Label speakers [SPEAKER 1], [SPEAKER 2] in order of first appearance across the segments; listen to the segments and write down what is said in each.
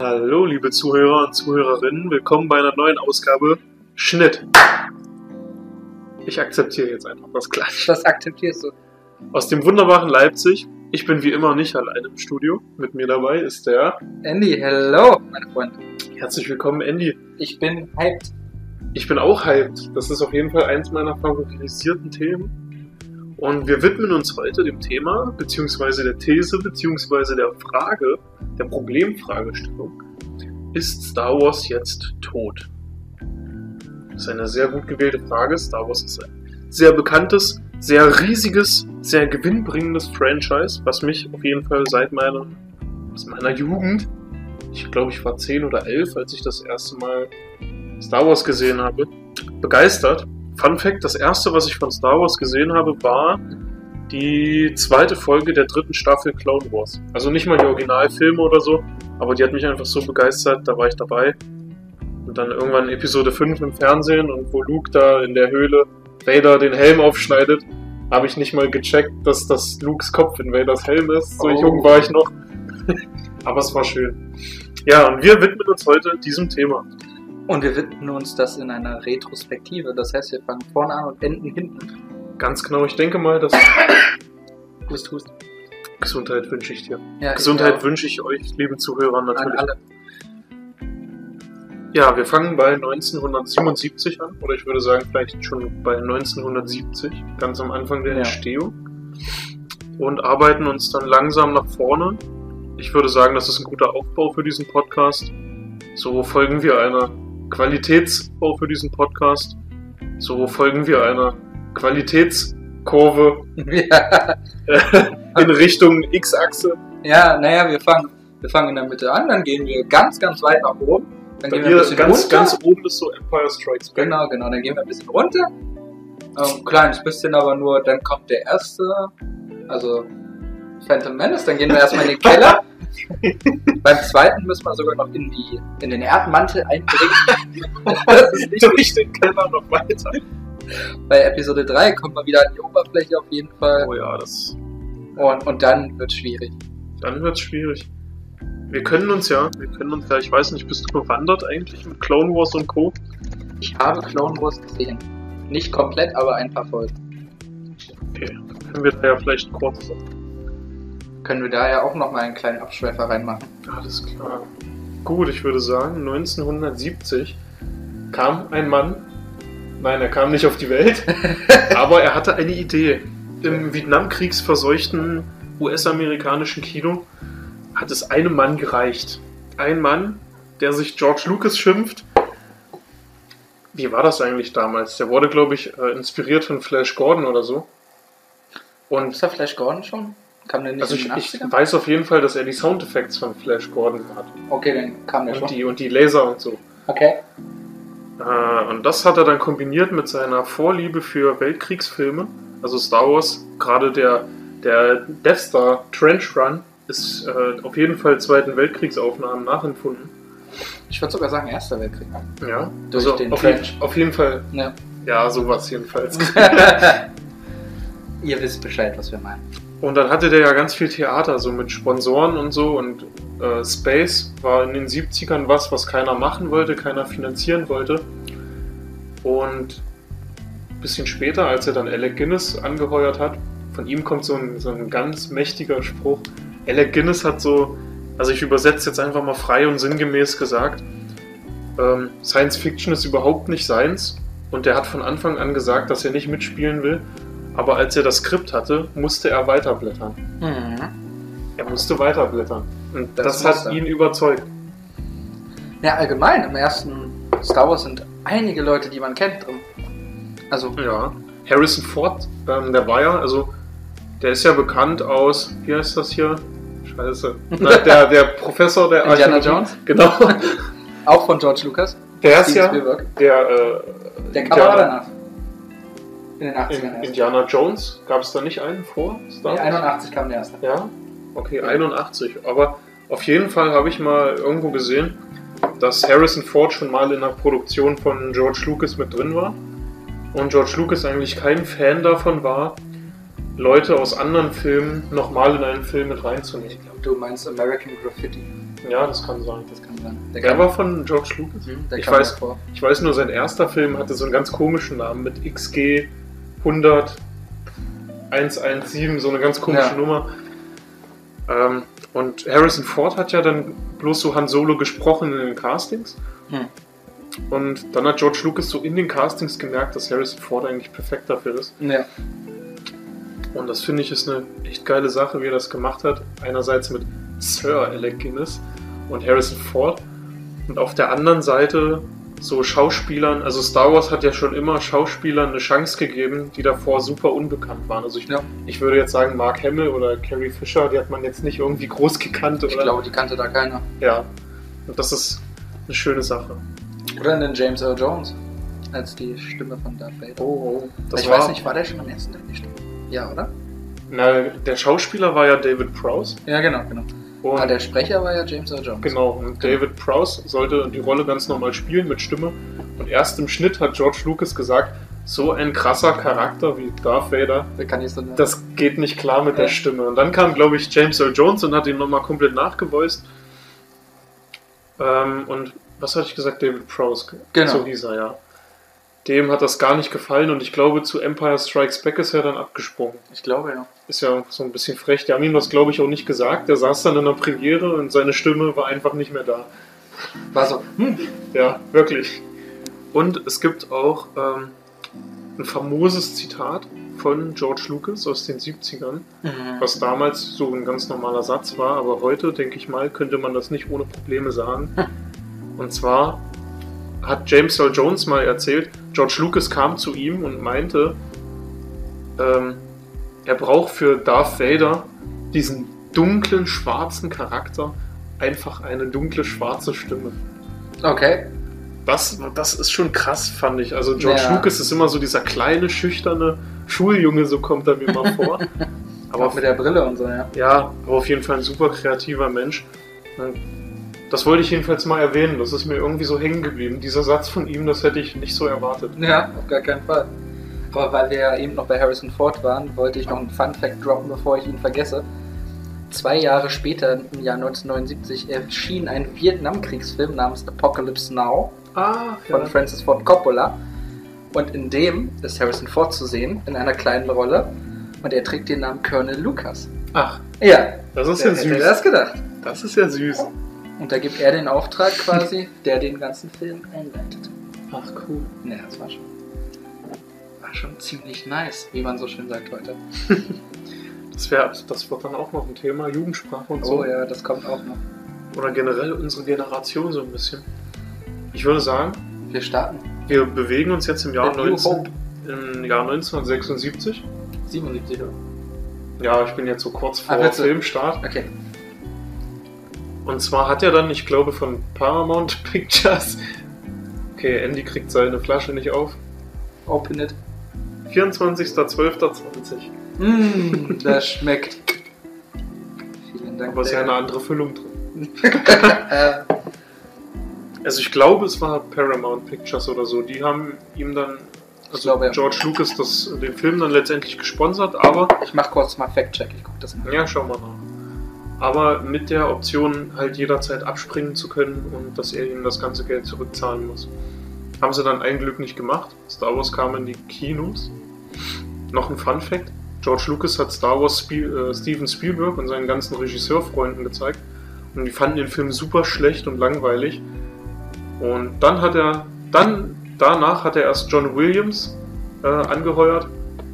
[SPEAKER 1] Hallo, liebe Zuhörer und Zuhörerinnen, willkommen bei einer neuen Ausgabe Schnitt. Ich akzeptiere jetzt einfach das Klatsch.
[SPEAKER 2] Das akzeptierst du.
[SPEAKER 1] Aus dem wunderbaren Leipzig. Ich bin wie immer nicht allein im Studio. Mit mir dabei ist der.
[SPEAKER 2] Andy, hello, meine Freunde.
[SPEAKER 1] Herzlich willkommen, Andy.
[SPEAKER 2] Ich bin hyped.
[SPEAKER 1] Ich bin auch hyped. Das ist auf jeden Fall eins meiner favorisierten Themen. Und wir widmen uns heute dem Thema, beziehungsweise der These, beziehungsweise der Frage, der Problemfragestellung. Ist Star Wars jetzt tot? Das ist eine sehr gut gewählte Frage. Star Wars ist ein sehr bekanntes, sehr riesiges, sehr gewinnbringendes Franchise, was mich auf jeden Fall seit meiner, aus meiner Jugend, ich glaube ich war 10 oder 11, als ich das erste Mal Star Wars gesehen habe, begeistert. Fun Fact, das erste, was ich von Star Wars gesehen habe, war die zweite Folge der dritten Staffel Clone Wars. Also nicht mal die Originalfilme oder so, aber die hat mich einfach so begeistert, da war ich dabei. Und dann irgendwann Episode 5 im Fernsehen und wo Luke da in der Höhle Vader den Helm aufschneidet, habe ich nicht mal gecheckt, dass das Lukes Kopf in Vaders Helm ist. So
[SPEAKER 2] Oh.
[SPEAKER 1] jung war ich noch. aber es war schön. Ja, und wir widmen uns heute diesem Thema.
[SPEAKER 2] Und wir widmen uns das in einer Retrospektive. Das heißt, wir fangen vorne an und enden hinten.
[SPEAKER 1] Ganz genau, ich denke mal, dass
[SPEAKER 2] Hust, hust.
[SPEAKER 1] Gesundheit wünsche ich dir.
[SPEAKER 2] Ja,
[SPEAKER 1] Gesundheit
[SPEAKER 2] ich,
[SPEAKER 1] wünsche ich euch, liebe Zuhörer,
[SPEAKER 2] äh, an
[SPEAKER 1] natürlich.
[SPEAKER 2] alle.
[SPEAKER 1] Ja, wir fangen bei 1977 an, oder ich würde sagen, vielleicht schon bei 1970, ganz am Anfang der
[SPEAKER 2] Ja.
[SPEAKER 1] Entstehung. Und arbeiten uns dann langsam nach vorne. Ich würde sagen, das ist ein guter Aufbau für diesen Podcast. So folgen wir einer Qualitätsbau für diesen Podcast. So folgen wir einer Qualitätskurve äh,
[SPEAKER 2] Ja,
[SPEAKER 1] in Richtung X-Achse.
[SPEAKER 2] ja naja, wir fangen, wir fangen in der Mitte an, dann gehen wir ganz, ganz weit nach oben. Dann
[SPEAKER 1] Bei
[SPEAKER 2] gehen wir ein
[SPEAKER 1] mir
[SPEAKER 2] bisschen
[SPEAKER 1] ganz,
[SPEAKER 2] runter.
[SPEAKER 1] ganz oben ist so Empire Strikes Back.
[SPEAKER 2] Genau, genau, dann gehen wir ein bisschen runter. Ähm, kleines bisschen aber nur, dann kommt der erste, also Phantom Menace, dann gehen wir erstmal in den Keller. Beim zweiten müssen wir sogar noch in, die, in den Erdmantel einbringen. Das ist nicht-
[SPEAKER 1] Durch den Keller noch weiter.
[SPEAKER 2] Bei Episode 3 kommt man wieder an die Oberfläche auf jeden Fall.
[SPEAKER 1] Oh ja, das
[SPEAKER 2] Und, und dann wird schwierig.
[SPEAKER 1] Dann wird's schwierig. Wir können uns ja, wir können uns ja, ich weiß nicht, bist du bewandert eigentlich mit Clone Wars und Co.
[SPEAKER 2] Ich habe Clone Wars gesehen. Nicht komplett, aber ein paar Folgen.
[SPEAKER 1] Können wir da ja vielleicht kurz.
[SPEAKER 2] Können wir da ja auch nochmal einen kleinen Abschweifer reinmachen.
[SPEAKER 1] Alles klar. Gut, ich würde sagen, 1970 kam ein Mann. Nein, er kam nicht auf die Welt, aber er hatte eine Idee. Im Vietnamkriegsverseuchten US-amerikanischen Kino hat es einem Mann gereicht. Ein Mann, der sich George Lucas schimpft. Wie war das eigentlich damals? Der wurde, glaube ich, äh, inspiriert von Flash Gordon oder so. Und
[SPEAKER 2] Ist da Flash Gordon schon? Kam der nicht
[SPEAKER 1] also
[SPEAKER 2] in
[SPEAKER 1] ich,
[SPEAKER 2] den
[SPEAKER 1] ich
[SPEAKER 2] 80ern?
[SPEAKER 1] weiß auf jeden Fall, dass er die Soundeffekte von Flash Gordon hat.
[SPEAKER 2] Okay, dann kam der
[SPEAKER 1] Und
[SPEAKER 2] schon.
[SPEAKER 1] die, und die Laser und so.
[SPEAKER 2] Okay.
[SPEAKER 1] Äh, Und das hat er dann kombiniert mit seiner Vorliebe für Weltkriegsfilme. Also Star Wars, gerade der, der Death Star Trench Run ist äh, auf jeden Fall Zweiten Weltkriegsaufnahmen nachempfunden.
[SPEAKER 2] Ich würde sogar sagen, Erster Weltkrieg.
[SPEAKER 1] Ja,
[SPEAKER 2] Durch
[SPEAKER 1] also
[SPEAKER 2] den
[SPEAKER 1] auf, jeden,
[SPEAKER 2] Trench.
[SPEAKER 1] auf jeden Fall,
[SPEAKER 2] Ne?
[SPEAKER 1] ja, sowas jedenfalls.
[SPEAKER 2] Ihr wisst Bescheid, was wir meinen.
[SPEAKER 1] Und dann hatte der ja ganz viel Theater, so mit Sponsoren und so. Und äh, Space war in den 70ern was, was keiner machen wollte, keiner finanzieren wollte. Und ein bisschen später, als er dann Alec Guinness angeheuert hat, von ihm kommt so ein, so ein ganz mächtiger Spruch. Alec Guinness hat so, also ich übersetze jetzt einfach mal frei und sinngemäß gesagt, ähm, Science Fiction ist überhaupt nicht seins. Und er hat von Anfang an gesagt, dass er nicht mitspielen will. Aber als er das Skript hatte, musste er weiterblättern. Er musste weiterblättern. Und das,
[SPEAKER 2] Das muss
[SPEAKER 1] hat
[SPEAKER 2] er.
[SPEAKER 1] ihn überzeugt.
[SPEAKER 2] Ja, allgemein, im ersten Star Wars sind einige Leute, die man kennt drin. Also,
[SPEAKER 1] Ja. Harrison Ford, ähm, der war ja, also, der ist ja bekannt aus, wie heißt das hier? Scheiße. Na, der, der Professor der
[SPEAKER 2] Indiana
[SPEAKER 1] Archäologie.
[SPEAKER 2] Jones?
[SPEAKER 1] Genau.
[SPEAKER 2] auch von George Lucas,
[SPEAKER 1] Der ist
[SPEAKER 2] Steven
[SPEAKER 1] ja
[SPEAKER 2] Spielberg.
[SPEAKER 1] der, äh,
[SPEAKER 2] Der kam aber
[SPEAKER 1] Indiana,
[SPEAKER 2] danach. In den 80ern
[SPEAKER 1] in,
[SPEAKER 2] erst.
[SPEAKER 1] Indiana Jones. Gab es da nicht einen vor? Star
[SPEAKER 2] Nee,
[SPEAKER 1] Wars?
[SPEAKER 2] 81 kam der erste.
[SPEAKER 1] Ja, okay, 81. Aber auf jeden Fall habe ich mal irgendwo gesehen, dass Harrison Ford schon mal in der Produktion von George Lucas mit drin war. Und George Lucas eigentlich kein Fan davon war, Leute aus anderen Filmen nochmal in einen Film mit reinzunehmen.
[SPEAKER 2] Ich glaube, du meinst American Graffiti.
[SPEAKER 1] Ja, das kann sein.
[SPEAKER 2] Das kann sein. Der
[SPEAKER 1] Der war von George Lucas.
[SPEAKER 2] Mhm, der
[SPEAKER 1] Ich
[SPEAKER 2] kam
[SPEAKER 1] weiß-
[SPEAKER 2] davor.
[SPEAKER 1] Ich weiß nur, sein erster Film hatte so einen ganz komischen Namen mit XG 100 117, so eine ganz komische
[SPEAKER 2] Ja.
[SPEAKER 1] Nummer. Ähm, und Harrison Ford hat ja dann bloß so Han Solo gesprochen in den Castings.
[SPEAKER 2] Hm.
[SPEAKER 1] Und dann hat George Lucas so in den Castings gemerkt, dass Harrison Ford eigentlich perfekt dafür ist.
[SPEAKER 2] Ja.
[SPEAKER 1] Und das finde ich ist eine echt geile Sache, wie er das gemacht hat. Einerseits mit Sir Alec Guinness und Harrison Ford und auf der anderen Seite so Schauspielern, also Star Wars hat ja schon immer Schauspielern eine Chance gegeben, die davor super unbekannt waren. Also ich,
[SPEAKER 2] Ja.
[SPEAKER 1] ich würde jetzt sagen, Mark Hamill oder Carrie Fisher, die hat man jetzt nicht irgendwie groß gekannt. Oder?
[SPEAKER 2] Ich glaube, die kannte da keiner.
[SPEAKER 1] Ja. Und das ist eine schöne Sache.
[SPEAKER 2] Oder den James Earl Jones als die Stimme von Darth Vader.
[SPEAKER 1] Oh, oh. Das
[SPEAKER 2] ich
[SPEAKER 1] war,
[SPEAKER 2] weiß nicht, war der schon am ersten Tag nicht? Ja, oder?
[SPEAKER 1] Na, der Schauspieler war ja David Prowse.
[SPEAKER 2] Ja, genau, genau.
[SPEAKER 1] Und
[SPEAKER 2] Ah, der Sprecher war ja James Earl Jones.
[SPEAKER 1] Genau, und David Prowse sollte die Rolle ganz normal spielen mit Stimme. Und erst im Schnitt hat George Lucas gesagt, so ein krasser Charakter wie Darth Vader,
[SPEAKER 2] Der kann nicht so eine-
[SPEAKER 1] das geht nicht klar mit der
[SPEAKER 2] Ja.
[SPEAKER 1] Stimme. Und dann kam, glaube ich, James Earl Jones und hat ihn nochmal komplett nachgevoiced. Ähm, und was hatte ich gesagt? David Prowse.
[SPEAKER 2] Genau.
[SPEAKER 1] So hieß er, ja. Dem hat das gar nicht gefallen und ich glaube, zu Empire Strikes Back ist er dann abgesprungen
[SPEAKER 2] Ich glaube, ja.
[SPEAKER 1] ist ja so ein bisschen frech. Die haben ihm das, glaube ich, auch nicht gesagt. Der saß dann in der Premiere und seine Stimme war einfach nicht mehr da.
[SPEAKER 2] War so, hm,
[SPEAKER 1] Ja, wirklich. Und es gibt auch ähm, ein famoses Zitat von George Lucas aus den 70ern, was damals so ein ganz normaler Satz war, aber heute, denke ich mal, könnte man das nicht ohne Probleme sagen. Und zwar hat James Earl Jones mal erzählt, George Lucas kam zu ihm und meinte, ähm, er braucht für Darth Vader diesen dunklen, schwarzen Charakter einfach eine dunkle, schwarze Stimme.
[SPEAKER 2] Okay.
[SPEAKER 1] Das, das ist schon krass, fand ich. Also George
[SPEAKER 2] Ja.
[SPEAKER 1] Lucas ist immer so dieser kleine, schüchterne Schuljunge, so kommt er mir mal vor.
[SPEAKER 2] Aber auch
[SPEAKER 1] aber,
[SPEAKER 2] mit der Brille und so, ja.
[SPEAKER 1] ja, aber auf jeden Fall ein super kreativer Mensch. Das wollte ich jedenfalls mal erwähnen. Das ist mir irgendwie so hängen geblieben. Dieser Satz von ihm, das hätte ich nicht so erwartet.
[SPEAKER 2] Ja, auf gar keinen Fall. Aber weil wir ja eben noch bei Harrison Ford waren, wollte ich noch einen Fun Fact droppen, bevor ich ihn vergesse. Zwei Jahre später, im Jahr 1979, erschien ein Vietnamkriegsfilm namens Apocalypse Now
[SPEAKER 1] Ah,
[SPEAKER 2] von Francis Ford Coppola. Und in dem ist Harrison Ford zu sehen, in einer kleinen Rolle. Und er trägt den Namen Colonel Lucas.
[SPEAKER 1] Ach,
[SPEAKER 2] Ja,
[SPEAKER 1] das ist ja
[SPEAKER 2] wer hätte
[SPEAKER 1] süß.
[SPEAKER 2] das gedacht?
[SPEAKER 1] Das ist ja süß.
[SPEAKER 2] Und da gibt er den Auftrag quasi, der den ganzen Film einleitet.
[SPEAKER 1] Ach, cool.
[SPEAKER 2] Ja, das war schon, war schon ziemlich nice, wie man so schön sagt heute.
[SPEAKER 1] Das, wär, das wird dann auch noch ein Thema. Jugendsprache und so.
[SPEAKER 2] Oh ja, das kommt auch noch.
[SPEAKER 1] Oder generell unsere Generation so ein bisschen. Ich würde sagen,
[SPEAKER 2] Wir starten.
[SPEAKER 1] wir bewegen uns jetzt im Jahr
[SPEAKER 2] Mit New
[SPEAKER 1] 19,
[SPEAKER 2] Hope.
[SPEAKER 1] im Jahr 1976.
[SPEAKER 2] 77, oder?
[SPEAKER 1] Ja, ich bin jetzt so kurz vor
[SPEAKER 2] Ah, bitte.
[SPEAKER 1] Filmstart.
[SPEAKER 2] Okay.
[SPEAKER 1] Und zwar hat er dann, ich glaube, von Paramount Pictures. Okay, Andy kriegt seine Flasche nicht auf.
[SPEAKER 2] Open it.
[SPEAKER 1] 24.12.20.
[SPEAKER 2] Mmm, das schmeckt. Vielen Dank.
[SPEAKER 1] Aber es ist ja eine
[SPEAKER 2] Digga.
[SPEAKER 1] andere Füllung drin.
[SPEAKER 2] äh,
[SPEAKER 1] Also ich glaube, es war Paramount Pictures oder so. Die haben ihm dann, also
[SPEAKER 2] glaube, ja.
[SPEAKER 1] George Lucas, das, den Film dann letztendlich gesponsert, aber
[SPEAKER 2] ich mach kurz mal Fact-Check, ich guck das mal.
[SPEAKER 1] Ja, schau mal nach. Aber mit der Option, halt jederzeit abspringen zu können und dass er ihnen das ganze Geld zurückzahlen muss. Haben sie dann ein Glück nicht gemacht. Star Wars kam in die Kinos. Noch ein Fun Fact: George Lucas hat Star Wars Spiel, äh, Steven Spielberg und seinen ganzen Regisseurfreunden gezeigt. Und die fanden den Film super schlecht und langweilig. Und dann hat er, dann, danach hat er erst John Williams äh, angeheuert.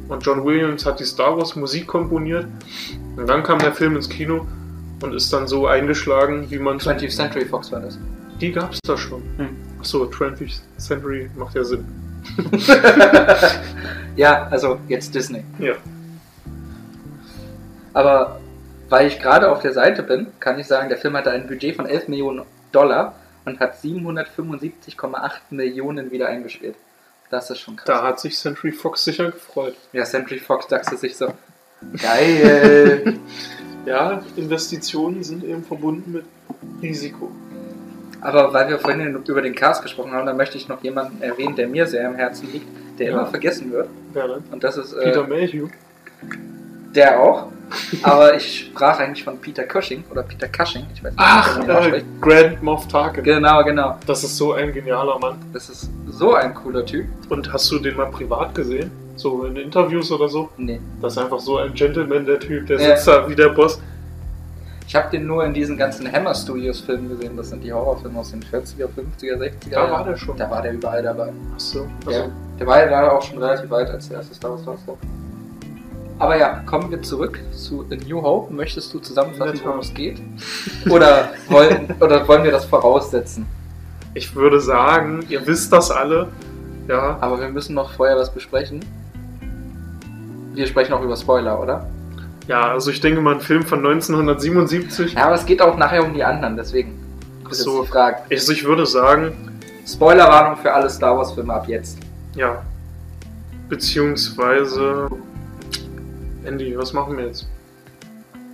[SPEAKER 1] Und John Williams hat die Star Wars Musik komponiert. Und dann kam der Film ins Kino und ist dann so eingeschlagen, wie man.
[SPEAKER 2] 20th Century Fox war das.
[SPEAKER 1] Die gab es da schon.
[SPEAKER 2] Hm.
[SPEAKER 1] Achso, 20th Century macht ja Sinn.
[SPEAKER 2] ja, also jetzt Disney.
[SPEAKER 1] Ja.
[SPEAKER 2] Aber weil ich gerade auf der Seite bin, kann ich sagen, der Film hatte ein Budget von 11 Millionen Dollar und hat 775,8 Millionen wieder eingespielt. Das ist schon krass.
[SPEAKER 1] Da hat sich Century Fox sicher gefreut.
[SPEAKER 2] Ja, Century Fox dachte sich so, geil.
[SPEAKER 1] Ja, Investitionen sind eben verbunden mit Risiko.
[SPEAKER 2] Aber weil wir vorhin über den Cast gesprochen haben, da möchte ich noch jemanden erwähnen, der mir sehr am Herzen liegt, der
[SPEAKER 1] Ja.
[SPEAKER 2] immer vergessen wird.
[SPEAKER 1] Wer denn?
[SPEAKER 2] Und das ist
[SPEAKER 1] Peter
[SPEAKER 2] äh,
[SPEAKER 1] Mayhew.
[SPEAKER 2] der auch. Aber ich sprach eigentlich von Peter Cushing oder Peter Cushing. Ich weiß nicht,
[SPEAKER 1] Ach,
[SPEAKER 2] wie man ihn
[SPEAKER 1] äh,
[SPEAKER 2] ausspricht.
[SPEAKER 1] Grand Moff Tarkin.
[SPEAKER 2] Genau, genau.
[SPEAKER 1] Das ist so ein genialer Mann.
[SPEAKER 2] Das ist so ein cooler Typ.
[SPEAKER 1] Und hast du den mal privat gesehen? So in Interviews oder so?
[SPEAKER 2] Nee.
[SPEAKER 1] Das ist einfach so ein Gentleman, der Typ, der
[SPEAKER 2] Ja.
[SPEAKER 1] sitzt da wie der Boss.
[SPEAKER 2] Ich habe den nur in diesen ganzen Hammer Studios Filmen gesehen. Das sind die Horrorfilme aus den 40er, 50er, 60er.
[SPEAKER 1] Da
[SPEAKER 2] Jahren.
[SPEAKER 1] war der schon.
[SPEAKER 2] Da war der überall dabei.
[SPEAKER 1] Ach so. Also,
[SPEAKER 2] Ja. Der war ja da auch schon relativ weit, als der erste Star Wars rauskam. Aber ja, kommen wir zurück zu A New Hope. Möchtest du zusammenfassen,
[SPEAKER 1] Natürlich.
[SPEAKER 2] worum es geht? Oder wollen, oder wollen wir das voraussetzen?
[SPEAKER 1] Ich würde sagen, ihr wisst das alle. Ja.
[SPEAKER 2] Aber wir müssen noch vorher was besprechen. Wir sprechen auch über Spoiler, oder?
[SPEAKER 1] Ja, also ich denke mal, ein Film von 1977.
[SPEAKER 2] Ja, aber es geht auch nachher um die anderen, deswegen. Das ist
[SPEAKER 1] So.
[SPEAKER 2] jetzt die Frage.
[SPEAKER 1] Also ich würde sagen,
[SPEAKER 2] Spoilerwarnung für alle Star Wars Filme ab jetzt.
[SPEAKER 1] ja. Beziehungsweise. Andy, was machen wir jetzt?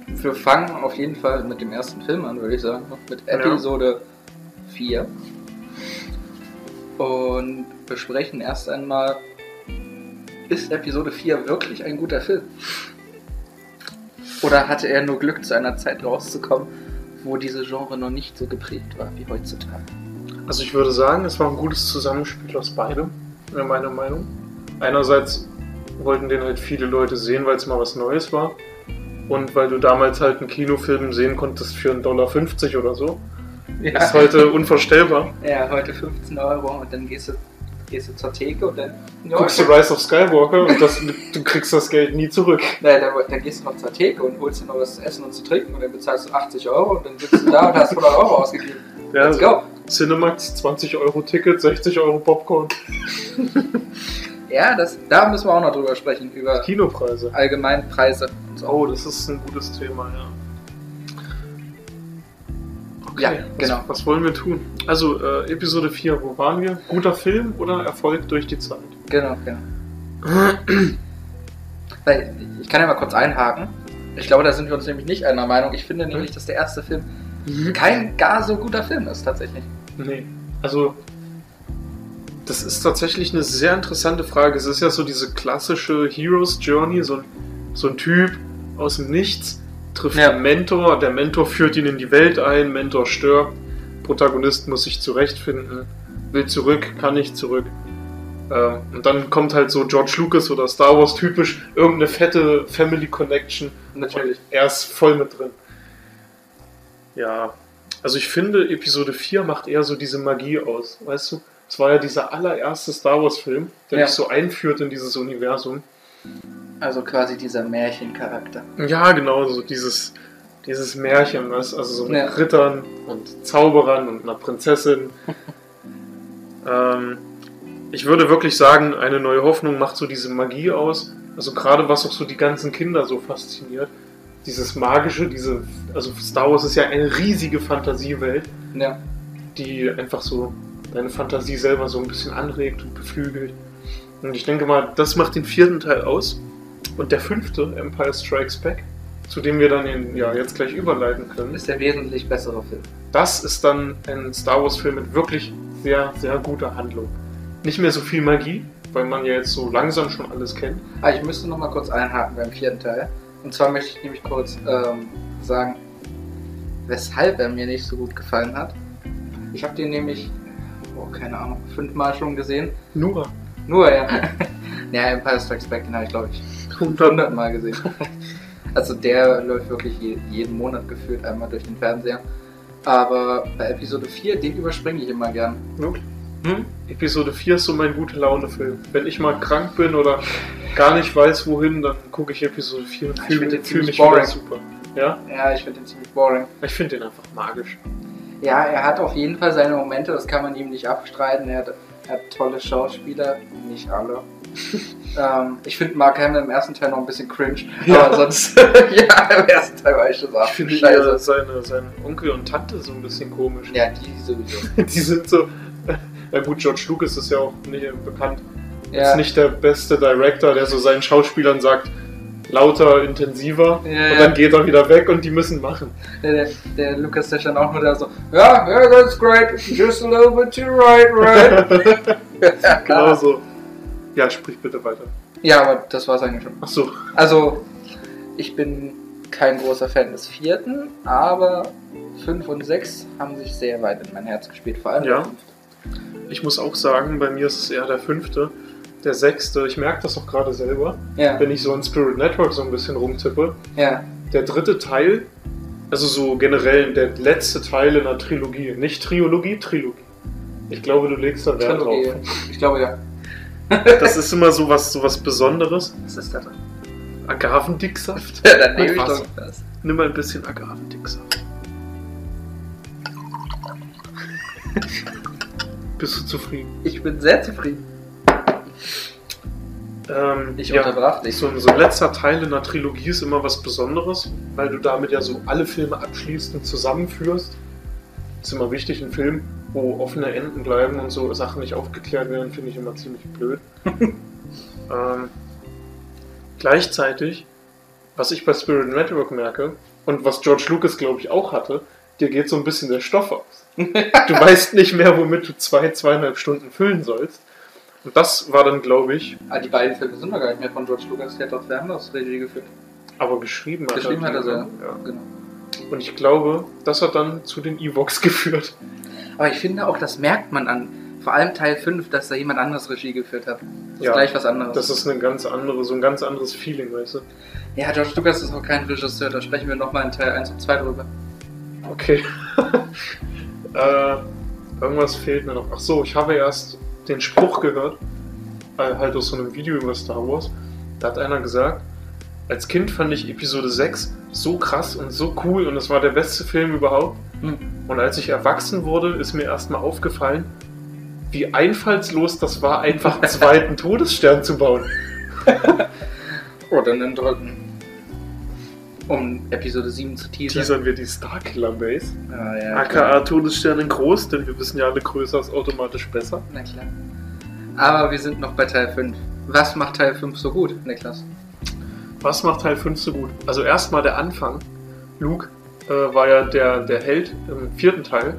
[SPEAKER 2] Wir fangen auf jeden Fall mit dem ersten Film an, würde ich sagen. Mit Episode 4. Und besprechen erst einmal, ist Episode 4 wirklich ein guter Film? Oder hatte er nur Glück, zu einer Zeit rauszukommen, wo diese Genre noch nicht so geprägt war wie heutzutage?
[SPEAKER 1] Also ich würde sagen, es war ein gutes Zusammenspiel aus beidem, in meiner Meinung. Einerseits wollten den halt viele Leute sehen, weil es mal was Neues war. Und weil du damals halt einen Kinofilm sehen konntest für 1,50 Dollar oder so.
[SPEAKER 2] Ja.
[SPEAKER 1] Ist heute unvorstellbar.
[SPEAKER 2] ja, heute 15 Euro und dann gehst du, gehst du zur Theke und dann.
[SPEAKER 1] Guckst du Rise of Skywalker und das, du kriegst das Geld nie zurück.
[SPEAKER 2] Na, da, da gehst du noch zur Theke und holst dir noch was zu essen und zu trinken und dann bezahlst du 80 Euro und dann sitzt du da und hast 100 Euro ausgegeben.
[SPEAKER 1] Ja,
[SPEAKER 2] Let's go.
[SPEAKER 1] Cinemax, 20 Euro Ticket, 60 Euro Popcorn,
[SPEAKER 2] Ja, das, da müssen wir auch noch drüber sprechen, über
[SPEAKER 1] Kinopreise.
[SPEAKER 2] allgemeine Preise. und so.
[SPEAKER 1] Oh, das ist ein gutes Thema, ja. Okay,
[SPEAKER 2] Ja,
[SPEAKER 1] was,
[SPEAKER 2] genau.
[SPEAKER 1] Was wollen wir tun? Also, äh, Episode 4, wo waren wir? Guter Film oder Erfolg durch die Zeit?
[SPEAKER 2] Genau, genau. Weil, Ich kann ja mal kurz einhaken. Ich glaube, da sind wir uns nämlich nicht einer Meinung. Ich finde nämlich, dass der erste Film kein gar so guter Film ist, tatsächlich.
[SPEAKER 1] Nee. Also, das ist tatsächlich eine sehr interessante Frage. Es ist ja so diese klassische Hero's Journey, so ein, so ein Typ aus dem Nichts trifft
[SPEAKER 2] Ja.
[SPEAKER 1] einen Mentor, der Mentor führt ihn in die Welt ein, Mentor stirbt, Protagonist muss sich zurechtfinden, will zurück, kann nicht zurück. Ähm, und dann kommt halt so George Lucas oder Star Wars typisch irgendeine fette Family Connection
[SPEAKER 2] Natürlich.
[SPEAKER 1] und er ist voll mit drin. Ja, also ich finde, Episode 4 macht eher so diese Magie aus, weißt du? Es war ja dieser allererste Star Wars-Film, der
[SPEAKER 2] Ja.
[SPEAKER 1] dich so einführt in dieses Universum.
[SPEAKER 2] Also quasi dieser Märchencharakter.
[SPEAKER 1] Ja, genau, so dieses, dieses Märchen, weißt du? Also so mit
[SPEAKER 2] Ja.
[SPEAKER 1] Rittern und Zauberern und einer Prinzessin. ähm, ich würde wirklich sagen, eine neue Hoffnung macht so diese Magie aus. Also gerade was auch so die ganzen Kinder so fasziniert. Dieses magische, diese, also Star Wars ist ja eine riesige Fantasiewelt.
[SPEAKER 2] Ja.
[SPEAKER 1] die einfach so deine Fantasie selber so ein bisschen anregt und beflügelt. Und ich denke mal, das macht den vierten Teil aus. Und der fünfte, Empire Strikes Back, zu dem wir dann in, ja, jetzt gleich überleiten können,
[SPEAKER 2] Ist der wesentlich bessere Film.
[SPEAKER 1] das ist dann ein Star Wars-Film mit wirklich sehr, sehr guter Handlung. Nicht mehr so viel Magie, weil man ja jetzt so langsam schon alles kennt.
[SPEAKER 2] Ah, ich müsste noch mal kurz einhaken beim vierten Teil. Und zwar möchte ich nämlich kurz ähm, sagen, weshalb er mir nicht so gut gefallen hat. Ich habe den nämlich, oh, keine Ahnung, fünfmal schon gesehen.
[SPEAKER 1] Nur
[SPEAKER 2] Nur, ja. ja, Empire Strikes Back, den habe ich, glaube ich,
[SPEAKER 1] 100.
[SPEAKER 2] hundertmal gesehen. Also der läuft wirklich je, jeden Monat gefühlt einmal durch den Fernseher. Aber bei Episode 4, den überspringe ich immer gern. Hm?
[SPEAKER 1] Episode 4 ist so mein gute Laune-Film. Wenn ich mal krank bin oder gar nicht weiß, wohin, dann gucke ich Episode 4 und
[SPEAKER 2] Ich
[SPEAKER 1] fühle
[SPEAKER 2] find
[SPEAKER 1] mich,
[SPEAKER 2] den
[SPEAKER 1] fühl
[SPEAKER 2] ziemlich
[SPEAKER 1] mich wieder
[SPEAKER 2] boring.
[SPEAKER 1] super. Ja?
[SPEAKER 2] Ja, ich finde den ziemlich boring.
[SPEAKER 1] Ich finde den einfach magisch.
[SPEAKER 2] Ja, er hat auf jeden Fall seine Momente, das kann man ihm nicht abstreiten. Er hat, er hat tolle Schauspieler, nicht alle. ähm, ich finde Mark Hamill im ersten Teil noch ein bisschen cringe,
[SPEAKER 1] Ja.
[SPEAKER 2] aber sonst, ja, im ersten Teil war ich schon so,
[SPEAKER 1] Ich
[SPEAKER 2] ach,
[SPEAKER 1] finde
[SPEAKER 2] scheiße.
[SPEAKER 1] eher seine, seinen Onkel und Tante so ein bisschen komisch.
[SPEAKER 2] Ja, die sowieso.
[SPEAKER 1] Die sind so. Ja gut, George Lucas ist ja auch nicht bekannt. Ist
[SPEAKER 2] Ja,
[SPEAKER 1] nicht der beste Director, der so seinen Schauspielern sagt, lauter, intensiver.
[SPEAKER 2] Ja,
[SPEAKER 1] und
[SPEAKER 2] ja.
[SPEAKER 1] dann geht er wieder weg und die müssen machen.
[SPEAKER 2] der, der, der Lukas, der stand auch nur da so, ja, yeah, that's great, just a little bit to right, right.
[SPEAKER 1] Genau so. Ja, sprich bitte weiter.
[SPEAKER 2] Ja, aber das war's eigentlich schon.
[SPEAKER 1] Achso,
[SPEAKER 2] Also, ich bin kein großer Fan des vierten, aber 5 und 6 haben sich sehr weit in mein Herz gespielt, vor allem.
[SPEAKER 1] Ja.
[SPEAKER 2] der fünfte.
[SPEAKER 1] Ich muss auch sagen, bei mir ist es eher der fünfte. Der sechste, ich merke das auch gerade selber,
[SPEAKER 2] Ja,
[SPEAKER 1] wenn ich so an Spirit Network so ein bisschen rumtippe.
[SPEAKER 2] ja,
[SPEAKER 1] Der dritte Teil, also so generell der letzte Teil in der Trilogie, nicht Triologie, Trilogie. Ich glaube, du legst da Wert
[SPEAKER 2] Trilogie.
[SPEAKER 1] drauf.
[SPEAKER 2] Ich glaube ja.
[SPEAKER 1] Das ist immer so was, so was Besonderes.
[SPEAKER 2] Das ist der dritte.
[SPEAKER 1] Agavendicksaft.
[SPEAKER 2] Ja, dann nehme
[SPEAKER 1] Mit
[SPEAKER 2] ich
[SPEAKER 1] Wasser.
[SPEAKER 2] doch das.
[SPEAKER 1] Nimm mal ein bisschen Agavendicksaft. Bist du zufrieden?
[SPEAKER 2] Ich bin sehr zufrieden.
[SPEAKER 1] Ähm,
[SPEAKER 2] Ich
[SPEAKER 1] ja.
[SPEAKER 2] unterbrach dich.
[SPEAKER 1] So, so ein letzter Teil in einer Trilogie ist immer was Besonderes, weil du damit ja so alle Filme abschließend zusammenführst. Ist immer wichtig, ein Film, wo offene Enden bleiben und so Sachen nicht aufgeklärt werden, finde ich immer ziemlich blöd. ähm, gleichzeitig, was ich bei Spirit Network merke und was George Lucas, glaube ich, auch hatte, dir geht so ein bisschen der Stoff aus. du weißt nicht mehr, womit du zwei, zweieinhalb Stunden füllen sollst. Und das war dann, glaube ich,
[SPEAKER 2] Ah, die beiden Filme sind doch gar nicht mehr von George Lucas. Der hat doch Fernlos Regie geführt.
[SPEAKER 1] aber geschrieben hat.
[SPEAKER 2] Geschrieben hat er
[SPEAKER 1] ja.
[SPEAKER 2] selber. Genau.
[SPEAKER 1] Und ich glaube, das hat dann zu den Evox geführt.
[SPEAKER 2] Aber ich finde auch, das merkt man an. Vor allem Teil 5, dass da jemand anderes Regie geführt hat. Das
[SPEAKER 1] Ja.
[SPEAKER 2] ist gleich was anderes.
[SPEAKER 1] Das ist eine ganz andere, so ein ganz anderes Feeling, weißt du?
[SPEAKER 2] ja, George Lucas ist auch kein Regisseur. Da sprechen wir nochmal in Teil 1 und 2 drüber.
[SPEAKER 1] Okay. äh, irgendwas fehlt mir noch. Ach so, ich habe erst den Spruch gehört, äh, halt aus so einem Video über Star Wars. Da hat einer gesagt, als Kind fand ich Episode 6 so krass und so cool und es war der beste Film überhaupt.
[SPEAKER 2] Hm.
[SPEAKER 1] Und als ich erwachsen wurde, ist mir erstmal aufgefallen, wie einfallslos das war, einfach einen zweiten Todesstern zu bauen.
[SPEAKER 2] Oder einen dritten. Um Episode 7 zu teasern.
[SPEAKER 1] teasern wir die Starkiller Base.
[SPEAKER 2] Ah, ja,
[SPEAKER 1] AKA Todesstern in groß, denn wir wissen ja, alle größer ist automatisch besser.
[SPEAKER 2] Na klar. Aber wir sind noch bei Teil 5. Was macht Teil 5 so gut, Niklas?
[SPEAKER 1] Was macht Teil 5 so gut? Also erstmal der Anfang. Luke äh, war ja der, der Held im vierten Teil.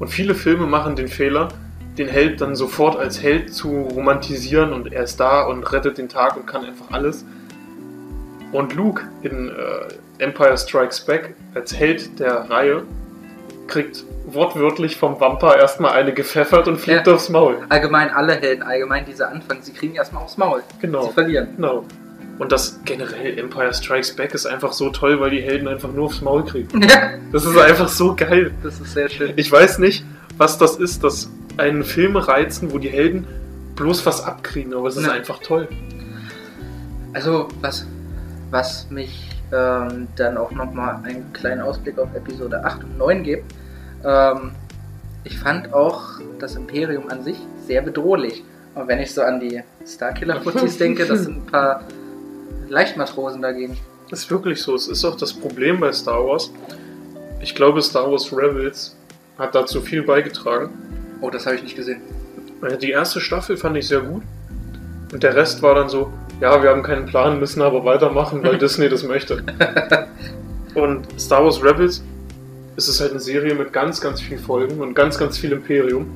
[SPEAKER 1] Und viele Filme machen den Fehler, den Held dann sofort als Held zu romantisieren und er ist da und rettet den Tag und kann einfach alles. Und Luke in äh, Empire Strikes Back als Held der Reihe kriegt wortwörtlich vom Wampa erstmal eine gepfeffert und fliegt
[SPEAKER 2] Ja.
[SPEAKER 1] aufs Maul.
[SPEAKER 2] Allgemein alle Helden, allgemein dieser Anfang, sie kriegen erstmal aufs Maul.
[SPEAKER 1] Genau.
[SPEAKER 2] Sie verlieren.
[SPEAKER 1] Genau. Und das generell Empire Strikes Back ist einfach so toll, weil die Helden einfach nur aufs Maul kriegen. Das ist einfach so geil.
[SPEAKER 2] das ist sehr schön.
[SPEAKER 1] Ich weiß nicht, was das ist, dass einen Film reizen, wo die Helden bloß was abkriegen, aber es ist
[SPEAKER 2] Nee.
[SPEAKER 1] einfach toll.
[SPEAKER 2] Also, was, was mich ähm, dann auch nochmal einen kleinen Ausblick auf Episode 8 und 9 gibt, ähm, ich fand auch das Imperium an sich sehr bedrohlich. Und wenn ich so an die Starkiller-Putzis denke, das sind ein paar Leichtmatrosen dagegen.
[SPEAKER 1] Das ist wirklich so. Es ist auch das Problem bei Star Wars. Ich glaube, Star Wars Rebels hat dazu viel beigetragen.
[SPEAKER 2] Oh, das habe ich nicht gesehen.
[SPEAKER 1] Äh, Die erste Staffel fand ich sehr gut. Und der Rest war dann so, ja, wir haben keinen Plan, müssen aber weitermachen, weil Disney das möchte. Und Star Wars Rebels ist es halt eine Serie mit ganz, ganz vielen Folgen und ganz, ganz viel Imperium.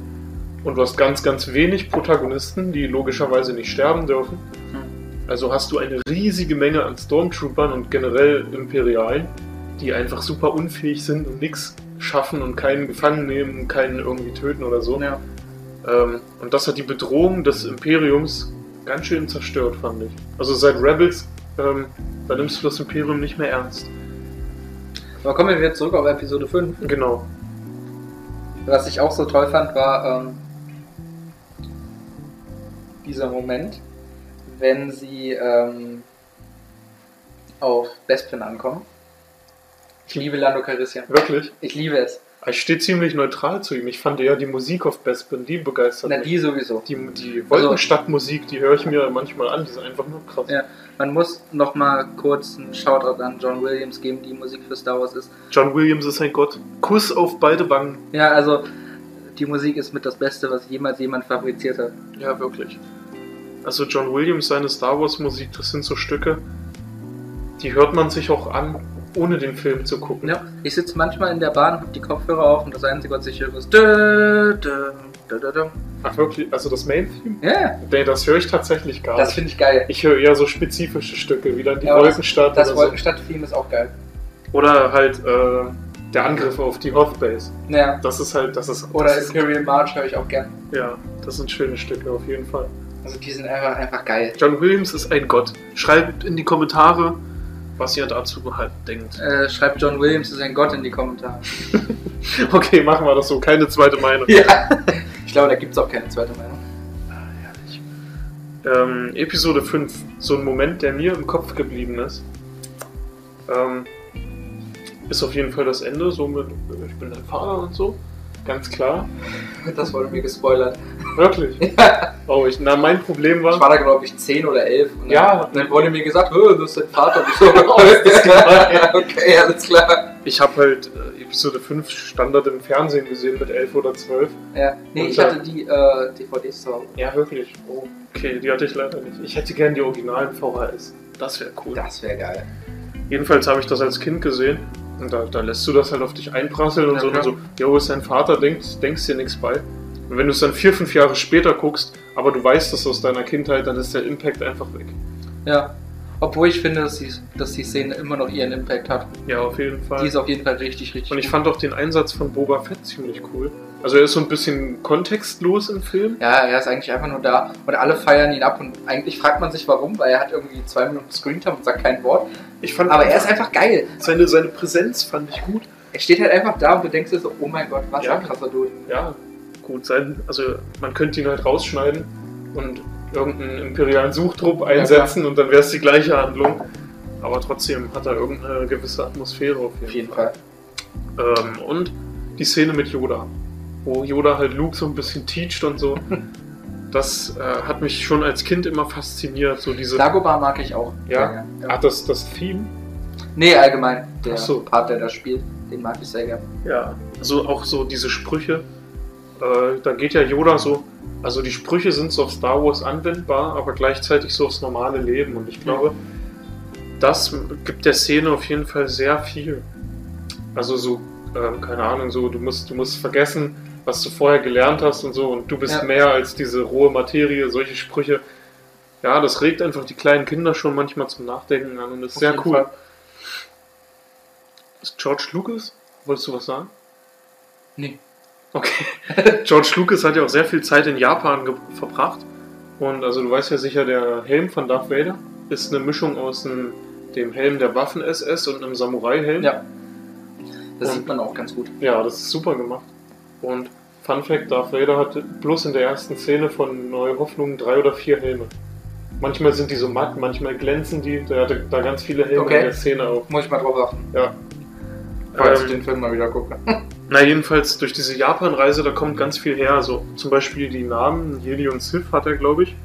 [SPEAKER 1] Und du hast ganz, ganz wenig Protagonisten, die logischerweise nicht sterben dürfen. Also hast du eine riesige Menge an Stormtroopern und generell Imperialen, die einfach super unfähig sind und nichts schaffen und keinen gefangen nehmen, keinen irgendwie töten oder so.
[SPEAKER 2] Ja.
[SPEAKER 1] Ähm, und das hat die Bedrohung des Imperiums ganz schön zerstört, fand ich. Also seit Rebels, ähm, da nimmst du das Imperium nicht mehr ernst.
[SPEAKER 2] Aber kommen wir wieder zurück auf Episode 5.
[SPEAKER 1] Genau.
[SPEAKER 2] Was ich auch so toll fand, war ähm, dieser Moment, wenn sie ähm, auf Bespin ankommen. Ich liebe Lando Calrissian.
[SPEAKER 1] Wirklich.
[SPEAKER 2] Ich liebe es.
[SPEAKER 1] Ich stehe ziemlich neutral zu ihm. Ich fand ja die Musik auf Bespin, die begeistert
[SPEAKER 2] Na,
[SPEAKER 1] mich.
[SPEAKER 2] die sowieso.
[SPEAKER 1] Die, die Wolkenstadtmusik, die höre ich mir manchmal an, die ist einfach nur krass.
[SPEAKER 2] Ja. Man muss nochmal kurz einen Shoutout an John Williams geben, die Musik für Star Wars ist.
[SPEAKER 1] John Williams ist ein Gott. Kuss auf beide Wangen.
[SPEAKER 2] Ja, also die Musik ist mit das Beste, was jemals jemand fabriziert hat.
[SPEAKER 1] Ja, wirklich. Also John Williams, seine Star Wars Musik, das sind so Stücke, die hört man sich auch an, ohne den Film zu gucken.
[SPEAKER 2] Ja, ich sitze manchmal in der Bahn, hab die Kopfhörer auf und das Einzige, was ich höre, ist. Dö, dö, Dadadam.
[SPEAKER 1] Ach wirklich, also das Main-Theme?
[SPEAKER 2] Ja,
[SPEAKER 1] Nee, das höre ich tatsächlich gar
[SPEAKER 2] das
[SPEAKER 1] nicht.
[SPEAKER 2] finde ich geil.
[SPEAKER 1] Ich höre eher so spezifische Stücke, wie dann die
[SPEAKER 2] Ja, aber das-
[SPEAKER 1] Wolkenstadt
[SPEAKER 2] Das
[SPEAKER 1] oder
[SPEAKER 2] Wolkenstadt-Theme ist auch geil.
[SPEAKER 1] so. Oder halt äh, der Angriff auf die Hothbase.
[SPEAKER 2] Naja.
[SPEAKER 1] Das ist halt, das ist...
[SPEAKER 2] Oder
[SPEAKER 1] das ist,
[SPEAKER 2] Imperial March höre ich auch gern.
[SPEAKER 1] Ja, das sind schöne Stücke auf jeden Fall.
[SPEAKER 2] Also die sind einfach, einfach geil.
[SPEAKER 1] John Williams ist ein Gott. Schreibt in die Kommentare, was ihr dazu halt denkt.
[SPEAKER 2] Äh, schreibt John Williams ist ein Gott in die Kommentare.
[SPEAKER 1] Okay, machen wir das so. Keine zweite Meinung.
[SPEAKER 2] Ja. Ich glaube, da gibt es auch keine zweite Meinung.
[SPEAKER 1] Ähm, Episode 5. So ein Moment, der mir im Kopf geblieben ist. Ähm, ist auf jeden Fall das Ende. So mit, äh, ich bin dein Vater und so. Ganz klar.
[SPEAKER 2] Das wurde mir gespoilert.
[SPEAKER 1] Wirklich. Oh, ich, na, mein Problem
[SPEAKER 2] Ich
[SPEAKER 1] war...
[SPEAKER 2] war da, glaube ich, 10 oder 11. Und dann,
[SPEAKER 1] Ja.
[SPEAKER 2] Dann wurde mir gesagt, "Hö, du bist dein Vater. Und ich so,
[SPEAKER 1] Alles klar.
[SPEAKER 2] ja, okay, alles klar.
[SPEAKER 1] Ich habe halt äh, Episode 5 Standard im Fernsehen gesehen mit 11 oder 12.
[SPEAKER 2] Ja. Nee,
[SPEAKER 1] Und
[SPEAKER 2] ich
[SPEAKER 1] dann-
[SPEAKER 2] hatte die äh, DVDs zu Hause.
[SPEAKER 1] Ja, wirklich. Oh, okay, die hatte ich leider nicht. Ich hätte gern die originalen VHS. Das wäre cool.
[SPEAKER 2] Das wäre geil.
[SPEAKER 1] Jedenfalls habe ich das als Kind gesehen. Und da, da lässt du das halt auf dich einprasseln und
[SPEAKER 2] Ja,
[SPEAKER 1] so. Und
[SPEAKER 2] klar.
[SPEAKER 1] so, jo, ist dein Vater, denkst, denkst dir nichts bei. Und wenn du es dann vier, fünf Jahre später guckst, aber du weißt das aus deiner Kindheit, dann ist der Impact einfach weg.
[SPEAKER 2] Ja. Obwohl ich finde, dass die, dass die Szene immer noch ihren Impact hat.
[SPEAKER 1] Ja, auf jeden Fall.
[SPEAKER 2] Die ist auf jeden Fall richtig, richtig.
[SPEAKER 1] Und ich
[SPEAKER 2] gut.
[SPEAKER 1] fand auch den Einsatz von Boba Fett ziemlich cool. Also er ist so ein bisschen kontextlos im Film.
[SPEAKER 2] Ja, er ist eigentlich einfach nur da und alle feiern ihn ab und eigentlich fragt man sich warum, weil er hat irgendwie zwei Minuten Screentime und sagt kein Wort.
[SPEAKER 1] Ich fand
[SPEAKER 2] Aber er ist einfach geil.
[SPEAKER 1] seine, seine Präsenz fand ich gut.
[SPEAKER 2] Er steht halt einfach da und du denkst dir so, oh mein Gott, was
[SPEAKER 1] Ja.
[SPEAKER 2] ein krasser Dude.
[SPEAKER 1] ja, gut sein. Also man könnte ihn halt rausschneiden und irgendeinen imperialen Suchtrupp einsetzen und dann wäre es die gleiche Handlung. Aber trotzdem hat er irgendeine gewisse Atmosphäre auf jeden,
[SPEAKER 2] Auf jeden
[SPEAKER 1] Fall.
[SPEAKER 2] Fall.
[SPEAKER 1] Ähm, und die Szene mit Yoda, wo Yoda halt Luke so ein bisschen teacht und so. Das äh, hat mich schon als Kind immer fasziniert, so diese.
[SPEAKER 2] Dagobah mag ich auch.
[SPEAKER 1] Ja?
[SPEAKER 2] Sehr
[SPEAKER 1] Ach,
[SPEAKER 2] gern.
[SPEAKER 1] das, das Theme?
[SPEAKER 2] Nee, allgemein. Der
[SPEAKER 1] Ach so.
[SPEAKER 2] Part, der da spielt, den mag ich sehr gern.
[SPEAKER 1] Ja, also auch so diese Sprüche. Äh, da geht ja Yoda so, also die Sprüche sind so auf Star Wars anwendbar, aber gleichzeitig so aufs normale Leben. Und
[SPEAKER 2] Mhm.
[SPEAKER 1] ich glaube, das gibt der Szene auf jeden Fall sehr viel. Also so, ähm, keine Ahnung, so du musst, du musst vergessen, was du vorher gelernt hast und so, und du bist
[SPEAKER 2] Ja.
[SPEAKER 1] mehr als diese rohe Materie, solche Sprüche. Ja, das regt einfach die kleinen Kinder schon manchmal zum Nachdenken an und das ist
[SPEAKER 2] Auf
[SPEAKER 1] sehr
[SPEAKER 2] jeden
[SPEAKER 1] cool.
[SPEAKER 2] Fall.
[SPEAKER 1] Ist George Lucas? Wolltest du was sagen?
[SPEAKER 2] Nee.
[SPEAKER 1] Okay. George Lucas hat ja auch sehr viel Zeit in Japan ge- verbracht. Und also du weißt ja sicher, der Helm von Darth Vader ist eine Mischung aus dem, dem Helm der Waffen-SS und einem Samurai-Helm.
[SPEAKER 2] Ja. Das
[SPEAKER 1] Und-
[SPEAKER 2] sieht man auch ganz gut.
[SPEAKER 1] ja, das ist super gemacht. Und Fun Fact, Darth Vader hat bloß in der ersten Szene von Neue Hoffnung drei oder vier Helme. Manchmal sind die so matt, manchmal glänzen die. Der hatte da ganz viele Helme
[SPEAKER 2] Okay.
[SPEAKER 1] in der Szene auch.
[SPEAKER 2] Muss ich mal drauf achten,
[SPEAKER 1] Ja.
[SPEAKER 2] falls
[SPEAKER 1] Ähm,
[SPEAKER 2] ich den Film mal wieder gucke.
[SPEAKER 1] Na, jedenfalls durch diese Japan-Reise, da kommt ganz viel her. So zum Beispiel die Namen Jedi und Sith hat er, glaube ich.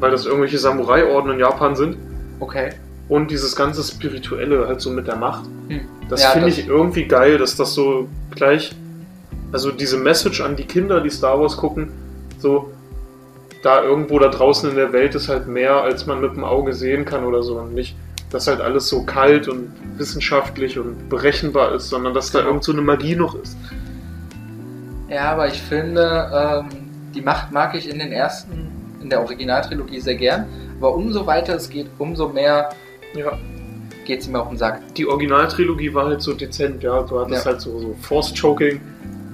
[SPEAKER 1] Weil das irgendwelche Samurai-Orden in Japan sind.
[SPEAKER 2] Okay.
[SPEAKER 1] Und dieses ganze Spirituelle, halt so mit der Macht.
[SPEAKER 2] Hm.
[SPEAKER 1] Das
[SPEAKER 2] Ja,
[SPEAKER 1] finde
[SPEAKER 2] das-
[SPEAKER 1] ich irgendwie geil, dass das so gleich. Also diese Message an die Kinder, die Star Wars gucken, so. Da irgendwo da draußen in der Welt ist halt mehr, als man mit dem Auge sehen kann oder so. Und nicht, dass halt alles so kalt und wissenschaftlich und berechenbar ist, sondern dass da
[SPEAKER 2] Genau.
[SPEAKER 1] irgend so eine Magie noch ist.
[SPEAKER 2] Ja, aber ich finde, ähm, die Macht mag ich in den ersten, in der Originaltrilogie sehr gern. Aber umso weiter es geht, umso mehr
[SPEAKER 1] Ja,
[SPEAKER 2] geht sie mir auf den um Sack.
[SPEAKER 1] die Originaltrilogie war halt so dezent, ja. Du hattest
[SPEAKER 2] Ja.
[SPEAKER 1] halt so, so Force-Choking.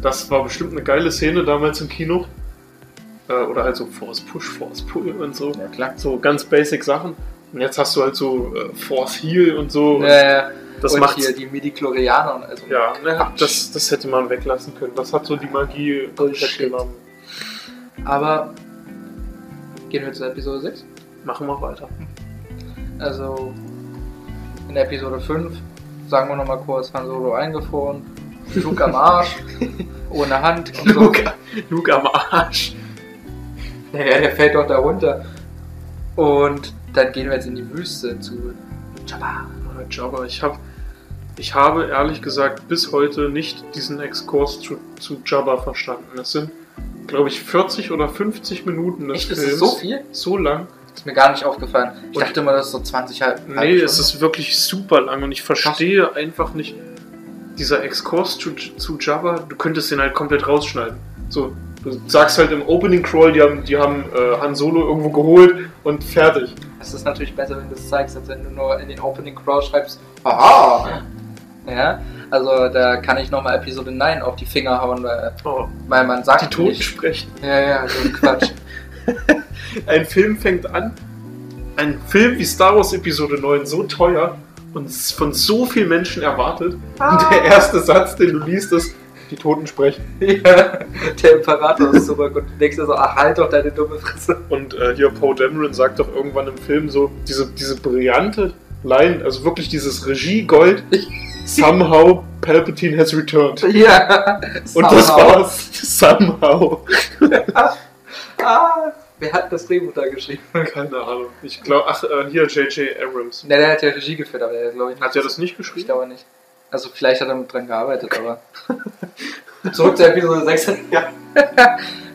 [SPEAKER 1] Das war bestimmt eine geile Szene damals im Kino. Äh, oder halt so Force-Push, Force-Pull und so.
[SPEAKER 2] Ja, klar.
[SPEAKER 1] So ganz basic Sachen. Und jetzt hast du halt so äh, Force-Heal und so. Und
[SPEAKER 2] Ja, ja.
[SPEAKER 1] das
[SPEAKER 2] und
[SPEAKER 1] macht.
[SPEAKER 2] hier die Midi-Chlorianer und also.
[SPEAKER 1] Ja, ne, das, das hätte man weglassen können. Das hat so die Magie
[SPEAKER 2] Bullshit.
[SPEAKER 1] weggenommen.
[SPEAKER 2] Aber gehen wir zu Episode 6.
[SPEAKER 1] Machen wir weiter.
[SPEAKER 2] Also in Episode 5 sagen wir nochmal kurz Han Solo eingefroren, Luke am Arsch, ohne Hand und so.
[SPEAKER 1] Luke, Luke am Arsch.
[SPEAKER 2] Ja, der fällt doch da runter. Und dann gehen wir jetzt in die Wüste zu Jabba.
[SPEAKER 1] Äh, Jabba, ich habe. Ich habe ehrlich gesagt bis heute nicht diesen Exkurs zu, zu Jabba verstanden. Es sind, glaube ich, 40 oder 50 Minuten des
[SPEAKER 2] Echt, ist
[SPEAKER 1] Films.
[SPEAKER 2] es so viel?
[SPEAKER 1] So lang.
[SPEAKER 2] Ist mir gar nicht aufgefallen. Ich
[SPEAKER 1] Und-
[SPEAKER 2] dachte immer, das ist so 20 halb. halbe
[SPEAKER 1] Nee, es
[SPEAKER 2] Stunde.
[SPEAKER 1] ist wirklich super lang und ich verstehe einfach nicht dieser Exkurs zu, zu Jabba. Du könntest den halt komplett rausschneiden. So, Du sagst halt im Opening Crawl, die haben, die haben äh, Han Solo irgendwo geholt und fertig.
[SPEAKER 2] Es ist natürlich besser, wenn du es zeigst, als wenn du nur in den Opening Crawl schreibst, haha. Ja, also da kann ich nochmal Episode 9 auf die Finger hauen, weil,
[SPEAKER 1] Oh,
[SPEAKER 2] weil man
[SPEAKER 1] die
[SPEAKER 2] sagt
[SPEAKER 1] Toten
[SPEAKER 2] nicht.
[SPEAKER 1] sprechen.
[SPEAKER 2] Ja, ja, so ein Quatsch.
[SPEAKER 1] Ein Film fängt an, ein Film wie Star Wars Episode 9, so teuer und es ist von so vielen Menschen erwartet. Und
[SPEAKER 2] Ah.
[SPEAKER 1] der erste Satz, den du liest, ist, die Toten sprechen.
[SPEAKER 2] ja, der Imperator ist zurück und denkst dir so, ach, halt doch deine dumme Fresse.
[SPEAKER 1] Und äh, hier Paul Dameron sagt doch irgendwann im Film so, diese, diese brillante Line, also wirklich dieses Regie-Gold, somehow Palpatine has returned.
[SPEAKER 2] Ja.
[SPEAKER 1] Und das war's. Somehow.
[SPEAKER 2] Ah, wer hat das Drehbuch da geschrieben?
[SPEAKER 1] Keine Ahnung. Ich glaube, ach, äh, hier J.J. Abrams.
[SPEAKER 2] Ne, der hat ja Regie geführt, aber der glaube ich nicht.
[SPEAKER 1] Hat er das nicht
[SPEAKER 2] Ich
[SPEAKER 1] geschrieben?
[SPEAKER 2] glaube nicht. Also vielleicht hat er mit dran gearbeitet, aber. Zurück zur Episode 6.
[SPEAKER 1] Ja.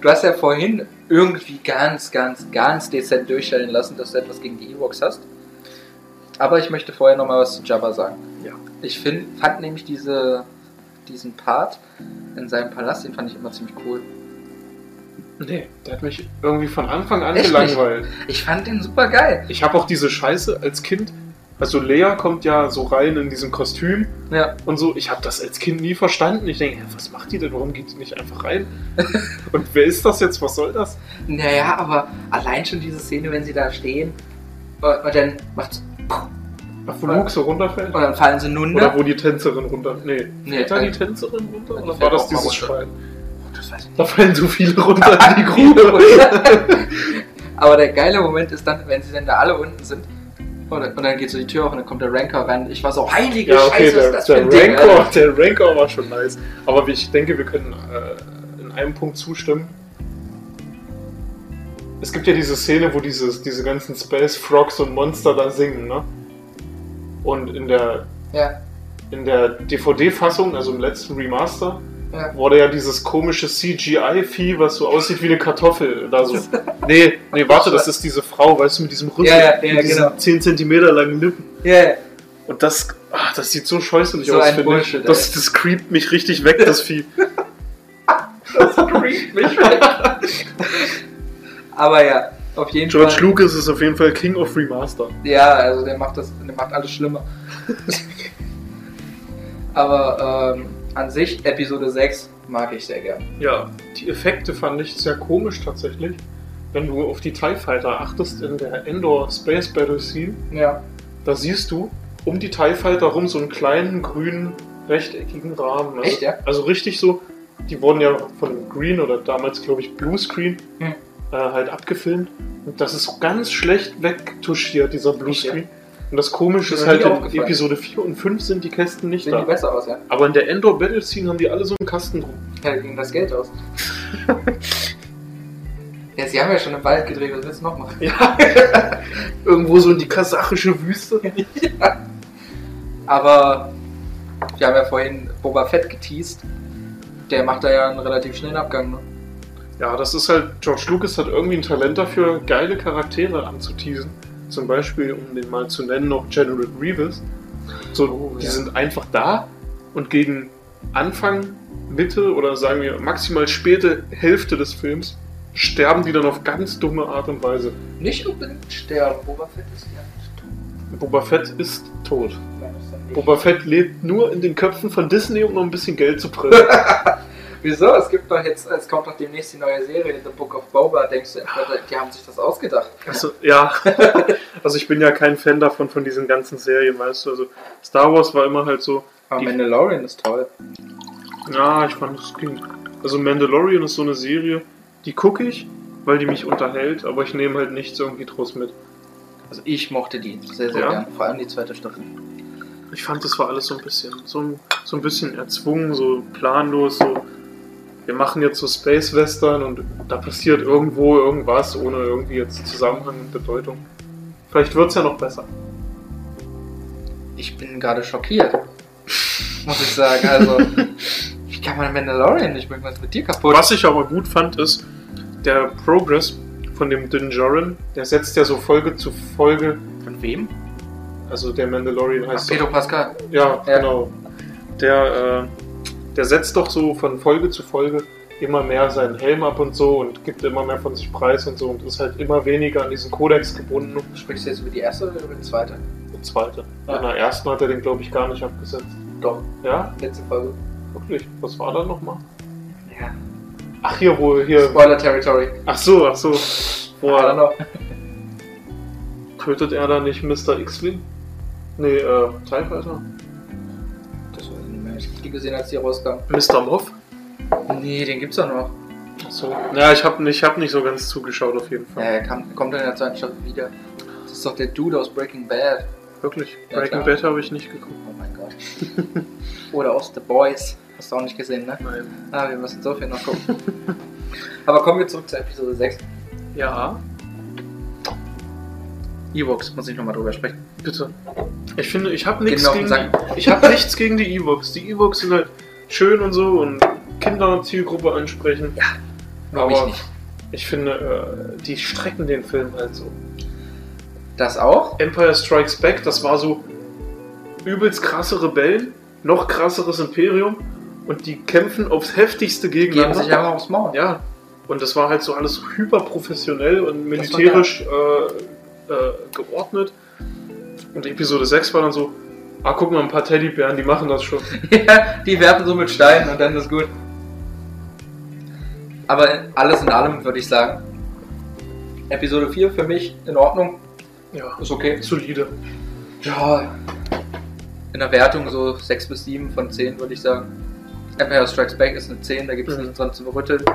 [SPEAKER 2] Du hast ja vorhin irgendwie ganz, ganz, ganz dezent durchscheinen lassen, dass du etwas gegen die Ewoks hast. Aber ich möchte vorher nochmal was zu Jabba sagen.
[SPEAKER 1] Ja.
[SPEAKER 2] Ich find, fand nämlich diese, diesen Part in seinem Palast, den fand ich immer ziemlich cool.
[SPEAKER 1] Nee, der hat mich irgendwie von Anfang an
[SPEAKER 2] Echt
[SPEAKER 1] gelangweilt.
[SPEAKER 2] Ich fand den super geil.
[SPEAKER 1] Ich habe auch diese Scheiße als Kind. Also Lea kommt ja so rein in diesem Kostüm
[SPEAKER 2] Ja.
[SPEAKER 1] und so. Ich habe das als Kind nie verstanden. Ich denke, was macht die denn? Warum geht die nicht einfach rein? und wer ist das jetzt? Was soll das?
[SPEAKER 2] Naja, aber allein schon diese Szene, wenn sie da stehen und, und dann macht's.
[SPEAKER 1] Ach, wo
[SPEAKER 2] Äh,
[SPEAKER 1] Luke so runterfällt?
[SPEAKER 2] Und dann fallen sie nun ne?
[SPEAKER 1] Oder wo die Tänzerin runter... Nee,
[SPEAKER 2] Nee,
[SPEAKER 1] fällt da die
[SPEAKER 2] äh,
[SPEAKER 1] Tänzerin runter?
[SPEAKER 2] die
[SPEAKER 1] Oder
[SPEAKER 2] fällt
[SPEAKER 1] war
[SPEAKER 2] auch
[SPEAKER 1] das
[SPEAKER 2] mal
[SPEAKER 1] dieses
[SPEAKER 2] runter.
[SPEAKER 1] Schwein?
[SPEAKER 2] Das weiß ich
[SPEAKER 1] Da
[SPEAKER 2] nicht.
[SPEAKER 1] fallen so viele runter in die Grube.
[SPEAKER 2] Aber der geile Moment ist dann, wenn sie dann da alle unten sind und, und dann geht so die Tür auf und dann kommt der Ranker rein. Ich war so, heilige
[SPEAKER 1] Ja, okay,
[SPEAKER 2] Scheiße, was
[SPEAKER 1] der,
[SPEAKER 2] ist das für
[SPEAKER 1] der,
[SPEAKER 2] ein Ding, Alter?
[SPEAKER 1] Rancor, der Rancor war schon nice. Aber ich denke, wir können äh, in einem Punkt zustimmen. Es gibt ja diese Szene, wo dieses, diese ganzen Space Frogs und Monster da singen, ne? Und in der,
[SPEAKER 2] Ja,
[SPEAKER 1] in der DVD-Fassung, also im letzten Remaster,
[SPEAKER 2] ja.
[SPEAKER 1] wurde ja dieses komische CGI-Vieh, was so aussieht wie eine Kartoffel. Da so. Nee, nee, warte, das ist diese Frau, weißt du, mit diesem Rüssel,
[SPEAKER 2] Ja, ja, ja,
[SPEAKER 1] mit diesen
[SPEAKER 2] genau.
[SPEAKER 1] 10 cm langen Lippen.
[SPEAKER 2] Ja, ja.
[SPEAKER 1] Und das, ah, das sieht so scheußlich
[SPEAKER 2] So
[SPEAKER 1] aus,
[SPEAKER 2] ein
[SPEAKER 1] finde ich.
[SPEAKER 2] Bullshit,
[SPEAKER 1] Das,
[SPEAKER 2] ey.
[SPEAKER 1] das creept mich richtig weg, das Vieh.
[SPEAKER 2] Das creept mich weg. Aber ja, auf jeden
[SPEAKER 1] George
[SPEAKER 2] Fall.
[SPEAKER 1] Lucas ist auf jeden Fall King of Remaster.
[SPEAKER 2] Ja, also der macht das, der macht alles schlimmer. Aber ähm, an sich, Episode 6 mag ich sehr gern.
[SPEAKER 1] Ja, die Effekte fand ich sehr komisch tatsächlich. Wenn du auf die TIE Fighter achtest in der Endor Space Battle Scene,
[SPEAKER 2] Ja.
[SPEAKER 1] da siehst du um die TIE Fighter rum so einen kleinen grünen rechteckigen Rahmen. Also,
[SPEAKER 2] Echt, ja?
[SPEAKER 1] Also richtig so, die wurden ja von dem Green oder damals glaube ich Blue Screen
[SPEAKER 2] Hm.
[SPEAKER 1] äh, halt abgefilmt. Und das ist ganz schlecht wegtuschiert, dieser Blue
[SPEAKER 2] Echt, ja?
[SPEAKER 1] Screen. Und das Komische
[SPEAKER 2] Ist
[SPEAKER 1] ist
[SPEAKER 2] mir
[SPEAKER 1] halt,
[SPEAKER 2] nie
[SPEAKER 1] in
[SPEAKER 2] aufgefallen.
[SPEAKER 1] Episode 4 und 5 sind die Kästen nicht
[SPEAKER 2] Sehen die
[SPEAKER 1] da.
[SPEAKER 2] besser aus, ja?
[SPEAKER 1] Aber in der Endor Battle Scene haben die alle so einen Kasten drum.
[SPEAKER 2] Ja, ging das Geld aus. ja, sie haben ja schon im Wald gedreht, was willst du noch machen?
[SPEAKER 1] Ja. Irgendwo so in die kasachische Wüste.
[SPEAKER 2] Aber wir haben ja vorhin Boba Fett geteased. Der macht da ja einen relativ schnellen Abgang, ne?
[SPEAKER 1] Ja, das ist halt, George Lucas hat irgendwie ein Talent dafür, geile Charaktere anzuteasen. Zum Beispiel, um den mal zu nennen, noch General Grievous. So,
[SPEAKER 2] Oh,
[SPEAKER 1] die
[SPEAKER 2] ja.
[SPEAKER 1] sind einfach da und gegen Anfang, Mitte oder sagen wir maximal späte Hälfte des Films sterben die dann auf ganz dumme Art und Weise.
[SPEAKER 2] Nicht unbedingt sterben, Boba Fett ist ja nicht tot.
[SPEAKER 1] Boba Fett ist tot.
[SPEAKER 2] Nein, ist er nicht.
[SPEAKER 1] Boba Fett lebt nur in den Köpfen von Disney, um noch ein bisschen Geld zu pressen.
[SPEAKER 2] Wieso? Es gibt doch jetzt, es kommt doch demnächst die neue Serie, The Book of Boba, denkst du, die haben sich das ausgedacht.
[SPEAKER 1] Also, ja. Also ich bin ja kein Fan davon, von diesen ganzen Serien, weißt du. Also Star Wars war immer halt so,
[SPEAKER 2] Aber
[SPEAKER 1] Die-
[SPEAKER 2] Mandalorian ist toll.
[SPEAKER 1] ja, ich fand es ging. Also Mandalorian ist so eine Serie, die gucke ich, weil die mich unterhält, aber ich nehme halt nichts irgendwie draus mit.
[SPEAKER 2] Also ich mochte die sehr, sehr
[SPEAKER 1] Ja?
[SPEAKER 2] gern. Vor allem die zweite Staffel.
[SPEAKER 1] Ich fand, das war alles so ein bisschen, so ein, so ein bisschen erzwungen, so planlos, so wir machen jetzt so Space Western und da passiert irgendwo irgendwas ohne irgendwie jetzt Zusammenhang und Bedeutung. Vielleicht wird's ja noch besser.
[SPEAKER 2] Ich bin gerade schockiert. Muss ich sagen. Also, wie kann man Mandalorian nicht mögen? Was ist mit dir kaputt?
[SPEAKER 1] Was ich aber gut fand, ist, der Progress von dem Din Djarin, der setzt ja so Folge zu Folge,
[SPEAKER 2] Von wem?
[SPEAKER 1] also der Mandalorian
[SPEAKER 2] Ach,
[SPEAKER 1] heißt
[SPEAKER 2] Pedro Pascal.
[SPEAKER 1] ja,
[SPEAKER 2] Ja.
[SPEAKER 1] genau. Der, äh, der setzt doch so von Folge zu Folge immer mehr seinen Helm ab und so und gibt immer mehr von sich preis und so und ist halt immer weniger an diesen Kodex gebunden.
[SPEAKER 2] Sprichst du jetzt über die erste oder über die zweite?
[SPEAKER 1] Der zweite.
[SPEAKER 2] Ja.
[SPEAKER 1] In der ersten hat er den, glaube ich, gar nicht abgesetzt.
[SPEAKER 2] Doch,
[SPEAKER 1] Ja,
[SPEAKER 2] letzte Folge.
[SPEAKER 1] wirklich. Was war da nochmal?
[SPEAKER 2] Ja.
[SPEAKER 1] Ach, hier wohl, hier.
[SPEAKER 2] Spoiler Territory.
[SPEAKER 1] Ach so, ach so.
[SPEAKER 2] dann
[SPEAKER 1] Boah,
[SPEAKER 2] noch.
[SPEAKER 1] tötet er da nicht Mr. X-Wing? Nee, äh, TIE Fighter?
[SPEAKER 2] Das weiß ich nicht mehr. Ich hab die gesehen, als die rauskam.
[SPEAKER 1] Mr. Moff?
[SPEAKER 2] Nee, den gibt's doch noch.
[SPEAKER 1] Ach so. Ja, ich habe nicht, ich hab nicht so ganz zugeschaut auf jeden Fall.
[SPEAKER 2] Ja, er kam, kommt dann in der zweiten Staffel wieder. Das ist doch der Dude aus Breaking Bad.
[SPEAKER 1] Wirklich.
[SPEAKER 2] Ja,
[SPEAKER 1] Breaking
[SPEAKER 2] klar.
[SPEAKER 1] Bad habe ich nicht geguckt.
[SPEAKER 2] Oh mein Gott. Oder aus The Boys. Hast du auch nicht gesehen, ne?
[SPEAKER 1] Nein.
[SPEAKER 2] Ah, wir müssen so viel noch gucken. Aber kommen wir zurück zur Episode 6.
[SPEAKER 1] Ja,
[SPEAKER 2] Evox, muss ich nochmal drüber sprechen.
[SPEAKER 1] bitte. Ich finde, ich habe
[SPEAKER 2] Gehen wir
[SPEAKER 1] nichts
[SPEAKER 2] auf den
[SPEAKER 1] gegen die
[SPEAKER 2] Sack.
[SPEAKER 1] Ich habe nichts gegen die E-Books. Die E-Books sind halt schön und so und Kinderzielgruppe ansprechen.
[SPEAKER 2] Warum
[SPEAKER 1] Aber-
[SPEAKER 2] ich nicht?
[SPEAKER 1] Ich finde, äh, die strecken den Film halt so.
[SPEAKER 2] Das auch?
[SPEAKER 1] Empire Strikes Back, das war so übelst krasse Rebellen, noch krasseres Imperium und die kämpfen aufs heftigste
[SPEAKER 2] Geben
[SPEAKER 1] gegeneinander.
[SPEAKER 2] sich einfach aufs Maul.
[SPEAKER 1] Ja, und das war halt so alles hyperprofessionell und
[SPEAKER 2] Das war
[SPEAKER 1] militärisch äh, äh, geordnet. Und Episode 6 war dann so, ah, guck mal, ein paar Teddybären, die machen das schon.
[SPEAKER 2] Ja, die werfen so mit Steinen und dann ist gut. Aber alles in allem würde ich sagen, Episode 4 für mich in Ordnung,
[SPEAKER 1] Ja,
[SPEAKER 2] ist okay.
[SPEAKER 1] solide.
[SPEAKER 2] Ja, in der Wertung so 6 bis 7 von 10 würde ich sagen. Empire Strikes Back ist eine 10, da gibt es
[SPEAKER 1] Mhm.
[SPEAKER 2] nichts dran zu berütteln.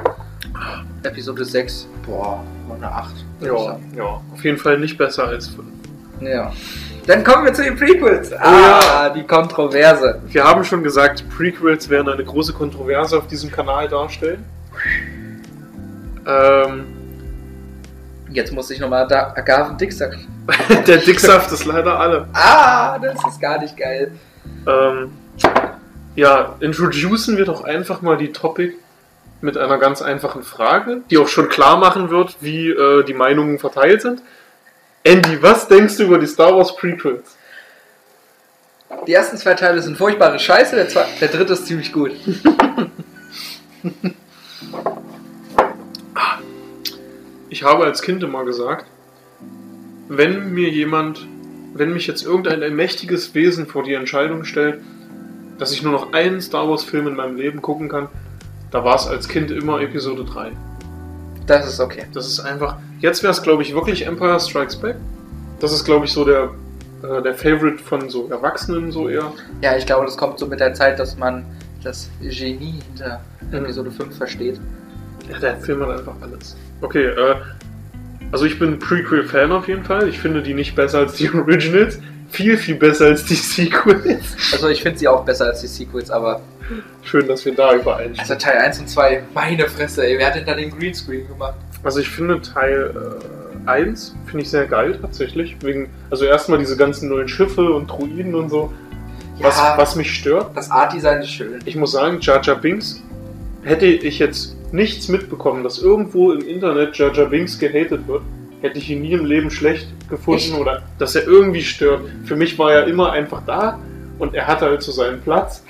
[SPEAKER 2] Episode 6, boah, noch eine 8. würde ich
[SPEAKER 1] Ja,
[SPEAKER 2] sagen.
[SPEAKER 1] ja, auf jeden Fall nicht besser als 5.
[SPEAKER 2] ja. Dann kommen wir zu den Prequels.
[SPEAKER 1] Oh ja.
[SPEAKER 2] Ah, die Kontroverse.
[SPEAKER 1] Wir haben schon gesagt, Prequels werden eine große Kontroverse auf diesem Kanal darstellen. Ähm,
[SPEAKER 2] Jetzt muss ich nochmal da Agaven Dick sagen.
[SPEAKER 1] der Dicksaft ist leider alle.
[SPEAKER 2] Ah, das ist gar nicht geil.
[SPEAKER 1] Ähm, ja, introducen wir doch einfach mal die Topic mit einer ganz einfachen Frage, die auch schon klar machen wird, wie äh, die Meinungen verteilt sind. Andy, was denkst du über die Star Wars Prequels?
[SPEAKER 2] Die ersten zwei Teile sind furchtbare Scheiße, der, zwe- der dritte ist ziemlich gut.
[SPEAKER 1] Ich habe als Kind immer gesagt, wenn mir jemand, wenn mich jetzt irgendein mächtiges Wesen vor die Entscheidung stellt, dass ich nur noch einen Star Wars Film in meinem Leben gucken kann, da war es als Kind immer Episode 3.
[SPEAKER 2] Das ist okay.
[SPEAKER 1] Das ist einfach, jetzt wäre es glaube ich wirklich Empire Strikes Back. Das ist glaube ich so der, äh, der Favorite von so Erwachsenen so eher.
[SPEAKER 2] Ja, ich glaube, das kommt so mit der Zeit, dass man das Genie hinter
[SPEAKER 1] Mhm.
[SPEAKER 2] Episode 5 versteht.
[SPEAKER 1] Ja, der Film hat einfach alles. Okay, äh, also ich bin Prequel-Fan auf jeden Fall. Ich finde die nicht besser als die Originals. Viel, viel besser als die Sequels.
[SPEAKER 2] Also ich finde sie auch besser als die Sequels, aber...
[SPEAKER 1] Schön, dass wir da übereinstimmen.
[SPEAKER 2] Also Teil 1 und 2, meine Fresse, ey, wer hat denn da den Greenscreen gemacht?
[SPEAKER 1] Also ich finde Teil äh, 1 finde ich sehr geil tatsächlich. Wegen, also erstmal diese ganzen neuen Schiffe und Druiden und so, was,
[SPEAKER 2] ja,
[SPEAKER 1] was mich stört.
[SPEAKER 2] das Art-Design ist schön.
[SPEAKER 1] Ich muss sagen, Jar Jar Binks hätte ich jetzt nichts mitbekommen, dass irgendwo im Internet Jar Jar Binks gehatet wird, hätte ich ihn nie im Leben schlecht gefunden
[SPEAKER 2] Echt?
[SPEAKER 1] oder dass er irgendwie stört. Für mich war er immer einfach da und er hatte halt so seinen Platz.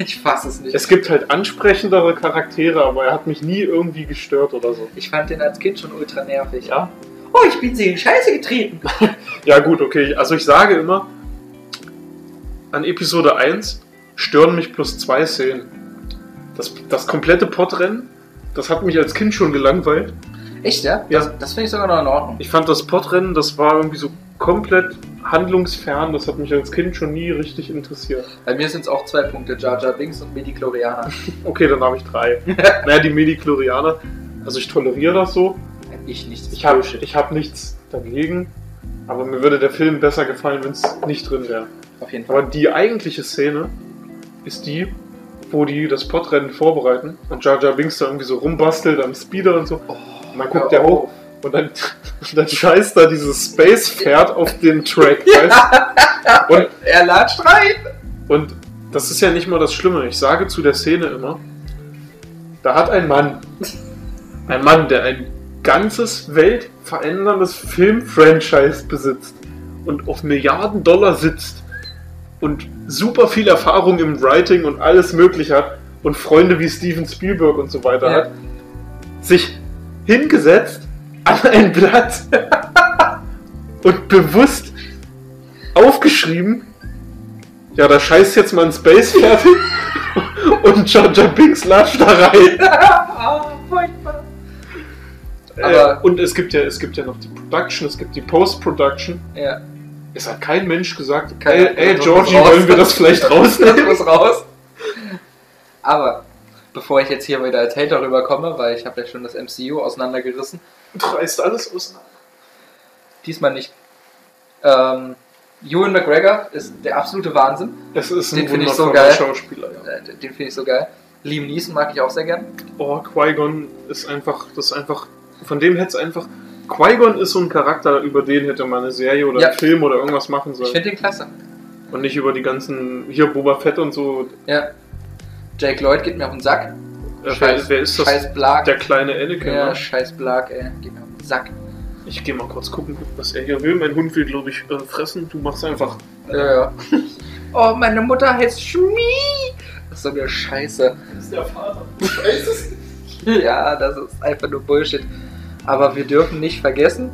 [SPEAKER 2] Ich fasse es nicht.
[SPEAKER 1] Es gibt halt ansprechendere Charaktere, aber er hat mich nie irgendwie gestört oder so.
[SPEAKER 2] ich fand den als Kind schon ultra nervig.
[SPEAKER 1] Ja?
[SPEAKER 2] Oh, ich bin sie in Scheiße getreten.
[SPEAKER 1] Ja, gut, okay. Also ich sage immer, an Episode 1 stören mich plus zwei Szenen. Das, das komplette Podrennen, das hat mich als Kind schon gelangweilt.
[SPEAKER 2] Echt, ja?
[SPEAKER 1] Ja.
[SPEAKER 2] Das, das finde ich sogar noch in Ordnung.
[SPEAKER 1] Ich fand das Podrennen, das war irgendwie so komplett handlungsfern. Das hat mich als Kind schon nie richtig interessiert.
[SPEAKER 2] Bei mir sind es auch zwei Punkte, Jar Jar Binks und Midi-Chlorianer.
[SPEAKER 1] Okay, dann habe ich drei. naja, die Medichlorianer. Also ich toleriere das so.
[SPEAKER 2] Ich nicht.
[SPEAKER 1] Ich habe ich hab nichts dagegen. Aber mir würde der Film besser gefallen, wenn es nicht drin wäre.
[SPEAKER 2] Auf jeden Fall.
[SPEAKER 1] Aber die eigentliche Szene ist die, wo die das Podrennen vorbereiten und Jar Jar Binks da irgendwie so rumbastelt am Speeder und so.
[SPEAKER 2] Oh,
[SPEAKER 1] Und dann guckt der hoch und dann, dann scheißt da dieses Space-Pferd auf den Track, weißt du? Und
[SPEAKER 2] Er latscht rein!
[SPEAKER 1] Und das ist ja nicht mal das Schlimme. Ich sage zu der Szene immer, da hat ein Mann, ein Mann, der ein ganzes weltveränderndes Filmfranchise besitzt und auf Milliarden Dollar sitzt und super viel Erfahrung im Writing und alles Mögliche hat und Freunde wie Steven Spielberg und so weiter
[SPEAKER 2] Ja.
[SPEAKER 1] hat, sich hingesetzt an ein Blatt und bewusst aufgeschrieben, ja, da scheißt jetzt mal ein Space fertig und Jaja Binks latscht da rein.
[SPEAKER 2] Ah, furchtbar.
[SPEAKER 1] äh,
[SPEAKER 2] Aber-
[SPEAKER 1] und es gibt ja, es gibt ja noch die Production, es gibt die Post-Production.
[SPEAKER 2] Ja.
[SPEAKER 1] Es hat kein Mensch gesagt,
[SPEAKER 2] Keine-
[SPEAKER 1] ey, ey
[SPEAKER 2] das
[SPEAKER 1] Georgie,
[SPEAKER 2] muss raus.
[SPEAKER 1] wollen wir das vielleicht
[SPEAKER 2] Das
[SPEAKER 1] rausnehmen?
[SPEAKER 2] muss raus. Aber bevor ich jetzt hier wieder als Hater rüberkomme, weil ich habe ja schon das MCU auseinandergerissen,
[SPEAKER 1] Du reißt alles auseinander.
[SPEAKER 2] diesmal nicht. Ähm, Ewan McGregor ist der absolute Wahnsinn.
[SPEAKER 1] Es ist ein
[SPEAKER 2] Den find ich so
[SPEAKER 1] wundervoller
[SPEAKER 2] geil.
[SPEAKER 1] Schauspieler. Ja.
[SPEAKER 2] Äh, Den finde ich so geil. Liam Neeson mag ich auch sehr gern.
[SPEAKER 1] Oh, Qui-Gon ist einfach, das ist einfach, von dem hätte es einfach, Qui-Gon ist so ein Charakter, über den hätte man eine Serie oder
[SPEAKER 2] Ja.
[SPEAKER 1] einen Film oder irgendwas machen
[SPEAKER 2] Ich
[SPEAKER 1] sollen.
[SPEAKER 2] finde den klasse.
[SPEAKER 1] Und nicht über die ganzen, hier Boba Fett und so.
[SPEAKER 2] Ja. Jake Lloyd geht mir auf den Sack.
[SPEAKER 1] Äh, wer, wer ist das?
[SPEAKER 2] Scheiß Blag.
[SPEAKER 1] Der kleine Anakin.
[SPEAKER 2] ja,
[SPEAKER 1] ne?
[SPEAKER 2] scheiß Blag, ey. Geht mir auf den Sack.
[SPEAKER 1] Ich gehe mal kurz gucken, was er hier will. Mein Hund will, glaube ich, äh, fressen. Du machst einfach.
[SPEAKER 2] Ja, ja. oh, meine Mutter heißt Schmie. So eine Scheiße.
[SPEAKER 1] Das ist der Vater. Scheiße.
[SPEAKER 2] Ja, das ist einfach nur Bullshit. Aber wir dürfen nicht vergessen,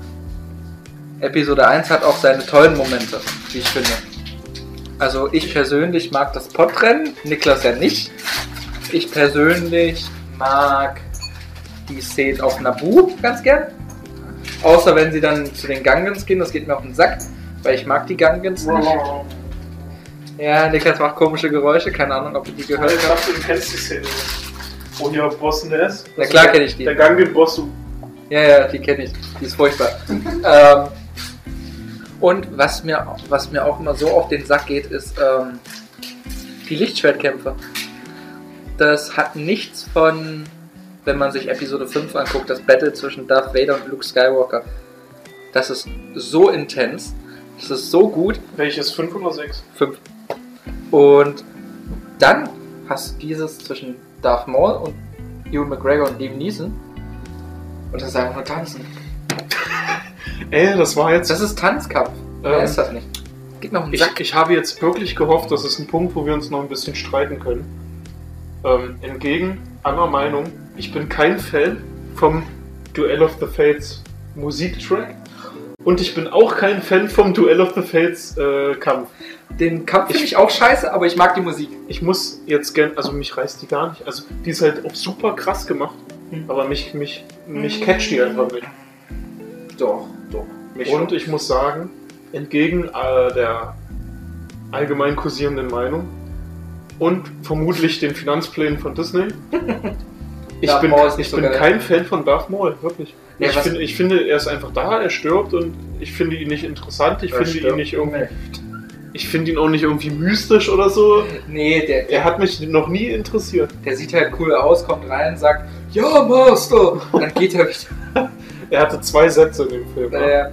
[SPEAKER 2] Episode 1 hat auch seine tollen Momente, wie ich finde. Also ich persönlich mag das Podrennen, Niklas ja nicht. Ich persönlich mag die Szenen auf Nabu ganz gern. Außer wenn sie dann zu den Gangens gehen, das geht mir auf den Sack, weil ich mag die Gangens nicht. Ja, Niklas macht komische Geräusche, keine Ahnung, ob du die gehört hast.
[SPEAKER 1] dachte, du kennst die Szene. Wo hier Bossen ist.
[SPEAKER 2] Na klar kenn ich die.
[SPEAKER 1] Der Gangen-Boss, du
[SPEAKER 2] Ja, ja, die kenne ich. Die ist furchtbar. ähm, und was mir, was mir auch immer so auf den Sack geht, ist ähm, die Lichtschwertkämpfe. Das hat nichts von, wenn man sich Episode 5 anguckt, das Battle zwischen Darth Vader und Luke Skywalker. Das ist so intens. Das ist so gut.
[SPEAKER 1] Welches? 5 oder 6?
[SPEAKER 2] 5. Und dann hast du dieses zwischen Darth Maul und Ewan McGregor und Liam Neeson. Und das ist einfach nur tanzen.
[SPEAKER 1] Ey, das war jetzt.
[SPEAKER 2] Das ist Tanzkampf. Mehr
[SPEAKER 1] Ähm,
[SPEAKER 2] ist das nicht. Gib mir auf den
[SPEAKER 1] ich,
[SPEAKER 2] Sack.
[SPEAKER 1] ich habe jetzt wirklich gehofft, das ist ein Punkt, wo wir uns noch ein bisschen streiten können. Ähm, entgegen anderer Meinung, ich bin kein Fan vom Duell of the Fates Musiktrack. Und ich bin auch kein Fan vom Duell of the Fates äh, Kampf.
[SPEAKER 2] Den Kampf
[SPEAKER 1] ich-
[SPEAKER 2] finde ich auch scheiße, aber ich mag die Musik.
[SPEAKER 1] Ich muss jetzt gern, also mich reißt die gar nicht. Also die ist halt auch super krass gemacht,
[SPEAKER 2] Mhm.
[SPEAKER 1] aber mich, mich, mich catcht die einfach nicht.
[SPEAKER 2] Doch, doch.
[SPEAKER 1] Und ich muss sagen, entgegen äh, der allgemein kursierenden Meinung und vermutlich den Finanzplänen von Disney, ich
[SPEAKER 2] Darth
[SPEAKER 1] bin,
[SPEAKER 2] Maul ist nicht
[SPEAKER 1] ich
[SPEAKER 2] so
[SPEAKER 1] bin
[SPEAKER 2] geil.
[SPEAKER 1] kein Fan von Darth Maul, wirklich.
[SPEAKER 2] Ja,
[SPEAKER 1] ich,
[SPEAKER 2] was-
[SPEAKER 1] finde, ich finde, er ist einfach da, er stirbt und ich finde ihn nicht interessant, ich
[SPEAKER 2] Er
[SPEAKER 1] finde ihn
[SPEAKER 2] stirbt.
[SPEAKER 1] nicht irgendwie, ich finde ihn auch nicht irgendwie mystisch oder so.
[SPEAKER 2] Nee, der,
[SPEAKER 1] Er
[SPEAKER 2] der,
[SPEAKER 1] hat mich noch nie interessiert.
[SPEAKER 2] der sieht halt cool aus, kommt rein, sagt, ja, Master. Und dann geht er wieder.
[SPEAKER 1] Er hatte zwei Sätze in dem Film. ne?
[SPEAKER 2] Äh,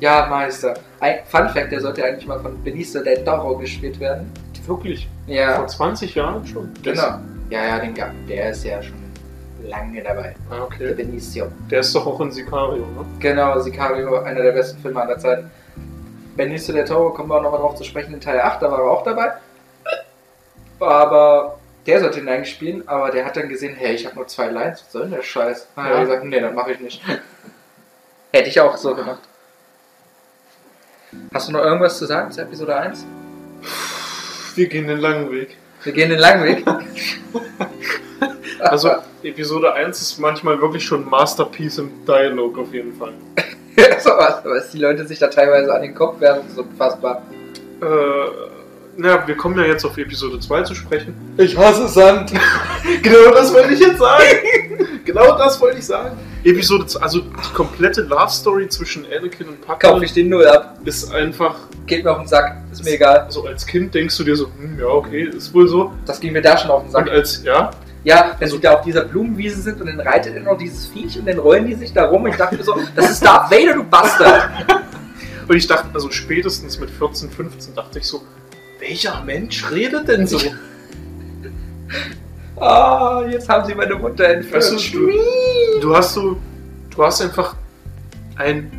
[SPEAKER 2] ja, Meister. Ein Fun Fact, der sollte eigentlich mal von Benicio del Toro gespielt werden.
[SPEAKER 1] Wirklich,
[SPEAKER 2] Ja,
[SPEAKER 1] vor 20 Jahren schon.
[SPEAKER 2] genau. Ja, ja, den gab Der ist ja schon lange dabei.
[SPEAKER 1] Ah,
[SPEAKER 2] Der
[SPEAKER 1] okay.
[SPEAKER 2] Benicio.
[SPEAKER 1] Der ist doch auch in Sicario, ne?
[SPEAKER 2] Genau, Sicario, einer der besten Filme aller Zeiten. Benicio del Toro, kommen wir auch nochmal drauf zu sprechen, in Teil 8, da war er auch dabei. Aber der sollte ihn eigentlich spielen, aber der hat dann gesehen, hey, ich habe nur zwei Lines, was soll denn der Scheiß? Dann hat
[SPEAKER 1] Ja.
[SPEAKER 2] er gesagt, nee, das mache ich nicht. Hätte ich auch so gemacht. Hast du noch irgendwas zu sagen zu Episode 1?
[SPEAKER 1] Wir gehen den langen Weg.
[SPEAKER 2] Wir gehen den langen Weg.
[SPEAKER 1] Also Episode 1 ist manchmal wirklich schon ein Masterpiece im Dialog auf jeden Fall.
[SPEAKER 2] so, was, was die Leute sich da teilweise an den Kopf werfen, ist unfassbar.
[SPEAKER 1] Äh, na, wir kommen ja jetzt auf Episode 2 zu sprechen.
[SPEAKER 2] Ich hasse Sand.
[SPEAKER 1] Genau das wollte ich jetzt sagen. genau das wollte ich sagen. Episode 2, also die komplette Love Story zwischen Anakin und
[SPEAKER 2] Kauf
[SPEAKER 1] Padme
[SPEAKER 2] ich den Null ab.
[SPEAKER 1] ist einfach
[SPEAKER 2] Geht mir auf den Sack. Ist mir egal.
[SPEAKER 1] so als Kind denkst du dir so, hm, ja okay, ist wohl so.
[SPEAKER 2] Das ging mir da schon auf den
[SPEAKER 1] Und
[SPEAKER 2] Sack.
[SPEAKER 1] als ja,
[SPEAKER 2] Ja, wenn
[SPEAKER 1] Also-
[SPEAKER 2] sie da auf dieser Blumenwiese sind und dann reitet dann noch dieses Viech und dann rollen die sich da rum. Ich dachte mir so, das ist Darth Vader, du Bastard.
[SPEAKER 1] und ich dachte also spätestens mit 14, 15 dachte ich so, welcher Mensch redet denn so?
[SPEAKER 2] Ah, jetzt haben sie meine Mutter entführt.
[SPEAKER 1] Weißt du, Du hast so, du hast einfach ein,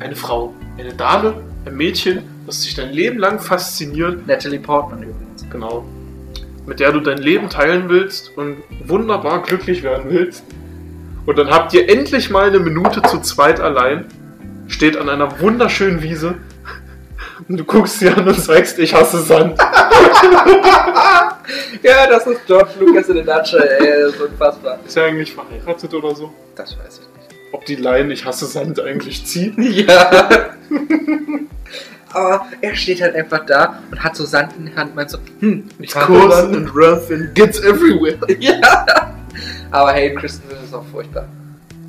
[SPEAKER 1] eine Frau, eine Dame, ein Mädchen, was dich dein Leben lang fasziniert.
[SPEAKER 2] Natalie Portman übrigens.
[SPEAKER 1] Genau. mit der du dein Leben teilen willst und wunderbar glücklich werden willst. Und dann habt ihr endlich mal eine Minute zu zweit allein, steht an einer wunderschönen Wiese und du guckst sie an und sagst, ich hasse Sand.
[SPEAKER 2] Ja, das ist George Lucas in der Nutshell, ey, das ist unfassbar.
[SPEAKER 1] Ist er eigentlich verheiratet oder so?
[SPEAKER 2] Das weiß ich
[SPEAKER 1] Ob die Line Ich hasse Sand eigentlich zieht?
[SPEAKER 2] nicht. Ja. Aber er steht halt einfach da und hat so Sand in der Hand, meint so, hm, ich hasse Sand.
[SPEAKER 1] rough and gets everywhere.
[SPEAKER 2] Ja. Aber hey, Christensen ist auch furchtbar.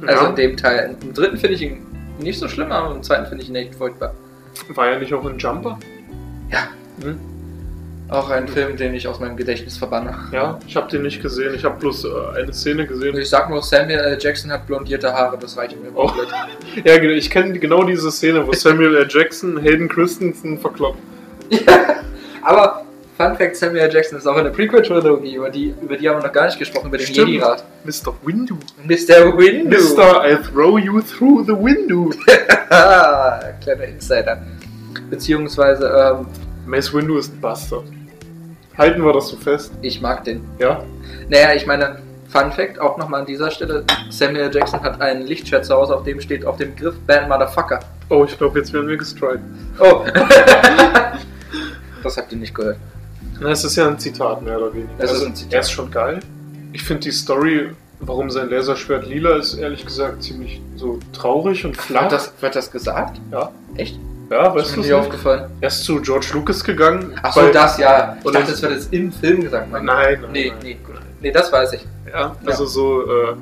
[SPEAKER 2] Also in dem Teil. Im dritten finde ich ihn nicht so schlimm, aber im zweiten finde ich ihn echt furchtbar.
[SPEAKER 1] War ja nicht auch ein Jumper?
[SPEAKER 2] Ja.
[SPEAKER 1] Hm?
[SPEAKER 2] Auch ein Film, den ich aus meinem Gedächtnis verbanne.
[SPEAKER 1] Ja, ich habe den nicht gesehen. Ich habe bloß äh, eine Szene gesehen.
[SPEAKER 2] Ich sag nur, Samuel L. Jackson hat blondierte Haare, das reicht mir
[SPEAKER 1] Oh.
[SPEAKER 2] komplett.
[SPEAKER 1] Ja, genau, ich kenne genau diese Szene, wo Samuel L. Jackson Hayden Christensen verkloppt.
[SPEAKER 2] Aber Fun Fact: Samuel L. Jackson ist auch in der Prequel-Trilogie, über die, über die haben wir noch gar nicht gesprochen, über den
[SPEAKER 1] Stimmt.
[SPEAKER 2] Jedi-Rat.
[SPEAKER 1] Mr. Windu.
[SPEAKER 2] Mr. Windu.
[SPEAKER 1] Mr. I throw you through the window.
[SPEAKER 2] Ah, kleiner Insider. Beziehungsweise, ähm,
[SPEAKER 1] Mace Windu ist ein Bastard. Halten wir das so fest,
[SPEAKER 2] ich mag den
[SPEAKER 1] ja?
[SPEAKER 2] Naja, ich meine, Fun Fact auch nochmal an dieser Stelle: Samuel Jackson hat einen Lichtschwert zu Hause, auf dem steht auf dem Griff Bad Motherfucker.
[SPEAKER 1] Oh, ich glaube, jetzt werden wir gestrikt.
[SPEAKER 2] Oh! das habt ihr nicht gehört.
[SPEAKER 1] Na, es ist ja ein Zitat, mehr oder weniger. Also,
[SPEAKER 2] Es ist ein Zitat.
[SPEAKER 1] Er ist schon geil. Ich finde die Story, warum sein Laserschwert lila ist, ehrlich gesagt ziemlich so traurig und flach.
[SPEAKER 2] Wird das, wird das gesagt?
[SPEAKER 1] ja.
[SPEAKER 2] Echt?
[SPEAKER 1] ja,
[SPEAKER 2] Das
[SPEAKER 1] weißt
[SPEAKER 2] ist
[SPEAKER 1] du
[SPEAKER 2] mir
[SPEAKER 1] es
[SPEAKER 2] nicht
[SPEAKER 1] nicht?
[SPEAKER 2] aufgefallen.
[SPEAKER 1] Er ist zu George Lucas gegangen.
[SPEAKER 2] Ach so,
[SPEAKER 1] weil-
[SPEAKER 2] das ja. Ich
[SPEAKER 1] Oder-
[SPEAKER 2] dachte, das wird jetzt im Film gesagt.
[SPEAKER 1] Nein,
[SPEAKER 2] Mann.
[SPEAKER 1] nein,
[SPEAKER 2] Nee,
[SPEAKER 1] nein.
[SPEAKER 2] nee, gut. Nee, das weiß ich.
[SPEAKER 1] Ja, also so, äh,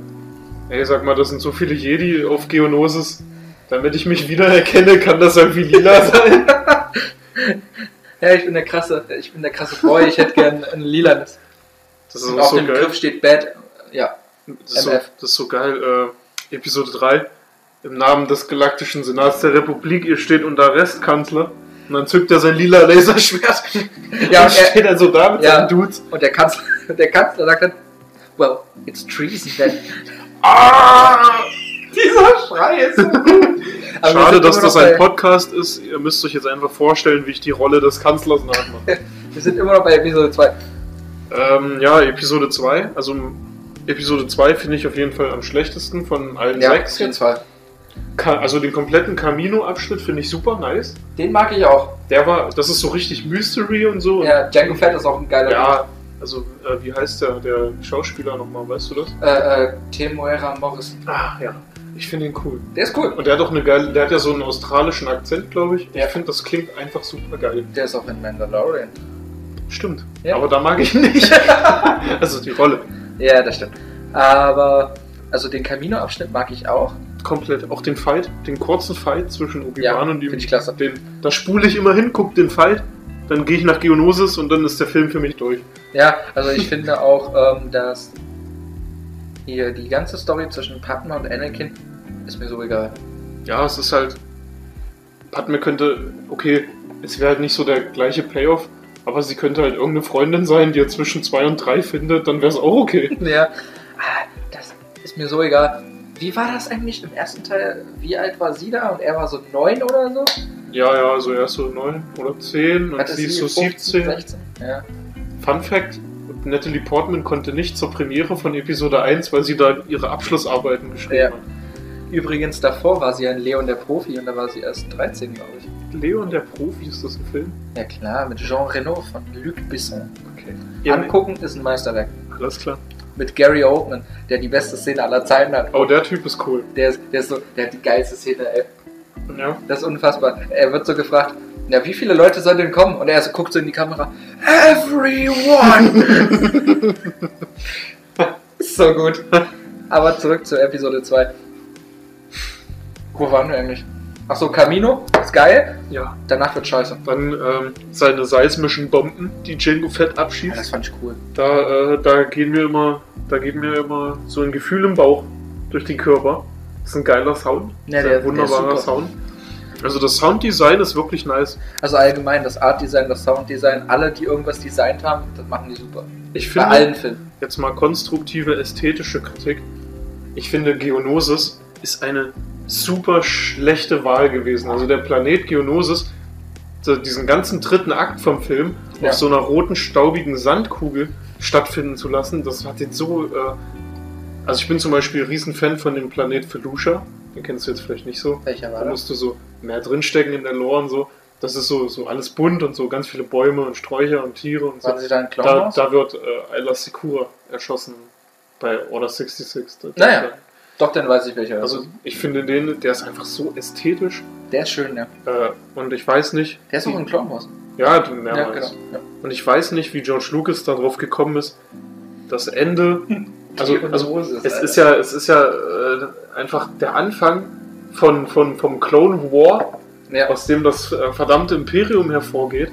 [SPEAKER 1] ey, sag mal, das sind so viele Jedi auf Geonosis. Damit ich mich wiedererkenne, kann das irgendwie lila sein.
[SPEAKER 2] Ja, ich bin der krasse, ich bin der krasse Boy, ich hätte gern ein lilanes.
[SPEAKER 1] Das ist
[SPEAKER 2] Und
[SPEAKER 1] auch
[SPEAKER 2] auf
[SPEAKER 1] so
[SPEAKER 2] dem
[SPEAKER 1] geil.
[SPEAKER 2] Griff steht Bad. Ja.
[SPEAKER 1] Das ist, so,
[SPEAKER 2] MF.
[SPEAKER 1] das ist so geil. Äh, Episode 3. Im Namen des Galaktischen Senats der Republik, ihr steht unter Restkanzler. Und dann zückt er sein lila Laserschwert.
[SPEAKER 2] Ja,
[SPEAKER 1] und
[SPEAKER 2] und er-
[SPEAKER 1] steht dann so da mit
[SPEAKER 2] Ja.
[SPEAKER 1] seinen Dudes.
[SPEAKER 2] Und der Kanzler, der Kanzler sagt dann, well, it's treason then.
[SPEAKER 1] Ah!
[SPEAKER 2] Dieser Schrei ist so gut. Aber wir
[SPEAKER 1] Schade,
[SPEAKER 2] sind
[SPEAKER 1] dass
[SPEAKER 2] immer
[SPEAKER 1] das
[SPEAKER 2] noch
[SPEAKER 1] ein
[SPEAKER 2] bei,
[SPEAKER 1] Podcast ist. Ihr müsst euch jetzt einfach vorstellen, wie ich die Rolle des Kanzlers nachmache.
[SPEAKER 2] Wir sind immer noch bei Episode 2.
[SPEAKER 1] ähm, ja, Episode 2. Also Episode 2 finde ich auf jeden Fall am schlechtesten von allen sechs. Jetzt.
[SPEAKER 2] Fall.
[SPEAKER 1] Ka also den kompletten Camino-Abschnitt finde ich super nice.
[SPEAKER 2] Den mag ich auch.
[SPEAKER 1] Der war, das ist so richtig Mystery und so.
[SPEAKER 2] Ja, Django Fett ist auch ein geiler
[SPEAKER 1] Ja, also äh, wie heißt der, der Schauspieler nochmal, weißt du das?
[SPEAKER 2] Typ. Äh, äh, Temuera Morris.
[SPEAKER 1] Ach ja, ich finde ihn cool.
[SPEAKER 2] Der ist cool.
[SPEAKER 1] Und der hat doch eine geile, der hat ja so einen australischen Akzent, glaube ich.
[SPEAKER 2] Ja.
[SPEAKER 1] Ich finde, das klingt einfach super geil.
[SPEAKER 2] Der ist auch in Mandalorian.
[SPEAKER 1] Stimmt.
[SPEAKER 2] Ja.
[SPEAKER 1] Aber da mag ich ihn nicht. also die Rolle.
[SPEAKER 2] Ja, das stimmt. Aber, also den Camino-Abschnitt mag ich auch.
[SPEAKER 1] Komplett. Auch den Fight, den kurzen Fight zwischen Obi-Wan
[SPEAKER 2] Ja,
[SPEAKER 1] und ihm.
[SPEAKER 2] finde ich klasse.
[SPEAKER 1] Den, da spule ich immer hin, guck den Fight, dann gehe ich nach Geonosis und dann ist der Film für mich durch.
[SPEAKER 2] Ja, also ich finde auch, ähm, dass hier die ganze Story zwischen Padma und Anakin ist mir so egal.
[SPEAKER 1] Ja, es ist halt. Padme könnte. Okay, es wäre halt nicht so der gleiche Payoff, aber sie könnte halt irgendeine Freundin sein, die er zwischen zwei und drei findet, dann wäre es auch okay.
[SPEAKER 2] Ja, ah, das ist mir so egal. Wie war das eigentlich im ersten Teil? Wie alt war sie da? Und er war so neun oder so?
[SPEAKER 1] Ja, ja, also er ist so neun oder zehn und sie ist so 17.
[SPEAKER 2] 16? Ja.
[SPEAKER 1] Fun Fact: Natalie Portman konnte nicht zur Premiere von Episode 1, weil sie da ihre Abschlussarbeiten
[SPEAKER 2] Ja.
[SPEAKER 1] geschrieben hat.
[SPEAKER 2] Übrigens, davor war sie ein Leon der Profi und da war sie erst 13, glaube ich.
[SPEAKER 1] Leon der Profi, ist das ein Film?
[SPEAKER 2] Ja klar, mit Jean Reno von Luc Besson.
[SPEAKER 1] Okay.
[SPEAKER 2] Angucken ist ein Meisterwerk.
[SPEAKER 1] alles klar.
[SPEAKER 2] Mit Gary Oldman, der die beste Szene aller Zeiten hat.
[SPEAKER 1] Oh, der Typ ist cool.
[SPEAKER 2] Der, ist, der, ist so, der hat die geilste Szene, ey.
[SPEAKER 1] Ja.
[SPEAKER 2] Das ist unfassbar. Er wird so gefragt, na, wie viele Leute sollen denn kommen? Und er so, guckt so in die Kamera, everyone! Ist so gut. Aber zurück zu Episode 2. Wo waren wir eigentlich? Achso, Camino, ist geil.
[SPEAKER 1] Ja.
[SPEAKER 2] Danach wird scheiße.
[SPEAKER 1] Dann ähm, seine seismischen Bomben, die Django Fett
[SPEAKER 2] Ja,
[SPEAKER 1] abschießt.
[SPEAKER 2] das fand ich cool.
[SPEAKER 1] Da, äh, da gehen wir immer, da geben wir immer so ein Gefühl im Bauch durch den Körper. Das ist ein geiler Sound.
[SPEAKER 2] Ja,
[SPEAKER 1] das ist ein
[SPEAKER 2] der- der ist
[SPEAKER 1] wunderbarer
[SPEAKER 2] super.
[SPEAKER 1] Sound. Also das Sounddesign ist wirklich nice.
[SPEAKER 2] Also allgemein, das Artdesign, das Sounddesign, alle, die irgendwas designt haben, das machen die super.
[SPEAKER 1] Ich
[SPEAKER 2] Bei
[SPEAKER 1] finde
[SPEAKER 2] allen Filmen.
[SPEAKER 1] jetzt mal konstruktive ästhetische Kritik. Ich finde Geonosis ist eine super schlechte Wahl gewesen. Also der Planet Geonosis, so diesen ganzen dritten Akt vom Film
[SPEAKER 2] Ja.
[SPEAKER 1] auf so einer roten staubigen Sandkugel, stattfinden zu lassen. Das hat jetzt so. Äh, also ich bin zum Beispiel ein Riesenfan von dem Planet Felusha. Den kennst du jetzt vielleicht nicht so.
[SPEAKER 2] Welcher war
[SPEAKER 1] Da
[SPEAKER 2] das?
[SPEAKER 1] musst du so mehr drinstecken in der Lore und so. Das ist so, so alles bunt und so, ganz viele Bäume und Sträucher und Tiere und so.
[SPEAKER 2] Waren sie da in
[SPEAKER 1] Da,
[SPEAKER 2] Clownhaus?
[SPEAKER 1] da wird äh, Ayla Secura erschossen bei Order 66. Der-
[SPEAKER 2] Naja. Doch, dann weiß ich welcher.
[SPEAKER 1] Also ich finde den, der ist einfach so ästhetisch.
[SPEAKER 2] der ist schön, ja.
[SPEAKER 1] Äh, und ich weiß nicht.
[SPEAKER 2] Der ist auch in Clownhaus.
[SPEAKER 1] Ja, mehrmals.
[SPEAKER 2] Ja. genau.
[SPEAKER 1] Und ich weiß nicht, wie George Lucas darauf gekommen ist, das Ende. Also,
[SPEAKER 2] Die
[SPEAKER 1] also
[SPEAKER 2] Hose
[SPEAKER 1] es
[SPEAKER 2] Alter.
[SPEAKER 1] ist ja, es ist ja äh, einfach der Anfang von, von, vom Clone War
[SPEAKER 2] ja.
[SPEAKER 1] aus dem das äh, verdammte Imperium hervorgeht.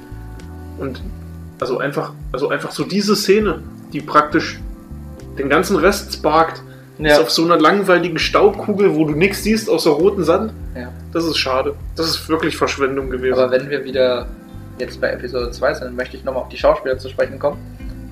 [SPEAKER 1] Und also einfach, also einfach so diese Szene, die praktisch den ganzen Rest sparkt, ist
[SPEAKER 2] ja.
[SPEAKER 1] auf so einer langweiligen Staubkugel, wo du nichts siehst außer roten Sand.
[SPEAKER 2] ja.
[SPEAKER 1] Das ist schade. Das ist wirklich Verschwendung gewesen.
[SPEAKER 2] Aber wenn wir wieder jetzt bei Episode 2 sind, möchte ich nochmal auf die Schauspieler zu sprechen kommen.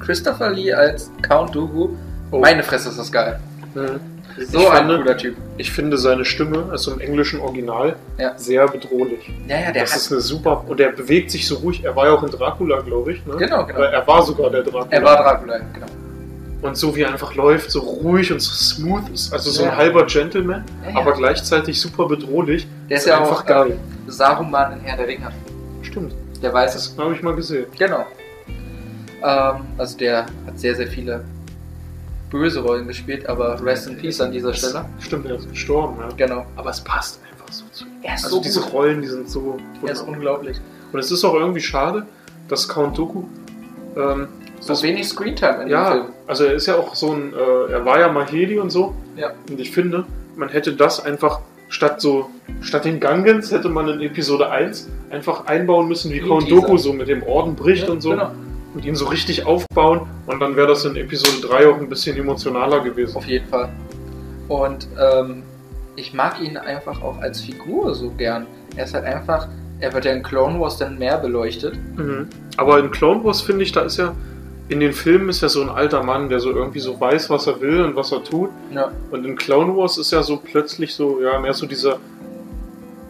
[SPEAKER 2] Christopher Lee als Count Dooku.
[SPEAKER 1] Oh.
[SPEAKER 2] Meine Fresse ist das geil.
[SPEAKER 1] Mhm.
[SPEAKER 2] So
[SPEAKER 1] ich,
[SPEAKER 2] ein
[SPEAKER 1] finde,
[SPEAKER 2] cooler Typ.
[SPEAKER 1] ich finde seine Stimme, also im englischen Original,
[SPEAKER 2] Ja.
[SPEAKER 1] sehr bedrohlich.
[SPEAKER 2] Ja, ja, der
[SPEAKER 1] das
[SPEAKER 2] hat.
[SPEAKER 1] ist eine super. Und er bewegt sich so ruhig. Er war ja auch in Dracula, glaube ich. Ne?
[SPEAKER 2] Genau, genau.
[SPEAKER 1] Oder Er war sogar der Dracula.
[SPEAKER 2] Er war Dracula, genau.
[SPEAKER 1] Und so wie er einfach läuft, so ruhig und so smooth ist. Also so
[SPEAKER 2] Ja.
[SPEAKER 1] ein halber Gentleman,
[SPEAKER 2] Ja, ja.
[SPEAKER 1] aber gleichzeitig super bedrohlich.
[SPEAKER 2] der ist ja auch äh,
[SPEAKER 1] geil.
[SPEAKER 2] Saruman in Herr der Ringe.
[SPEAKER 1] Stimmt,
[SPEAKER 2] Der weiß es
[SPEAKER 1] das habe ich mal gesehen.
[SPEAKER 2] Genau. Ähm, also der hat sehr, sehr viele böse Rollen gespielt, aber Rest in Peace an dieser Stelle.
[SPEAKER 1] Stimmt, er ist gestorben, ja.
[SPEAKER 2] Genau.
[SPEAKER 1] Aber es passt einfach so zu. ihm.
[SPEAKER 2] Er ist
[SPEAKER 1] Also
[SPEAKER 2] so
[SPEAKER 1] diese
[SPEAKER 2] gut.
[SPEAKER 1] Rollen, die sind so
[SPEAKER 2] Er ist
[SPEAKER 1] wunderbar.
[SPEAKER 2] unglaublich.
[SPEAKER 1] Und es ist auch irgendwie schade, dass Count Doku ähm,
[SPEAKER 2] So
[SPEAKER 1] Das-
[SPEAKER 2] wenig Screentime in dem
[SPEAKER 1] Ja,
[SPEAKER 2] Film.
[SPEAKER 1] also er ist ja auch so ein, äh, er war ja mal Heli und so.
[SPEAKER 2] Ja.
[SPEAKER 1] Und ich finde, man hätte das einfach statt so, statt den Gangens hätte man in Episode 1 einfach einbauen müssen, wie
[SPEAKER 2] Wie
[SPEAKER 1] Count
[SPEAKER 2] dieser.
[SPEAKER 1] Doku so mit dem Orden bricht
[SPEAKER 2] Ja,
[SPEAKER 1] und so
[SPEAKER 2] Genau.
[SPEAKER 1] und ihn so richtig aufbauen und dann wäre das in Episode 3 auch ein bisschen emotionaler gewesen.
[SPEAKER 2] Auf jeden Fall. Und ähm, ich mag ihn einfach auch als Figur so gern. Er ist halt einfach, er wird ja in Clone Wars dann mehr beleuchtet.
[SPEAKER 1] Mhm. Aber in Clone Wars finde ich, da ist ja, in den Filmen ist ja so ein alter Mann, der so irgendwie so weiß, was er will und was er tut.
[SPEAKER 2] Ja.
[SPEAKER 1] Und in Clone Wars ist ja so plötzlich so, ja, mehr so dieser.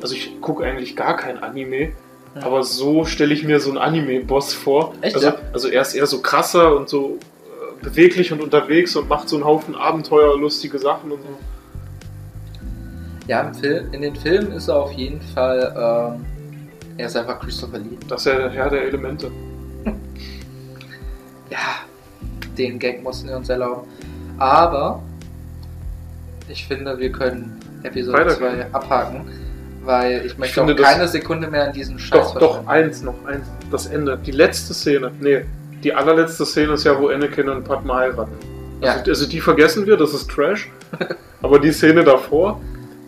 [SPEAKER 1] Also ich gucke eigentlich gar kein Anime,
[SPEAKER 2] Ja.
[SPEAKER 1] aber so stelle ich mir so einen Anime-Boss vor.
[SPEAKER 2] Echt,
[SPEAKER 1] also,
[SPEAKER 2] ja?
[SPEAKER 1] also er ist eher so krasser und so äh, beweglich und unterwegs und macht so einen Haufen abenteuerlustige Sachen und so.
[SPEAKER 2] Mhm. Ja, im Film, in den Filmen ist er auf jeden Fall, ähm, er ist einfach Christopher Lee.
[SPEAKER 1] Das ist ja der Herr der Elemente.
[SPEAKER 2] ja, den Gag mussten wir uns erlauben. Aber ich finde, wir können Episode
[SPEAKER 1] Weitergehen.
[SPEAKER 2] 2 abhaken, weil ich möchte
[SPEAKER 1] finde,
[SPEAKER 2] auch
[SPEAKER 1] das-
[SPEAKER 2] keine Sekunde mehr an diesen Scheiß
[SPEAKER 1] Doch, doch,
[SPEAKER 2] verschwenden.
[SPEAKER 1] eins, noch eins. Das Ende. Die letzte Szene. Nee, die allerletzte Szene ist ja, wo Anakin und Padma heiraten.
[SPEAKER 2] Ja.
[SPEAKER 1] Also, also die vergessen wir, das ist Trash. Aber die Szene davor,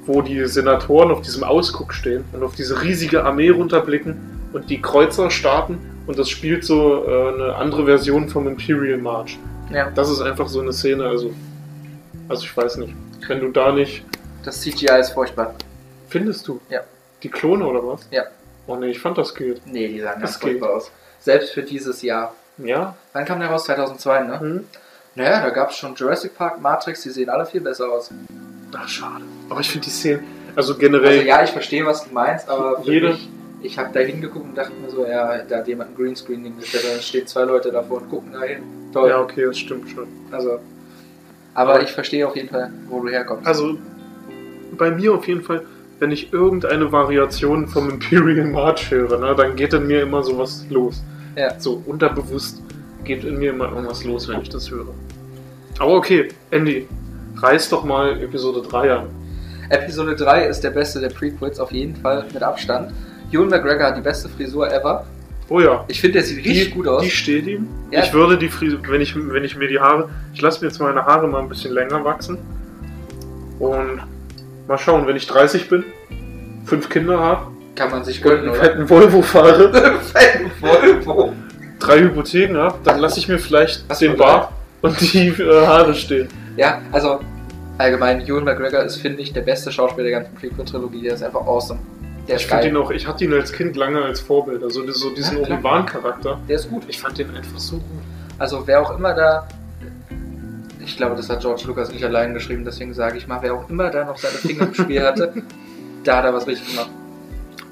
[SPEAKER 1] wo die Senatoren auf diesem Ausguck stehen und auf diese riesige Armee runterblicken und die Kreuzer starten und das spielt so äh, eine andere Version vom Imperial March.
[SPEAKER 2] Ja,
[SPEAKER 1] Das ist einfach so eine Szene, also, also ich weiß nicht. Wenn du da nicht.
[SPEAKER 2] das CGI ist furchtbar.
[SPEAKER 1] Findest du?
[SPEAKER 2] Ja.
[SPEAKER 1] Die Klone oder was?
[SPEAKER 2] Ja.
[SPEAKER 1] Oh nee, ich fand das geht.
[SPEAKER 2] Nee, die sahen ganz
[SPEAKER 1] Das geht.
[SPEAKER 2] furchtbar aus. Selbst für dieses Jahr.
[SPEAKER 1] Ja.
[SPEAKER 2] Wann kam der raus? 2002, ne?
[SPEAKER 1] Hm.
[SPEAKER 2] Naja, da gab es schon Jurassic Park, Matrix, die sehen alle viel besser aus.
[SPEAKER 1] Ach, schade. Aber ich finde die Szenen, also generell,
[SPEAKER 2] Also ja, ich verstehe, was du meinst, aber für
[SPEAKER 1] Jede-
[SPEAKER 2] mich, ich habe da hingeguckt und dachte mir so, ja, da hat jemand ein Greenscreen hingestellt, dann stehen zwei Leute davor und gucken da hin. Toll.
[SPEAKER 1] ja, okay, das stimmt schon.
[SPEAKER 2] Also, aber ich verstehe auf jeden Fall, wo du herkommst.
[SPEAKER 1] Also, bei mir auf jeden Fall, wenn ich irgendeine Variation vom Imperial March höre, ne, dann geht in mir immer sowas los.
[SPEAKER 2] Ja.
[SPEAKER 1] So unterbewusst geht in mir immer irgendwas los, wenn ich das höre. Aber okay, Andy, reiß doch mal Episode 3 an.
[SPEAKER 2] Episode 3 ist der beste der Prequels, auf jeden Fall mit Abstand. Ewan McGregor hat die beste Frisur ever.
[SPEAKER 1] Oh ja.
[SPEAKER 2] Ich finde, der sieht richtig
[SPEAKER 1] die,
[SPEAKER 2] gut aus.
[SPEAKER 1] Die steht ihm.
[SPEAKER 2] Ja.
[SPEAKER 1] Ich würde die Frise, wenn ich, wenn ich mir die Haare, ich lasse mir jetzt meine Haare mal ein bisschen länger wachsen. Und mal schauen, wenn ich 30 bin, fünf Kinder habe,
[SPEAKER 2] Kann man sich gönnen,
[SPEAKER 1] einen
[SPEAKER 2] oder?
[SPEAKER 1] fetten Volvo fahre,
[SPEAKER 2] Volvo.
[SPEAKER 1] drei Hypotheken habe, dann lasse ich mir vielleicht
[SPEAKER 2] Hast
[SPEAKER 1] den
[SPEAKER 2] du drei?
[SPEAKER 1] Bart und die äh, Haare stehen.
[SPEAKER 2] ja, also allgemein, Ewan McGregor ist, finde ich, der beste Schauspieler der ganzen Prequel-Trilogie. Der ist einfach awesome. Der
[SPEAKER 1] Ich,
[SPEAKER 2] ist
[SPEAKER 1] fand ihn
[SPEAKER 2] geil.
[SPEAKER 1] auch, ich hatte ihn als Kind lange als Vorbild, also so diesen
[SPEAKER 2] Ja, klar.
[SPEAKER 1] Obi-Wan-Charakter.
[SPEAKER 2] Der ist gut.
[SPEAKER 1] Ich fand den einfach so gut.
[SPEAKER 2] Also wer auch immer da, ich glaube, das hat George Lucas nicht allein geschrieben, deswegen sage ich mal, wer auch immer da noch seine Finger im Spiel hatte, da hat er was richtig gemacht. Mhm.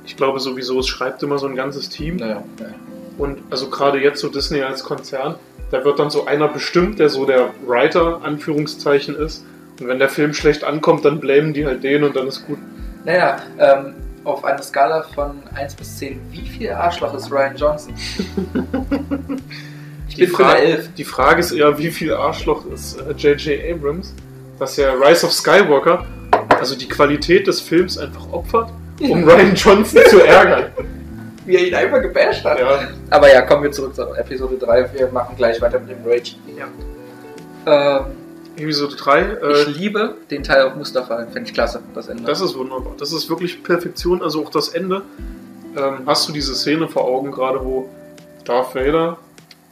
[SPEAKER 1] Ich glaube sowieso, es schreibt immer so ein ganzes Team.
[SPEAKER 2] Naja, naja.
[SPEAKER 1] Und also gerade jetzt so Disney als Konzern, da wird dann so einer bestimmt, der so der Writer, Anführungszeichen ist. Und wenn der Film schlecht ankommt, dann blamen die halt den und dann ist gut.
[SPEAKER 2] Naja, ähm, auf einer Skala von 1 bis 10, wie viel Arschloch ist Ryan Johnson? ich
[SPEAKER 1] Die
[SPEAKER 2] bin bei
[SPEAKER 1] Frage-
[SPEAKER 2] 11.
[SPEAKER 1] Die Frage ist eher, wie viel Arschloch ist äh, J.J. Abrams, dass er Rise of Skywalker, also die Qualität des Films einfach opfert, um Ryan Johnson zu ärgern.
[SPEAKER 2] Wie er ihn einfach gebasht hat.
[SPEAKER 1] Ja.
[SPEAKER 2] Aber ja, kommen wir zurück zur Episode 3. Wir machen gleich weiter mit dem Rage.
[SPEAKER 1] Ja.
[SPEAKER 2] Ähm,
[SPEAKER 1] Episode 3, äh,
[SPEAKER 2] ich liebe den Teil auf Mustafa, finde ich klasse, das Ende.
[SPEAKER 1] das ist wunderbar. Das ist wirklich Perfektion, also auch das Ende. Ähm, hast du diese Szene vor Augen gerade, wo Darth Vader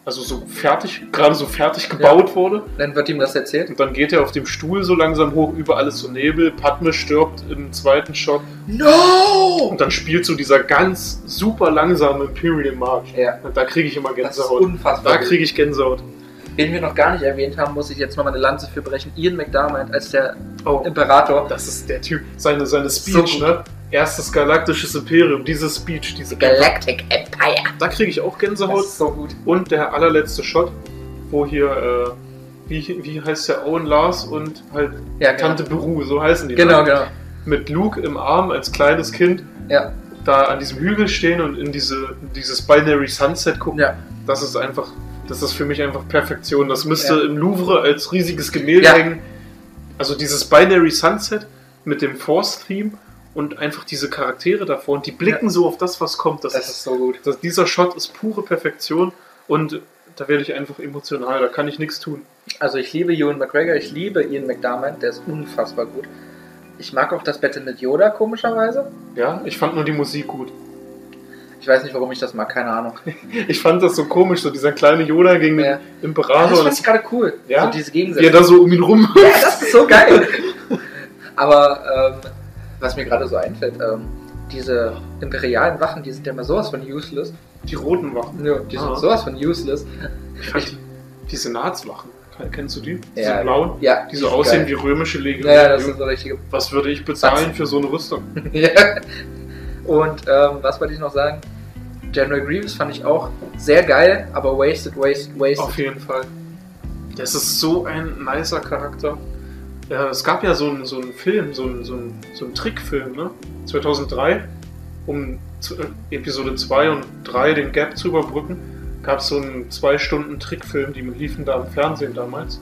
[SPEAKER 1] also so fertig, gerade so fertig gebaut wurde
[SPEAKER 2] Dann wird ihm das erzählt.
[SPEAKER 1] und dann geht er auf dem Stuhl so langsam hoch, überall ist so Nebel, Padme stirbt im zweiten Schock
[SPEAKER 2] No!
[SPEAKER 1] Und dann spielt so dieser ganz super langsame Imperial March.
[SPEAKER 2] Ja,
[SPEAKER 1] Und da kriege ich immer
[SPEAKER 2] das ist
[SPEAKER 1] Gänsehaut.
[SPEAKER 2] unfassbar.
[SPEAKER 1] Da
[SPEAKER 2] gut.
[SPEAKER 1] kriege ich Gänsehaut.
[SPEAKER 2] Wen wir noch gar nicht erwähnt haben, muss ich jetzt nochmal eine Lanze für brechen. Ian McDermott als der
[SPEAKER 1] Oh,
[SPEAKER 2] Imperator.
[SPEAKER 1] das ist der Typ. Seine, seine
[SPEAKER 2] So
[SPEAKER 1] Speech,
[SPEAKER 2] gut.
[SPEAKER 1] ne? Erstes galaktisches Imperium, diese Speech, diese
[SPEAKER 2] Galactic Empire.
[SPEAKER 1] Da kriege ich auch Gänsehaut.
[SPEAKER 2] Das ist so gut.
[SPEAKER 1] Und der allerletzte Shot, wo hier, äh, wie, wie heißt der Owen Lars und halt
[SPEAKER 2] Ja, genau.
[SPEAKER 1] Tante Beru, so heißen die.
[SPEAKER 2] Genau,
[SPEAKER 1] ne?
[SPEAKER 2] genau.
[SPEAKER 1] Mit Luke im Arm als kleines Kind
[SPEAKER 2] Ja,
[SPEAKER 1] da an diesem Hügel stehen und in diese, dieses Binary Sunset gucken.
[SPEAKER 2] ja.
[SPEAKER 1] Das ist einfach, das ist für mich einfach Perfektion. Das müsste
[SPEAKER 2] Ja.
[SPEAKER 1] im Louvre als riesiges Gemälde
[SPEAKER 2] Ja.
[SPEAKER 1] hängen. Also dieses Binary Sunset mit dem Force-Theme und einfach diese Charaktere davor und die blicken so auf das, was kommt. Das,
[SPEAKER 2] Das
[SPEAKER 1] ist,
[SPEAKER 2] ist so gut.
[SPEAKER 1] das, dieser Shot ist pure Perfektion und da werde ich einfach emotional, da kann ich nichts tun.
[SPEAKER 2] Also ich liebe Ewan McGregor, ich liebe Ian McDermott, der ist unfassbar gut. Ich mag auch das Battle mit Yoda, komischerweise.
[SPEAKER 1] Ja, ich fand nur die Musik gut.
[SPEAKER 2] Ich weiß nicht, warum ich das mag, keine Ahnung.
[SPEAKER 1] Ich fand das so komisch, so dieser kleine Yoda gegen
[SPEAKER 2] Ja.
[SPEAKER 1] den
[SPEAKER 2] Das
[SPEAKER 1] Imperator und
[SPEAKER 2] fand
[SPEAKER 1] das,
[SPEAKER 2] ich gerade cool.
[SPEAKER 1] Ja?
[SPEAKER 2] So diese
[SPEAKER 1] wie er
[SPEAKER 2] Gegensätze.
[SPEAKER 1] da so um ihn rum.
[SPEAKER 2] Ja, das ist so geil. Aber ähm, was mir gerade so einfällt, ähm, diese imperialen Wachen, die sind ja mal sowas von useless.
[SPEAKER 1] Die roten Wachen.
[SPEAKER 2] Ja, die sind
[SPEAKER 1] Ah.
[SPEAKER 2] sowas von useless.
[SPEAKER 1] Ich fand die Senatswachen. Kennst du die? Diese
[SPEAKER 2] Ja.
[SPEAKER 1] blauen?
[SPEAKER 2] Ja,
[SPEAKER 1] die so aussehen
[SPEAKER 2] geil.
[SPEAKER 1] wie römische Legion.
[SPEAKER 2] Ja, das ist so richtige.
[SPEAKER 1] was würde ich bezahlen für so eine Rüstung?
[SPEAKER 2] Ja. Und ähm, was wollte ich noch sagen? General Grievous fand ich auch sehr geil, aber wasted, wasted, wasted.
[SPEAKER 1] Auf jeden Fall. Das ist so ein nicer Charakter. Ja, es gab ja so einen, so einen Film, so einen, so einen, so einen Trickfilm, ne? 2003, um zu, äh, Episode 2 und 3 den Gap zu überbrücken, gab es so einen 2-Stunden-Trickfilm, die liefen da im Fernsehen damals.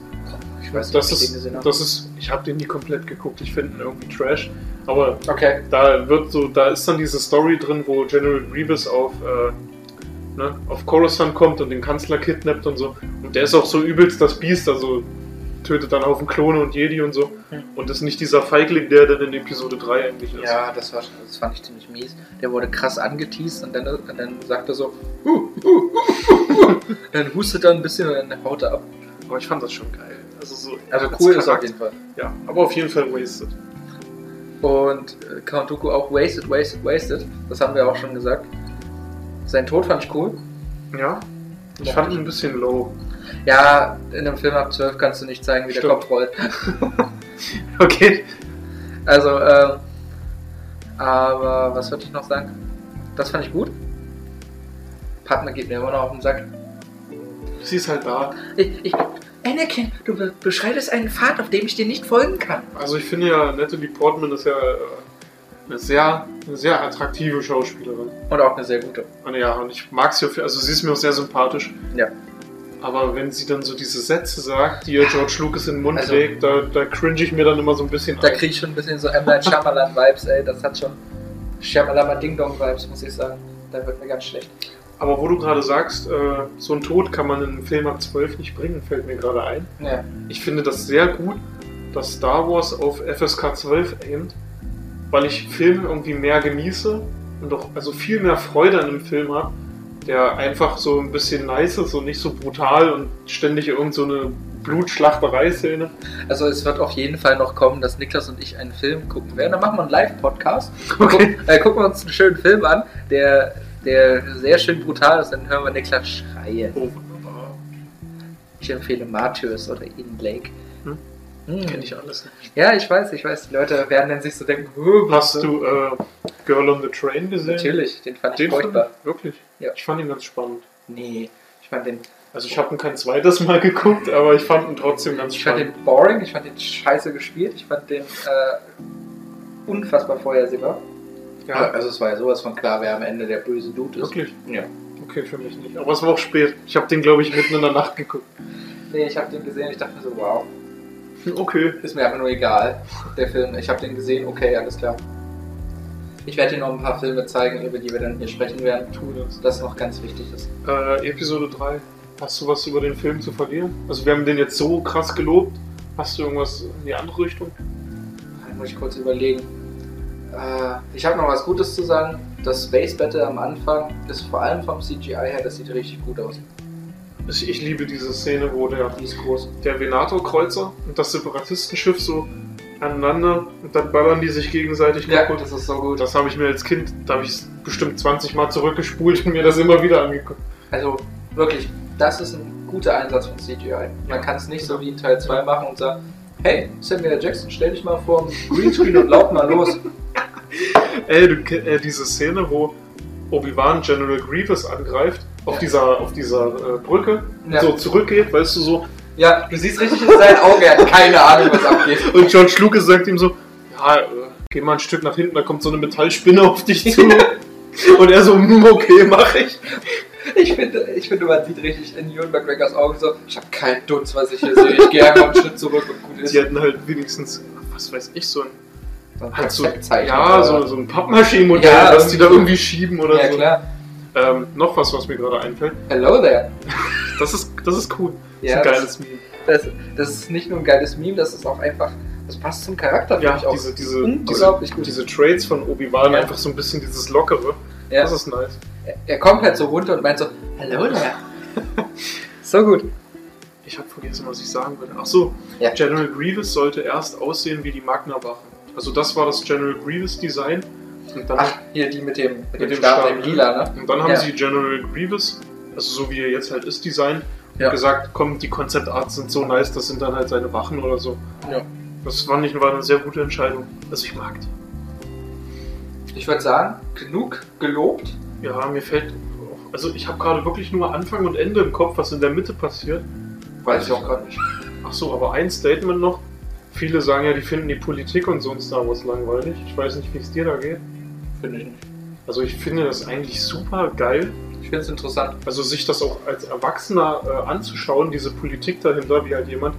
[SPEAKER 2] ich weiß nicht,
[SPEAKER 1] Das
[SPEAKER 2] ob ich den
[SPEAKER 1] ist,
[SPEAKER 2] gesehen habe.
[SPEAKER 1] das ist, ich habe den nie komplett geguckt, ich finde ihn irgendwie trash, aber
[SPEAKER 2] Okay.
[SPEAKER 1] da wird so, da ist dann diese Story drin, wo General Grievous auf, äh, ne, auf Coruscant kommt und den Kanzler kidnappt und so. Und der ist auch so übelst das Biest, also tötet dann Haufen Klone und Jedi und so.
[SPEAKER 2] Hm.
[SPEAKER 1] Und ist nicht dieser Feigling, der dann in Episode 3 eigentlich ist.
[SPEAKER 2] Ja, das, war, das fand ich ziemlich mies. Der wurde krass angeteased und dann, und dann sagt er so, uh, uh, uh, uh, uh. dann hustet er ein bisschen und dann haut er ab.
[SPEAKER 1] Aber ich fand das schon geil. Also, so,
[SPEAKER 2] Also
[SPEAKER 1] als
[SPEAKER 2] cool ist auf
[SPEAKER 1] Charakter-
[SPEAKER 2] jeden Fall.
[SPEAKER 1] Ja, aber auf jeden Fall wasted.
[SPEAKER 2] Und äh, Count Dooku auch wasted, wasted, wasted. Das haben wir auch schon gesagt. Sein Tod fand ich cool.
[SPEAKER 1] Ja. Ich
[SPEAKER 2] Ja.
[SPEAKER 1] fand ihn ein bisschen low.
[SPEAKER 2] Ja, in einem Film ab 12 kannst du nicht zeigen, wie der
[SPEAKER 1] Stimmt.
[SPEAKER 2] Kopf rollt.
[SPEAKER 1] Okay.
[SPEAKER 2] Also, ähm, aber was wollte ich noch sagen? Das fand ich gut. Partner geht mir immer noch auf den Sack.
[SPEAKER 1] Sie ist halt da.
[SPEAKER 2] Ich, ich, Anakin, du be beschreitest einen Pfad, auf dem ich dir nicht folgen kann.
[SPEAKER 1] Also ich finde ja, Natalie Portman ist ja äh, eine sehr, eine sehr attraktive Schauspielerin.
[SPEAKER 2] Und auch eine sehr gute.
[SPEAKER 1] Und Ah, ja, und ich mag sie, auf- also sie ist mir auch sehr sympathisch.
[SPEAKER 2] Ja.
[SPEAKER 1] Aber wenn sie dann so diese Sätze sagt, die ihr George Lucas in den Mund
[SPEAKER 2] Also-
[SPEAKER 1] legt, da, da cringe ich mir dann immer so ein bisschen
[SPEAKER 2] Da
[SPEAKER 1] ein.
[SPEAKER 2] kriege ich schon ein bisschen so M. Night Shyamalan-Vibes, ey. Das hat schon Shyamalama Ding-Dong-Vibes, muss ich sagen. Da wird mir ganz schlecht.
[SPEAKER 1] Aber wo du gerade sagst, äh, so ein Tod kann man in einem Film ab 12 nicht bringen, fällt mir gerade ein.
[SPEAKER 2] Ja.
[SPEAKER 1] Ich finde das sehr gut, dass Star Wars auf FSK 12 aimt, weil ich Filme irgendwie mehr genieße und auch also viel mehr Freude an einem Film habe, der einfach so ein bisschen nice ist und nicht so brutal und ständig irgend so eine Blutschlachterei-Szene.
[SPEAKER 2] Also es wird auf jeden Fall noch kommen, dass Niklas und ich einen Film gucken werden. Dann machen wir einen Live-Podcast.
[SPEAKER 1] Okay.
[SPEAKER 2] Guck- Äh, gucken wir uns einen schönen Film an, der, der sehr schön brutal ist. Dann hören wir Niklas schreien.
[SPEAKER 1] Oh,
[SPEAKER 2] Ich empfehle Martyrs oder Ian Blake.
[SPEAKER 1] Hm?
[SPEAKER 2] Hm.
[SPEAKER 1] kenne ich alles. nicht.
[SPEAKER 2] Ja, ich weiß, ich weiß. Die Leute werden dann sich so denken, "Huh,
[SPEAKER 1] Hast du äh, Girl on the Train gesehen?
[SPEAKER 2] Hm. Natürlich, den fand ich
[SPEAKER 1] Den fand
[SPEAKER 2] furchtbar.
[SPEAKER 1] ich, wirklich.
[SPEAKER 2] Ja.
[SPEAKER 1] Ich fand ihn ganz spannend.
[SPEAKER 2] Nee. Ich fand den,
[SPEAKER 1] Also ich habe ihn kein zweites Mal geguckt, aber ich fand ihn trotzdem ganz
[SPEAKER 2] ich fand
[SPEAKER 1] spannend.
[SPEAKER 2] den boring, ich fand den scheiße gespielt, ich fand den äh, unfassbar vorhersehbar.
[SPEAKER 1] Ja,
[SPEAKER 2] Also es war ja sowas von klar, wer am Ende der böse Dude ist.
[SPEAKER 1] wirklich.
[SPEAKER 2] Ja.
[SPEAKER 1] Okay, für mich nicht. Aber es war auch spät. Ich habe den, glaube ich, mitten in der Nacht geguckt.
[SPEAKER 2] Nee, ich habe den gesehen, ich dachte mir so, wow.
[SPEAKER 1] Okay.
[SPEAKER 2] Ist mir einfach nur egal, der Film. Ich habe den gesehen, okay, alles klar. Ich werde dir noch ein paar Filme zeigen, über die wir dann hier sprechen werden,
[SPEAKER 1] Tu das.
[SPEAKER 2] das noch ganz wichtig ist.
[SPEAKER 1] Äh, Episode 3. Hast du was über den Film zu verlieren? Also wir haben den jetzt so krass gelobt. Hast du irgendwas in die andere Richtung?
[SPEAKER 2] Dann muss ich kurz überlegen. Äh, ich habe noch was Gutes zu sagen. Das Space Battle am Anfang ist vor allem vom CGI her, das sieht richtig gut aus.
[SPEAKER 1] Ich, ich liebe diese Szene, wo der,
[SPEAKER 2] Die ist groß.
[SPEAKER 1] der Venator-Kreuzer und das Separatistenschiff so aneinander und dann ballern die sich gegenseitig
[SPEAKER 2] Ja,
[SPEAKER 1] kaputt.
[SPEAKER 2] das ist so gut.
[SPEAKER 1] Das habe ich mir als Kind, da habe ich es bestimmt 20 Mal zurückgespult und mir das immer wieder angeguckt.
[SPEAKER 2] Also wirklich, das ist ein guter Einsatz von CGI. Man kann es nicht so wie in Teil 2 machen und sagen, hey, Samuel L. Jackson, stell dich mal vor den Greenscreen und lauf mal los.
[SPEAKER 1] Ey, du, ke- äh, diese Szene, wo Obi-Wan General Grievous angreift, auf
[SPEAKER 2] Ja.
[SPEAKER 1] dieser, auf dieser äh, Brücke,
[SPEAKER 2] Ja.
[SPEAKER 1] so zurückgeht, weißt du, so,
[SPEAKER 2] Ja, du siehst richtig in seinen Augen, er hat keine Ahnung, was abgeht.
[SPEAKER 1] Und George Lucas sagt ihm so, ja, äh, geh mal ein Stück nach hinten, da kommt so eine Metallspinne auf dich zu. Und er so, "Hm, okay, mach ich.
[SPEAKER 2] Ich finde, ich finde, man sieht richtig in Ewan McGregors Augen so, ich habe keinen Dunst, was ich hier sehe. Ich gehe einfach einen Schritt zurück und gut ist.
[SPEAKER 1] Sie hatten halt wenigstens, was weiß ich, so ein,
[SPEAKER 2] Dann
[SPEAKER 1] halt so,
[SPEAKER 2] Konzeptzeichen,
[SPEAKER 1] ja,
[SPEAKER 2] aber-
[SPEAKER 1] so, so ein Pappmaschinenmodell,
[SPEAKER 2] Ja,
[SPEAKER 1] dass die da
[SPEAKER 2] irgendwie
[SPEAKER 1] irgendwie schieben oder
[SPEAKER 2] ja,
[SPEAKER 1] so.
[SPEAKER 2] klar.
[SPEAKER 1] Ähm, noch was, was mir gerade einfällt.
[SPEAKER 2] Hello there.
[SPEAKER 1] Das ist, das ist cool. Das
[SPEAKER 2] Ja,
[SPEAKER 1] ist ein
[SPEAKER 2] das,
[SPEAKER 1] geiles Meme.
[SPEAKER 2] das, das ist nicht nur ein geiles Meme, das ist auch einfach, das passt zum Charakter, finde
[SPEAKER 1] Ja,
[SPEAKER 2] ich auch.
[SPEAKER 1] diese, diese, diese,
[SPEAKER 2] unglaublich gut.
[SPEAKER 1] diese Trades von Obi-Wan,
[SPEAKER 2] Ja.
[SPEAKER 1] einfach so ein bisschen dieses Lockere.
[SPEAKER 2] ja.
[SPEAKER 1] Das ist nice.
[SPEAKER 2] Er- Er kommt halt so runter und meint so, Hello there. so gut.
[SPEAKER 1] Ich habe vergessen, was ich sagen wollte. Ach so,
[SPEAKER 2] Ja.
[SPEAKER 1] General Grievous sollte erst aussehen wie die Magna-Wache. Also das war das General Grievous-Design. Und dann,
[SPEAKER 2] Ach, hier die mit dem, mit dem,
[SPEAKER 1] dem
[SPEAKER 2] Stab,
[SPEAKER 1] Stab,
[SPEAKER 2] dem
[SPEAKER 1] ne?
[SPEAKER 2] Lila, ne?
[SPEAKER 1] und dann haben
[SPEAKER 2] ja.
[SPEAKER 1] sie General Grievous, also so wie er jetzt halt ist, Design,
[SPEAKER 2] Ja.
[SPEAKER 1] gesagt, komm, die Konzeptarts sind so nice, das sind dann halt seine Wachen oder so.
[SPEAKER 2] Ja.
[SPEAKER 1] Das fand ich war eine sehr gute Entscheidung. Also ich mag die.
[SPEAKER 2] Ich würde sagen, genug gelobt.
[SPEAKER 1] Ja, mir fällt auch, also ich habe gerade wirklich nur Anfang und Ende im Kopf, was in der Mitte passiert.
[SPEAKER 2] Weiß ich auch gar nicht.
[SPEAKER 1] Ach so, aber ein Statement noch. Viele sagen ja, die finden die Politik und so in Star Wars langweilig. Ich weiß nicht, wie es dir da geht.
[SPEAKER 2] Finde ich nicht.
[SPEAKER 1] Also ich finde das eigentlich super geil.
[SPEAKER 2] Ich finde es interessant.
[SPEAKER 1] Also sich das auch als Erwachsener äh, anzuschauen, diese Politik dahinter, wie halt jemand,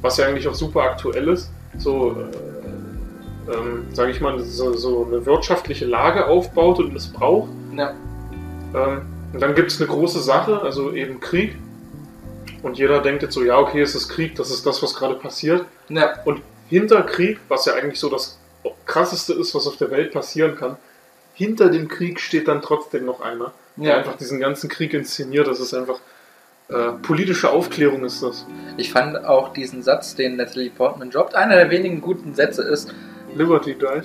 [SPEAKER 1] was ja eigentlich auch super aktuell ist, so, äh, ähm, sage ich mal, so, so eine wirtschaftliche Lage aufbaut und missbraucht.
[SPEAKER 2] Ja.
[SPEAKER 1] Ähm, und dann gibt es eine große Sache, also eben Krieg. Und jeder denkt jetzt so, ja, okay, es ist Krieg, das ist das, was gerade passiert.
[SPEAKER 2] Ja,
[SPEAKER 1] Und hinter Krieg, was ja eigentlich so das krasseste ist, was auf der Welt passieren kann, hinter dem Krieg steht dann trotzdem noch einer, der
[SPEAKER 2] ja.
[SPEAKER 1] einfach diesen ganzen Krieg inszeniert. Das ist einfach äh, politische Aufklärung ist das.
[SPEAKER 2] Ich fand auch diesen Satz, den Natalie Portman droppt, einer der wenigen guten Sätze ist,
[SPEAKER 1] Liberty Dive.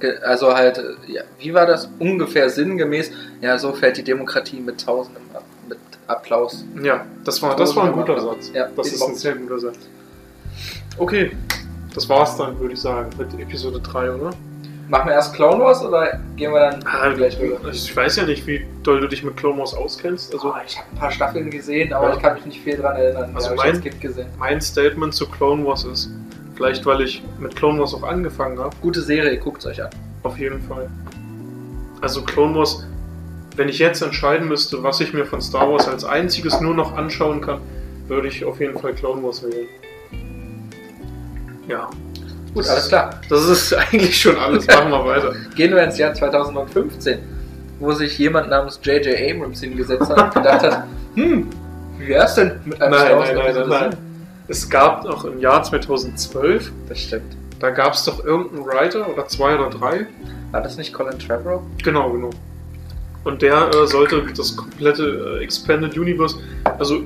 [SPEAKER 2] ge- also halt, äh, ja, wie war das ungefähr sinngemäß? Ja, so fällt die Demokratie mit Tausendem ab, mit Applaus.
[SPEAKER 1] Ja, das war, das war ein guter
[SPEAKER 2] Tausendmal.
[SPEAKER 1] Satz.
[SPEAKER 2] Ja,
[SPEAKER 1] das
[SPEAKER 2] die
[SPEAKER 1] ist ein
[SPEAKER 2] Box.
[SPEAKER 1] sehr guter Satz. Okay, das war's dann, würde ich sagen, mit Episode 3, oder?
[SPEAKER 2] Machen wir erst Clone Wars oder gehen wir dann
[SPEAKER 1] Ah,
[SPEAKER 2] gleich rüber?
[SPEAKER 1] ich weiß ja nicht, wie doll du dich mit Clone Wars auskennst. Also
[SPEAKER 2] Also, ich habe ein paar Staffeln gesehen, aber
[SPEAKER 1] Ja.
[SPEAKER 2] ich kann mich nicht viel dran erinnern.
[SPEAKER 1] Also
[SPEAKER 2] Ja, hab ich
[SPEAKER 1] mein-
[SPEAKER 2] als Kind gesehen.
[SPEAKER 1] mein Statement zu Clone Wars ist, vielleicht weil ich mit Clone Wars auch angefangen habe,
[SPEAKER 2] Gute Serie, guckt's euch an.
[SPEAKER 1] Auf jeden Fall. Also Clone Wars, wenn ich jetzt entscheiden müsste, was ich mir von Star Wars als einziges nur noch anschauen kann, würde ich auf jeden Fall Clone Wars wählen. Ja,
[SPEAKER 2] Gut, alles klar.
[SPEAKER 1] das ist eigentlich schon alles. Machen wir weiter.
[SPEAKER 2] Gehen wir ins Jahr 2015, wo sich jemand namens J.J. Abrams hingesetzt hat und gedacht hat, hm, wie wär's denn mit einem
[SPEAKER 1] Nein,
[SPEAKER 2] Star Wars
[SPEAKER 1] nein, nein, nein,
[SPEAKER 2] Episode
[SPEAKER 1] nein. Es gab auch im Jahr 2012,
[SPEAKER 2] 7? Das stimmt.
[SPEAKER 1] da gab es doch irgendeinen Writer oder zwei oder drei.
[SPEAKER 2] War das nicht Colin Trevorrow?
[SPEAKER 1] Genau, genau. Und der äh, sollte das komplette äh, Expanded Universe, also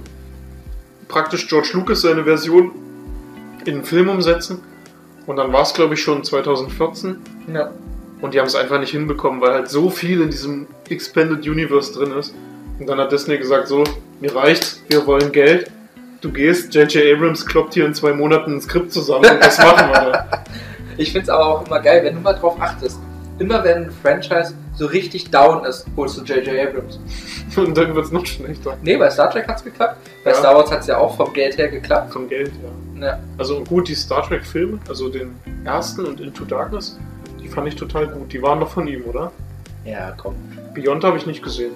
[SPEAKER 1] praktisch George Lucas seine Version in einen Film umsetzen. Und dann war es, glaube ich, schon 2014.
[SPEAKER 2] Ja.
[SPEAKER 1] Und die haben es einfach nicht hinbekommen, weil halt so viel in diesem Expanded Universe drin ist. Und dann hat Disney gesagt, so, mir reicht's, wir wollen Geld. Du gehst, J.J. Abrams kloppt hier in zwei Monaten ein Skript zusammen und das machen wir dann.
[SPEAKER 2] Ich find's aber auch immer geil, wenn du mal drauf achtest. immer wenn ein Franchise so richtig down ist, holst du J.J. Abrams.
[SPEAKER 1] Und dann wird es noch schlechter.
[SPEAKER 2] Nee, bei Star Trek hat's geklappt. Bei
[SPEAKER 1] Ja.
[SPEAKER 2] Star Wars hat's ja auch vom Geld her geklappt.
[SPEAKER 1] Vom Geld, ja.
[SPEAKER 2] Ja.
[SPEAKER 1] Also gut, die Star Trek-Filme, also den ersten und Into Darkness, die fand ich total gut. Die waren doch von ihm, oder?
[SPEAKER 2] ja, komm.
[SPEAKER 1] Beyond habe ich nicht gesehen.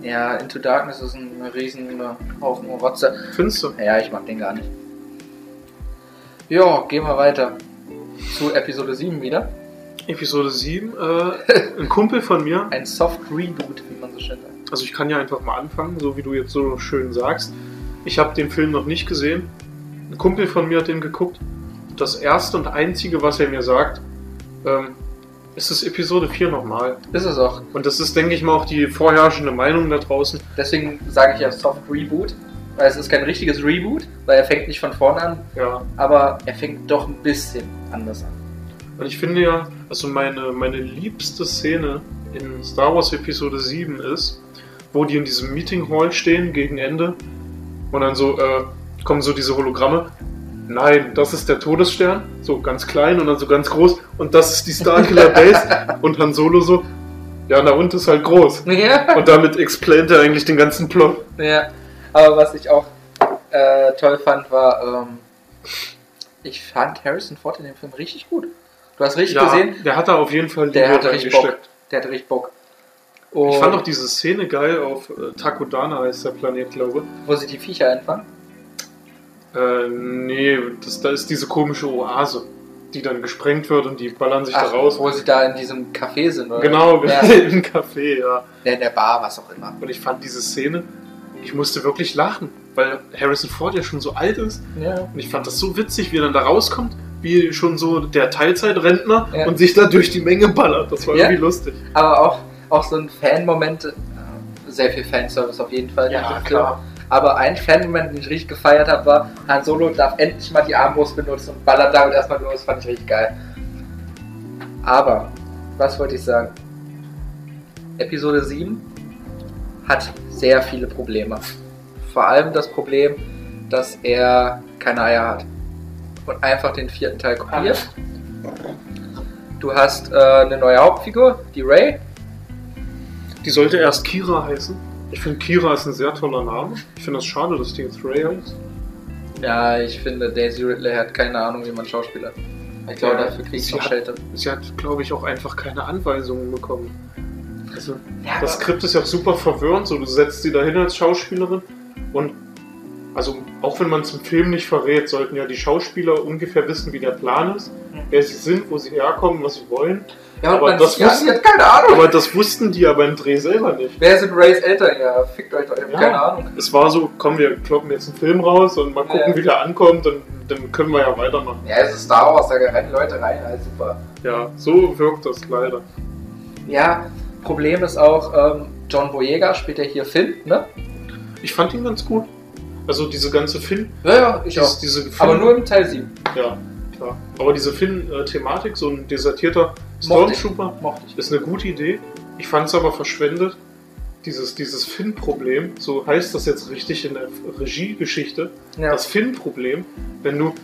[SPEAKER 2] Ja, Into Darkness ist ein riesen äh, Haufen Rotze.
[SPEAKER 1] Findest du?
[SPEAKER 2] Ja, ich mag den gar nicht. Jo, gehen wir weiter. Zu Episode 7 wieder.
[SPEAKER 1] Episode 7, äh, ein Kumpel von mir,
[SPEAKER 2] Ein Soft Reboot, wie man so schön sagt.
[SPEAKER 1] also ich kann ja einfach mal anfangen, so wie du jetzt so schön sagst. Ich habe den Film noch nicht gesehen. Ein Kumpel von mir hat den geguckt. Das erste und einzige, was er mir sagt, ähm, ist es Episode 4 nochmal.
[SPEAKER 2] Ist es auch.
[SPEAKER 1] Und das ist, denke ich mal, auch die vorherrschende Meinung da draußen.
[SPEAKER 2] Deswegen sage ich ja Soft Reboot, weil es ist kein richtiges Reboot, weil er fängt nicht von vorne an,
[SPEAKER 1] Ja,
[SPEAKER 2] aber er fängt doch ein bisschen anders an.
[SPEAKER 1] Und ich finde ja, also meine, meine liebste Szene in Star Wars Episode 7 ist, wo die in diesem Meeting Hall stehen gegen Ende und dann so äh, kommen so diese Hologramme. Nein, das ist der Todesstern, so ganz klein und dann so ganz groß und das ist die Starkiller Base und Han Solo so, ja, na und ist halt groß.
[SPEAKER 2] Ja.
[SPEAKER 1] Und damit explaint er eigentlich den ganzen Plot.
[SPEAKER 2] ja. Aber was ich auch äh, toll fand, war, ähm, ich fand Harrison Ford in dem Film richtig gut. Du hast richtig gesehen,
[SPEAKER 1] der hat da auf jeden Fall
[SPEAKER 2] der
[SPEAKER 1] Liebe
[SPEAKER 2] hat richtig Bock. Der hat richtig Bock. Und
[SPEAKER 1] Ich fand auch diese Szene geil auf äh, Takodana heißt der Planet, glaube ich.
[SPEAKER 2] wo sie die Viecher einfangen.
[SPEAKER 1] Äh, nee, das, da ist diese komische Oase, die dann gesprengt wird und die ballern sich da raus.
[SPEAKER 2] wo sie da in diesem Café sind, oder?
[SPEAKER 1] Genau,
[SPEAKER 2] Ja,
[SPEAKER 1] im Café, ja.
[SPEAKER 2] Ja, in der Bar, was auch immer.
[SPEAKER 1] Und ich fand diese Szene, ich musste wirklich lachen, weil Harrison Ford ja schon so alt ist.
[SPEAKER 2] Ja.
[SPEAKER 1] Und ich fand das so witzig, wie er dann da rauskommt, wie schon so der Teilzeitrentner
[SPEAKER 2] Ja.
[SPEAKER 1] und sich da durch die Menge ballert. Das war
[SPEAKER 2] Ja.
[SPEAKER 1] irgendwie lustig.
[SPEAKER 2] Aber auch, auch so ein Fan-Moment, äh, sehr viel Fanservice auf jeden Fall.
[SPEAKER 1] Ja,
[SPEAKER 2] Film.
[SPEAKER 1] klar.
[SPEAKER 2] Aber ein Fan-Moment, den ich richtig gefeiert habe, war, Han Solo darf endlich mal die Armbrust benutzen und ballert damit erstmal los, fand ich richtig geil. Aber, was wollte ich sagen? Episode 7 hat sehr viele Probleme. Vor allem das Problem, dass er keine Eier hat. Und einfach den vierten Teil kopiert. Du hast äh, eine neue Hauptfigur, die Ray.
[SPEAKER 1] Die sollte erst Kira heißen. Ich finde, Kira ist ein sehr toller Name. Ich finde es das schade, dass die jetzt Ray heißt.
[SPEAKER 2] Ja, ich finde, Daisy Ridley hat keine Ahnung, wie man Schauspieler. Ich glaube,
[SPEAKER 1] Ja,
[SPEAKER 2] dafür kriegst
[SPEAKER 1] sie
[SPEAKER 2] du noch
[SPEAKER 1] hat-
[SPEAKER 2] Schelte.
[SPEAKER 1] Sie hat, glaube ich, auch einfach keine Anweisungen bekommen. Also,
[SPEAKER 2] Ja,
[SPEAKER 1] Das Skript ist ja super verwirrend, so du setzt sie dahin als Schauspielerin und also auch wenn man es im Film nicht verrät, sollten ja die Schauspieler ungefähr wissen, wie der Plan ist,
[SPEAKER 2] Mhm.
[SPEAKER 1] wer sie sind, wo sie herkommen, was sie wollen.
[SPEAKER 2] ja, und
[SPEAKER 1] aber
[SPEAKER 2] man
[SPEAKER 1] das
[SPEAKER 2] sieht, ja,
[SPEAKER 1] wussten-
[SPEAKER 2] sie hat keine Ahnung.
[SPEAKER 1] Aber das wussten die ja beim Dreh selber nicht.
[SPEAKER 2] Wer sind Rays Eltern? Ja, fickt euch doch. Ich hab
[SPEAKER 1] Ja.
[SPEAKER 2] Keine Ahnung.
[SPEAKER 1] Es war so, komm, wir kloppen jetzt einen Film raus und mal gucken,
[SPEAKER 2] Ja.
[SPEAKER 1] wie der ankommt und dann können wir ja weitermachen.
[SPEAKER 2] Ja, es ist Star Wars, da rennen Leute rein, alles super.
[SPEAKER 1] Ja, so wirkt das leider.
[SPEAKER 2] Ja, Problem ist auch, ähm, John Boyega spielt ja hier Finn, ne?
[SPEAKER 1] Ich fand ihn ganz gut. Also diese ganze Film,
[SPEAKER 2] Ja, ja, ich
[SPEAKER 1] dieses, diese Film
[SPEAKER 2] Aber nur im Teil 7
[SPEAKER 1] Ja, klar. Aber diese Finn-Thematik, so ein desertierter
[SPEAKER 2] Mochte ich.
[SPEAKER 1] Stormtrooper,
[SPEAKER 2] mochte ich.
[SPEAKER 1] ist eine gute Idee. Ich fand es aber verschwendet, dieses, dieses Finn-Problem, so heißt das jetzt richtig in der Regiegeschichte,
[SPEAKER 2] Ja.
[SPEAKER 1] das Finn-Problem, wenn du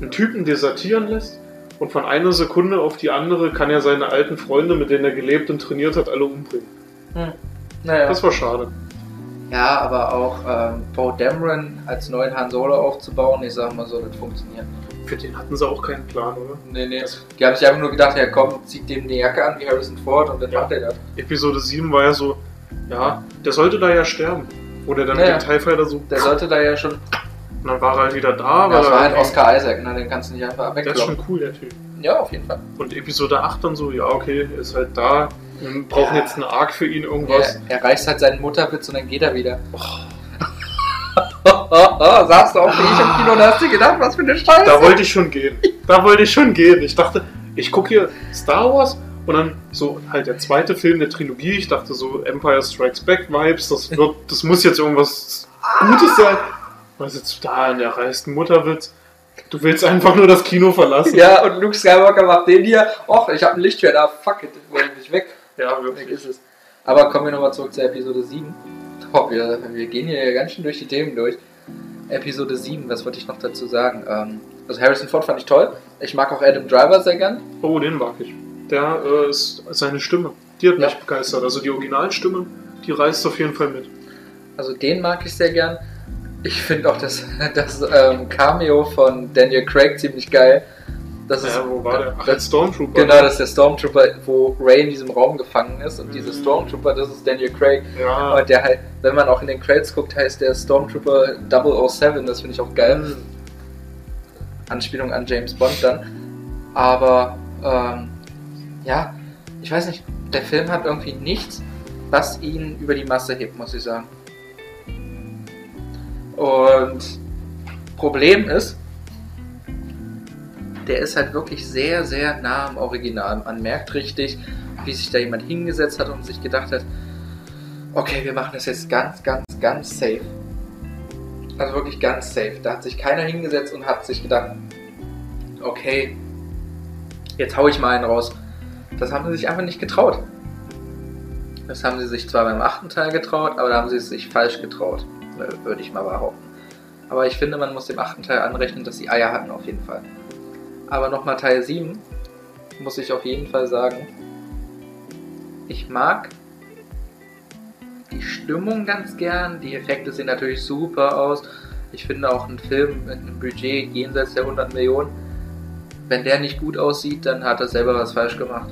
[SPEAKER 1] einen Typen desertieren lässt und von einer Sekunde auf die andere kann er seine alten Freunde, mit denen er gelebt und trainiert hat, alle umbringen.
[SPEAKER 2] Hm. Naja.
[SPEAKER 1] Das war schade.
[SPEAKER 2] Ja, aber auch ähm, Bo Dameron als neuen Han Solo aufzubauen, ich sag mal so, das funktioniert.
[SPEAKER 1] Für den hatten sie auch keinen Plan, oder?
[SPEAKER 2] Nee, nee. Die haben sich einfach nur gedacht, ja komm, zieht dem die Jacke an wie Harrison Ford und dann
[SPEAKER 1] Ja.
[SPEAKER 2] macht er das.
[SPEAKER 1] Episode 7 war ja so, ja, der sollte da ja sterben. Wo der dann
[SPEAKER 2] Ja.
[SPEAKER 1] mit dem TIE Fighter so
[SPEAKER 2] Der sollte da ja schon.
[SPEAKER 1] Und dann war er halt wieder da,
[SPEAKER 2] Aber
[SPEAKER 1] aber
[SPEAKER 2] das war halt
[SPEAKER 1] dann-
[SPEAKER 2] Oscar Isaac, ne? Den kannst du nicht einfach
[SPEAKER 1] der ist
[SPEAKER 2] wegkloppen.
[SPEAKER 1] schon cool, der Typ.
[SPEAKER 2] Ja, auf jeden Fall.
[SPEAKER 1] Und Episode 8 dann so, ja, okay, er ist halt da. Wir brauchen
[SPEAKER 2] Ja.
[SPEAKER 1] jetzt einen Arc für ihn, irgendwas.
[SPEAKER 2] Er, er reißt halt seinen Mutterwitz und dann geht er wieder.
[SPEAKER 1] Oh.
[SPEAKER 2] Sagst du auch wie ich im Kino und hast dir gedacht, was für eine Scheiße.
[SPEAKER 1] Da wollte ich schon gehen. Da wollte ich schon gehen. Ich dachte, ich gucke hier Star Wars und dann so halt der zweite Film der Trilogie. Ich dachte so Empire Strikes Back Vibes, das wird, das muss jetzt irgendwas Gutes sein. Und dann sitzt du da und der reißt einen Mutterwitz. Du willst einfach nur das Kino verlassen.
[SPEAKER 2] ja, und Luke Skywalker macht den hier. Och, ich hab ein Lichtschwert, ah fuck it, hol mich weg.
[SPEAKER 1] ja
[SPEAKER 2] Weg ist es. Aber kommen wir nochmal zurück zur Episode 7. Oh, wir, wir gehen hier ganz schön durch die Themen durch. Episode 7, was wollte ich noch dazu sagen? Ähm, also Harrison Ford fand ich toll. Ich mag auch Adam Driver sehr gern.
[SPEAKER 1] Oh, den mag ich. der äh, ist seine Stimme. Die hat mich
[SPEAKER 2] Ja.
[SPEAKER 1] begeistert. Also die Originalstimme, die reißt auf jeden Fall mit.
[SPEAKER 2] Also den mag ich sehr gern. Ich finde auch das, das ähm, Cameo von Daniel Craig ziemlich geil. Das ist,
[SPEAKER 1] Ja, wo war der? Ach,
[SPEAKER 2] Das,
[SPEAKER 1] als Stormtrooper.
[SPEAKER 2] genau, das ist der Stormtrooper, wo Ray in diesem Raum gefangen ist.
[SPEAKER 1] Mhm.
[SPEAKER 2] Und diese Stormtrooper, das ist Daniel Craig.
[SPEAKER 1] Ja.
[SPEAKER 2] Und der halt, wenn man auch in den Credits guckt, heißt der Stormtrooper 007. Das finde ich auch geil.
[SPEAKER 1] Mhm.
[SPEAKER 2] Anspielung an James Bond dann. Aber ähm, ja, ich weiß nicht, der Film hat irgendwie nichts, was ihn über die Masse hebt, muss ich sagen. Und Problem ist, der ist halt wirklich sehr, sehr nah am Original. Man merkt richtig, wie sich da jemand hingesetzt hat und sich gedacht hat, okay, wir machen das jetzt ganz, ganz, ganz safe. Also wirklich ganz safe. Da hat sich keiner hingesetzt und hat sich gedacht, okay, jetzt hau ich mal einen raus. Das haben sie sich einfach nicht getraut. Das haben sie sich zwar beim achten Teil getraut, aber da haben sie es sich falsch getraut, äh, würde ich mal behaupten. Aber ich finde, man muss dem achten Teil anrechnen, dass sie Eier hatten auf jeden Fall. Aber nochmal Teil 7 muss ich auf jeden Fall sagen, ich mag die Stimmung ganz gern, die Effekte sehen natürlich super aus. Ich finde auch einen Film mit einem Budget jenseits der 100 Millionen, wenn der nicht gut aussieht, dann hat er selber was falsch gemacht.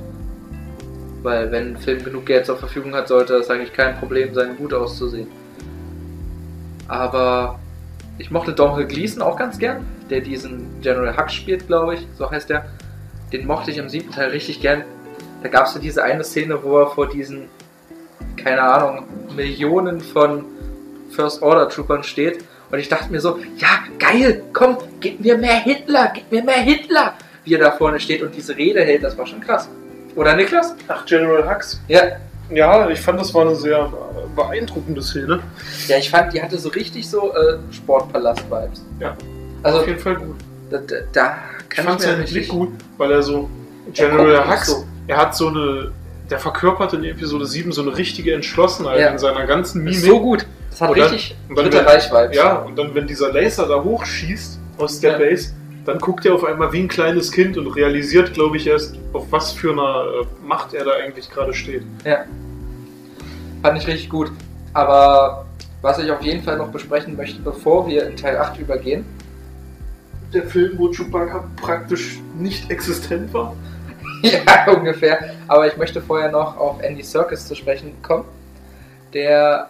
[SPEAKER 2] Weil wenn ein Film genug Geld zur Verfügung hat, sollte das eigentlich kein Problem sein, gut auszusehen. Aber ich mochte Donald Gleason auch ganz gern, der diesen General Hux spielt, glaube ich, so heißt der. Den mochte ich im siebten Teil richtig gern. Da gab es ja diese eine Szene, wo er vor diesen, keine Ahnung, Millionen von First Order Troopern steht. Und ich dachte mir so, ja, geil, komm, gib mir mehr Hitler, gib mir mehr Hitler, wie er da vorne steht und diese Rede hält, das war schon krass. Oder Niklas?
[SPEAKER 1] Ach, General Hux.
[SPEAKER 2] Ja,
[SPEAKER 1] Ja, ich fand, das war eine sehr äh, beeindruckende Szene.
[SPEAKER 2] Ja, ich fand, die hatte so richtig so äh, Sportpalast-Vibes.
[SPEAKER 1] Ja.
[SPEAKER 2] Also,
[SPEAKER 1] Auf jeden Fall gut.
[SPEAKER 2] da, da, da
[SPEAKER 1] Ich
[SPEAKER 2] kann ich,
[SPEAKER 1] fand
[SPEAKER 2] ich mir
[SPEAKER 1] seinen
[SPEAKER 2] richtig...
[SPEAKER 1] Blick gut, weil er so
[SPEAKER 2] guckt
[SPEAKER 1] General
[SPEAKER 2] nicht
[SPEAKER 1] Hux,
[SPEAKER 2] so.
[SPEAKER 1] er hat so eine, der verkörpert in Episode 7 so eine richtige Entschlossenheit
[SPEAKER 2] Ja.
[SPEAKER 1] in seiner ganzen Mimik.
[SPEAKER 2] Ist so gut. Das hat
[SPEAKER 1] Und dann-
[SPEAKER 2] richtig
[SPEAKER 1] und dann
[SPEAKER 2] Dritte
[SPEAKER 1] wird-
[SPEAKER 2] Reich-Vibes.
[SPEAKER 1] Ja, und dann, wenn dieser Laser da hochschießt aus der
[SPEAKER 2] Ja.
[SPEAKER 1] Base, dann guckt er auf einmal wie ein kleines Kind und realisiert, glaube ich, erst, auf was für einer äh, Macht er da eigentlich gerade steht.
[SPEAKER 2] Fand ich richtig gut. Aber was ich auf jeden Fall noch besprechen möchte, bevor wir in Teil 8 übergehen,
[SPEAKER 1] Der Film, wo Chewbacca praktisch nicht existent war.
[SPEAKER 2] ja, ungefähr. Aber ich möchte vorher noch auf Andy Serkis zu sprechen kommen. Der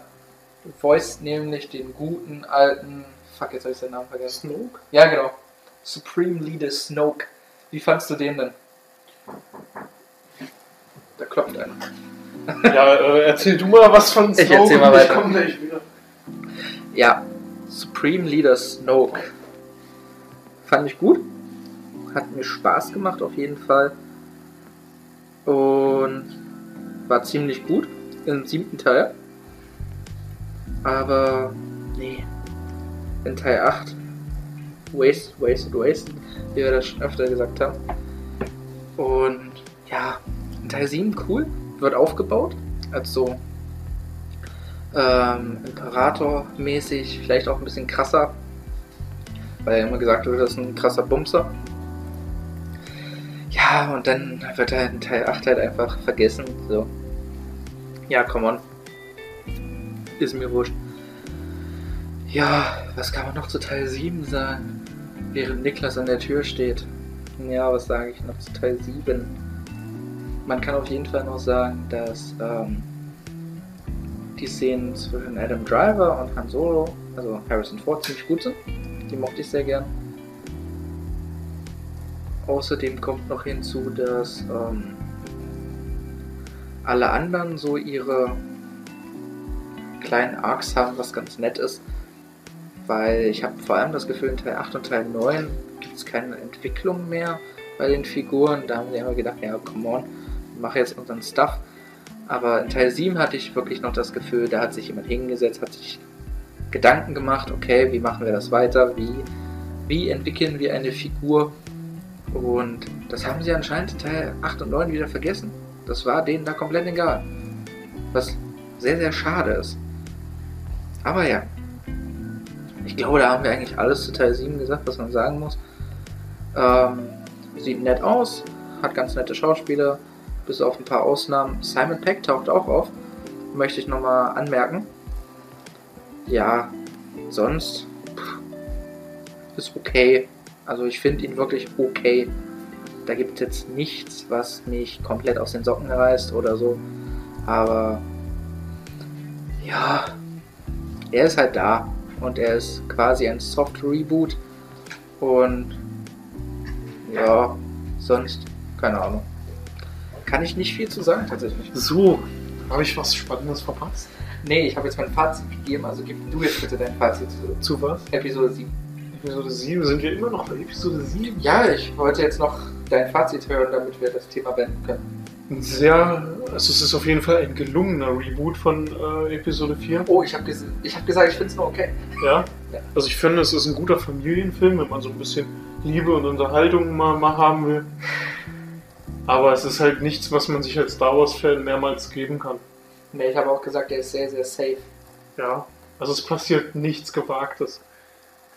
[SPEAKER 2] voiced nämlich den guten alten... Fuck, jetzt habe ich seinen Namen vergessen.
[SPEAKER 1] Snoke?
[SPEAKER 2] Ja, genau. Supreme Leader Snoke. Wie fandst du den denn? Da klopft einer.
[SPEAKER 1] Ja, äh, erzähl du mal was von Snoke.
[SPEAKER 2] Ich erzähl mal
[SPEAKER 1] und
[SPEAKER 2] weiter.
[SPEAKER 1] komm gleich wieder.
[SPEAKER 2] Ja, Supreme Leader Snoke. Fand ich gut. Hat mir Spaß gemacht auf jeden Fall. Und war ziemlich gut im siebten Teil. Aber nee. In Teil 8. Wasted, wasted, wasted. Wie wir das schon öfter gesagt haben. Und ja, in Teil 7 cool. Wird aufgebaut. Als so ähm, Imperator-mäßig, vielleicht auch ein bisschen krasser, weil ja immer gesagt wird, das ist ein krasser Bumser. Ja, und dann wird halt in Teil 8 halt einfach vergessen, so. Ja, come on. Ist mir wurscht. Ja, was kann man noch zu Teil 7 sagen? Während Niklas an der Tür steht. Ja, was sage ich noch zu Teil 7? Man kann auf jeden Fall noch sagen, dass ähm, die Szenen zwischen Adam Driver und Han Solo, also Harrison Ford, ziemlich gut sind. Die mochte ich sehr gern. Außerdem kommt noch hinzu, dass ähm, alle anderen so ihre kleinen Arcs haben, was ganz nett ist. Weil ich habe vor allem das Gefühl, in Teil 8 und Teil 9 gibt es keine Entwicklung mehr bei den Figuren. Da haben sie immer gedacht, ja, come on, mach jetzt unseren Stuff. Aber in Teil 7 hatte ich wirklich noch das Gefühl, da hat sich jemand hingesetzt, hat sich Gedanken gemacht, okay, wie machen wir das weiter, wie, wie entwickeln wir eine Figur. Und das haben sie anscheinend in Teil 8 und 9 wieder vergessen. Das war denen da komplett egal. Was sehr, sehr schade ist. Aber ja, ich glaube, da haben wir eigentlich alles zu Teil 7 gesagt, was man sagen muss. Ähm, sieht nett aus, hat ganz nette Schauspieler, bis auf ein paar Ausnahmen. Simon Peck taucht auch auf, möchte ich nochmal anmerken. Ja, sonst pff, ist okay. Also ich finde ihn wirklich okay. Da gibt es jetzt nichts, was mich komplett aus den Socken reißt oder so. Aber ja, er ist halt da und er ist quasi ein Soft Reboot und ja, sonst keine Ahnung. Kann ich nicht viel zu sagen tatsächlich.
[SPEAKER 1] So, habe ich was Spannendes verpasst?
[SPEAKER 2] Nee, ich habe jetzt mein Fazit gegeben, also gib du jetzt bitte dein Fazit zu
[SPEAKER 1] Zu was?
[SPEAKER 2] Episode 7.
[SPEAKER 1] Episode 7, sind wir immer noch bei Episode 7?
[SPEAKER 2] Ja, ich wollte jetzt noch dein Fazit hören, damit wir das Thema beenden können.
[SPEAKER 1] Ein sehr, also es ist auf jeden Fall ein gelungener Reboot von äh, Episode 4.
[SPEAKER 2] Oh, ich habe ges ich hab gesagt, ich finde es nur okay.
[SPEAKER 1] Ja.
[SPEAKER 2] Ja.
[SPEAKER 1] Also ich finde, es ist ein guter Familienfilm, wenn man so ein bisschen Liebe und Unterhaltung mal, mal haben will. Aber es ist halt nichts, was man sich als Star Wars-Fan mehrmals geben kann.
[SPEAKER 2] Nee, ich habe auch gesagt, der ist sehr, sehr safe.
[SPEAKER 1] Ja. Also es passiert nichts Gewagtes.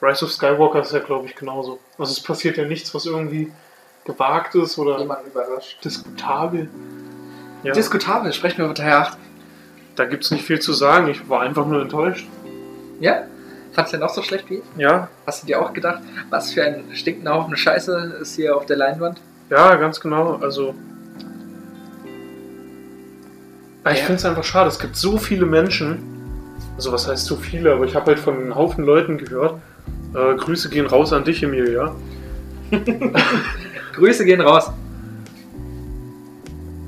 [SPEAKER 1] Rise of Skywalker ist ja, glaube ich, genauso. Also es passiert ja nichts, was irgendwie gewagt ist oder
[SPEAKER 2] Niemand überrascht.
[SPEAKER 1] diskutabel. Ja.
[SPEAKER 2] Diskutabel, sprechen wir über Teil 8.
[SPEAKER 1] da gibt es nicht viel zu sagen. Ich war einfach nur enttäuscht.
[SPEAKER 2] Ja? Fandst du den auch so schlecht wie ich?
[SPEAKER 1] Ja,
[SPEAKER 2] Hast du dir auch gedacht, was für ein stinkender Haufen Scheiße ist hier auf der Leinwand?
[SPEAKER 1] Ja, ganz genau. Also. Ah, Ich
[SPEAKER 2] Ja.
[SPEAKER 1] finde es einfach schade. Es gibt so viele Menschen. Also, was heißt so viele? Aber ich habe halt von einem Haufen Leuten gehört. Äh, Grüße gehen raus an dich, Emilia.
[SPEAKER 2] Grüße gehen raus.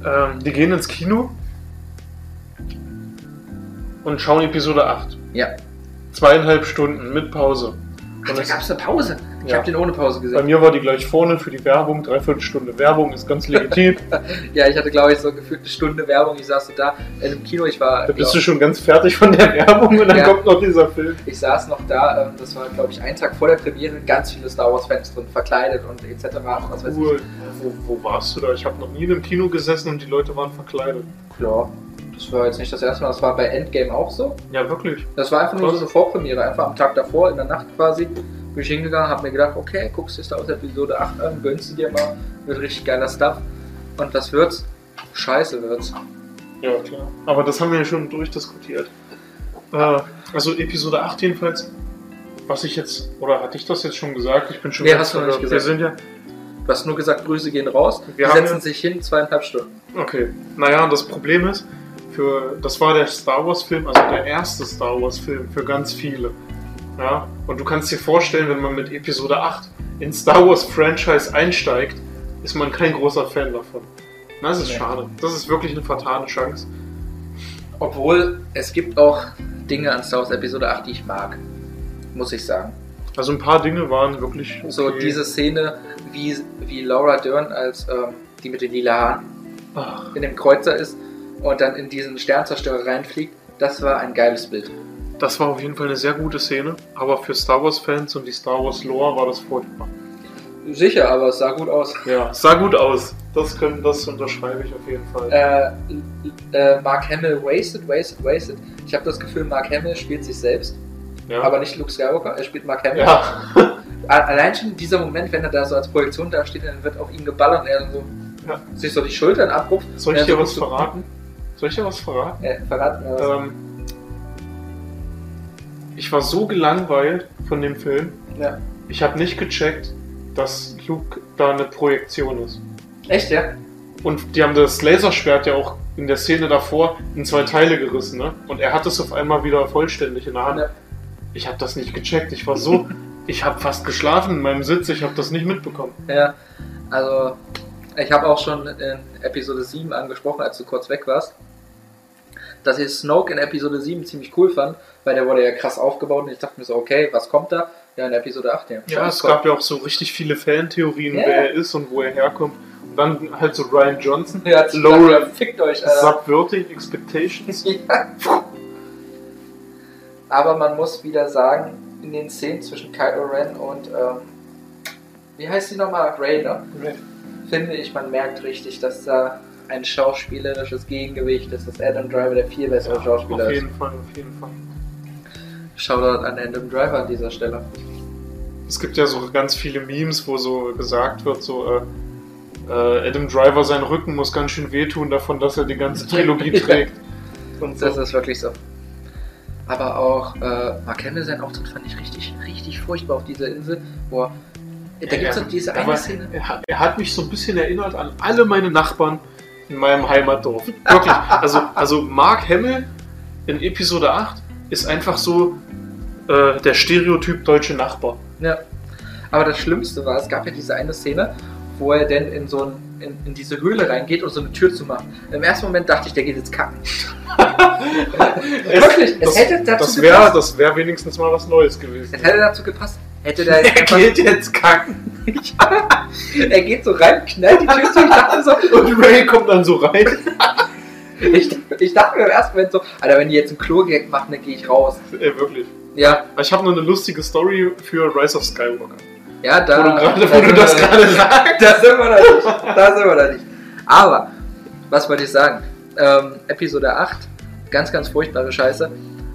[SPEAKER 1] Ähm, die gehen ins Kino. Und schauen Episode 8.
[SPEAKER 2] Ja.
[SPEAKER 1] Zweieinhalb Stunden mit Pause.
[SPEAKER 2] Ach,
[SPEAKER 1] Und
[SPEAKER 2] da
[SPEAKER 1] es,
[SPEAKER 2] gab es eine Pause. Ich
[SPEAKER 1] Ja.
[SPEAKER 2] habe den ohne Pause
[SPEAKER 1] bei
[SPEAKER 2] gesehen.
[SPEAKER 1] mir war die gleich vorne für die Werbung. Dreiviertel Stunde Werbung ist ganz legitim.
[SPEAKER 2] Ja, ich hatte, glaube ich, so gefühlt eine Stunde Werbung. Ich saß so da in einem Kino. Ich war,
[SPEAKER 1] da bist du
[SPEAKER 2] glaub,
[SPEAKER 1] schon ganz fertig von der Werbung und dann
[SPEAKER 2] Ja.
[SPEAKER 1] kommt noch dieser Film.
[SPEAKER 2] ich saß noch da. ähm, Das war, glaube ich, ein Tag vor der Premiere. Ganz viele Star Wars-Fans drin, verkleidet und etc. Und was weiß
[SPEAKER 1] Cool. Wo, wo warst du da? Ich habe noch nie in einem Kino gesessen und die Leute waren verkleidet.
[SPEAKER 2] ich. Klar. Das war jetzt nicht das erste Mal. Das war bei Endgame auch so.
[SPEAKER 1] Ja, wirklich.
[SPEAKER 2] Das war einfach nur so
[SPEAKER 1] Krass.
[SPEAKER 2] eine Vorpremiere, einfach am Tag davor, in der Nacht quasi, bin ich hingegangen, habe mir gedacht, okay, guckst du jetzt aus Episode 8 an, gönnst du dir mal, wird richtig geiler Stuff. Und was wird's? Scheiße wird's.
[SPEAKER 1] Ja, klar. Aber das haben wir ja schon durchdiskutiert. Äh, also Episode 8 jedenfalls, was ich jetzt, oder hatte ich das jetzt schon gesagt? Ich bin schon
[SPEAKER 2] Nee,
[SPEAKER 1] ganz
[SPEAKER 2] hast du noch nicht
[SPEAKER 1] verwirrt.
[SPEAKER 2] gesagt.
[SPEAKER 1] Wir sind
[SPEAKER 2] Du hast nur gesagt, Grüße gehen raus,
[SPEAKER 1] Wir
[SPEAKER 2] wir
[SPEAKER 1] haben
[SPEAKER 2] setzen
[SPEAKER 1] ja-
[SPEAKER 2] sich hin, zweieinhalb Stunden.
[SPEAKER 1] ja, okay. Naja, und das Problem ist, für, das war der Star Wars Film, also der erste Star Wars Film für ganz viele. Ja, und du kannst dir vorstellen, wenn man mit Episode 8 ins Star Wars Franchise einsteigt, ist man kein großer Fan davon. Das ist
[SPEAKER 2] Nee.
[SPEAKER 1] schade. Das ist wirklich eine fatale Chance.
[SPEAKER 2] Obwohl, es gibt auch Dinge an Star Wars Episode 8, die ich mag. Muss ich sagen.
[SPEAKER 1] Also ein paar Dinge waren wirklich okay.
[SPEAKER 2] So diese Szene, wie, wie Laura Dern als ähm, die mit den lila Haaren
[SPEAKER 1] Ach,
[SPEAKER 2] in dem Kreuzer ist und dann in diesen Sternzerstörer reinfliegt, das war ein geiles Bild.
[SPEAKER 1] das war auf jeden Fall eine sehr gute Szene, aber für Star Wars Fans und die Star Wars Lore war das furchtbar.
[SPEAKER 2] Sicher, aber es sah gut aus.
[SPEAKER 1] Ja, es sah gut aus. Das können, das unterschreibe ich auf jeden Fall.
[SPEAKER 2] Äh, äh, Mark Hamill wasted, wasted, wasted. Ich habe das Gefühl, Mark Hamill spielt sich selbst,
[SPEAKER 1] ja.
[SPEAKER 2] aber nicht Luke Skywalker, er spielt Mark Hamill.
[SPEAKER 1] ja.
[SPEAKER 2] A- Allein schon dieser Moment, wenn er da so als Projektion da steht, dann wird auf ihn geballert und er dann so
[SPEAKER 1] Ja.
[SPEAKER 2] sich so die Schultern abrupft.
[SPEAKER 1] Soll
[SPEAKER 2] Ja,
[SPEAKER 1] ich dir
[SPEAKER 2] so
[SPEAKER 1] was
[SPEAKER 2] guckst du-
[SPEAKER 1] verraten? Soll ich dir was verraten?
[SPEAKER 2] Äh, verraten mir was.
[SPEAKER 1] Ähm, ich war so gelangweilt von dem Film,
[SPEAKER 2] Ja.
[SPEAKER 1] ich habe nicht gecheckt, dass Luke da eine Projektion ist.
[SPEAKER 2] Echt, ja?
[SPEAKER 1] Und die haben das Laserschwert ja auch in der Szene davor in zwei Teile gerissen, ne? Und er hat es auf einmal wieder vollständig in der Hand.
[SPEAKER 2] Ja.
[SPEAKER 1] Ich habe das nicht gecheckt. Ich war so, ich habe fast geschlafen in meinem Sitz. Ich habe das nicht mitbekommen.
[SPEAKER 2] Ja. Also, ich habe auch schon in Episode 7 angesprochen, als du kurz weg warst, dass ich Snoke in Episode 7 ziemlich cool fand, weil der wurde ja krass aufgebaut und ich dachte mir so, okay, was kommt da? Ja, in Episode 8, ja.
[SPEAKER 1] Ja, es gab ja auch so richtig viele Fantheorien,
[SPEAKER 2] Ja.
[SPEAKER 1] wer er ist und wo er herkommt. Und dann halt so Ryan Johnson.
[SPEAKER 2] Ja, jetzt
[SPEAKER 1] Laura-
[SPEAKER 2] sagt, fickt euch, äh. Alter.
[SPEAKER 1] Subverting Expectations.
[SPEAKER 2] Ja. Aber man muss wieder sagen, in den Szenen zwischen Kylo Ren und, ähm, wie heißt die nochmal? Rey, ne? Finde ich, man merkt richtig, dass da ein schauspielerisches Gegengewicht ist, dass Adam Driver der viel bessere
[SPEAKER 1] Ja, auf
[SPEAKER 2] Schauspieler ist.
[SPEAKER 1] jeden Fall, auf jeden Fall.
[SPEAKER 2] Shoutout an Adam Driver an dieser Stelle.
[SPEAKER 1] Es gibt ja so ganz viele Memes, wo so gesagt wird, so, äh, äh, Adam Driver, sein Rücken muss ganz schön wehtun davon, dass er die ganze Trilogie
[SPEAKER 2] Ja.
[SPEAKER 1] trägt. Und
[SPEAKER 2] Das
[SPEAKER 1] so.
[SPEAKER 2] ist wirklich so. Aber auch äh, Mark Hamill, sein Auftritt fand ich richtig, richtig furchtbar auf dieser Insel. Boah, da
[SPEAKER 1] Ja,
[SPEAKER 2] gibt es
[SPEAKER 1] ja.
[SPEAKER 2] doch diese
[SPEAKER 1] Aber-
[SPEAKER 2] eine Szene.
[SPEAKER 1] Er, hat- er hat mich so ein bisschen erinnert an alle meine Nachbarn in meinem Heimatdorf. Wirklich. Also, also Mark Hamill in Episode 8 ist einfach so äh, der Stereotyp deutsche Nachbar.
[SPEAKER 2] Ja. Aber das Schlimmste war, es gab ja diese eine Szene, wo er denn in so ein, in, in diese Höhle reingeht und so eine Tür zumacht. Im ersten Moment dachte ich, der geht jetzt kacken. Wirklich, es
[SPEAKER 1] das-
[SPEAKER 2] hätte dazu
[SPEAKER 1] Das wäre
[SPEAKER 2] gepasst.
[SPEAKER 1] das wär wenigstens mal was Neues gewesen.
[SPEAKER 2] Es hätte dazu gepasst. Hätte der jetzt einfach,
[SPEAKER 1] jetzt kacken.
[SPEAKER 2] er geht so rein, knallt die Tür zu. Ich dachte so,
[SPEAKER 1] Und Ray kommt dann so rein.
[SPEAKER 2] ich, ich dachte mir im ersten Moment so, Alter, wenn die jetzt einen Klo-Gag machen, dann gehe ich raus.
[SPEAKER 1] Ey, wirklich.
[SPEAKER 2] Ja,
[SPEAKER 1] Ich habe noch eine lustige Story für Rise of Skywalker.
[SPEAKER 2] ja, da.
[SPEAKER 1] wo du, gerade,
[SPEAKER 2] da
[SPEAKER 1] wo du
[SPEAKER 2] sind
[SPEAKER 1] das
[SPEAKER 2] wir-
[SPEAKER 1] gerade sagst.
[SPEAKER 2] Da sind wir da nicht. Da sind wir da nicht. Aber, was wollte ich sagen? Ähm, Episode 8, ganz, ganz furchtbare Scheiße.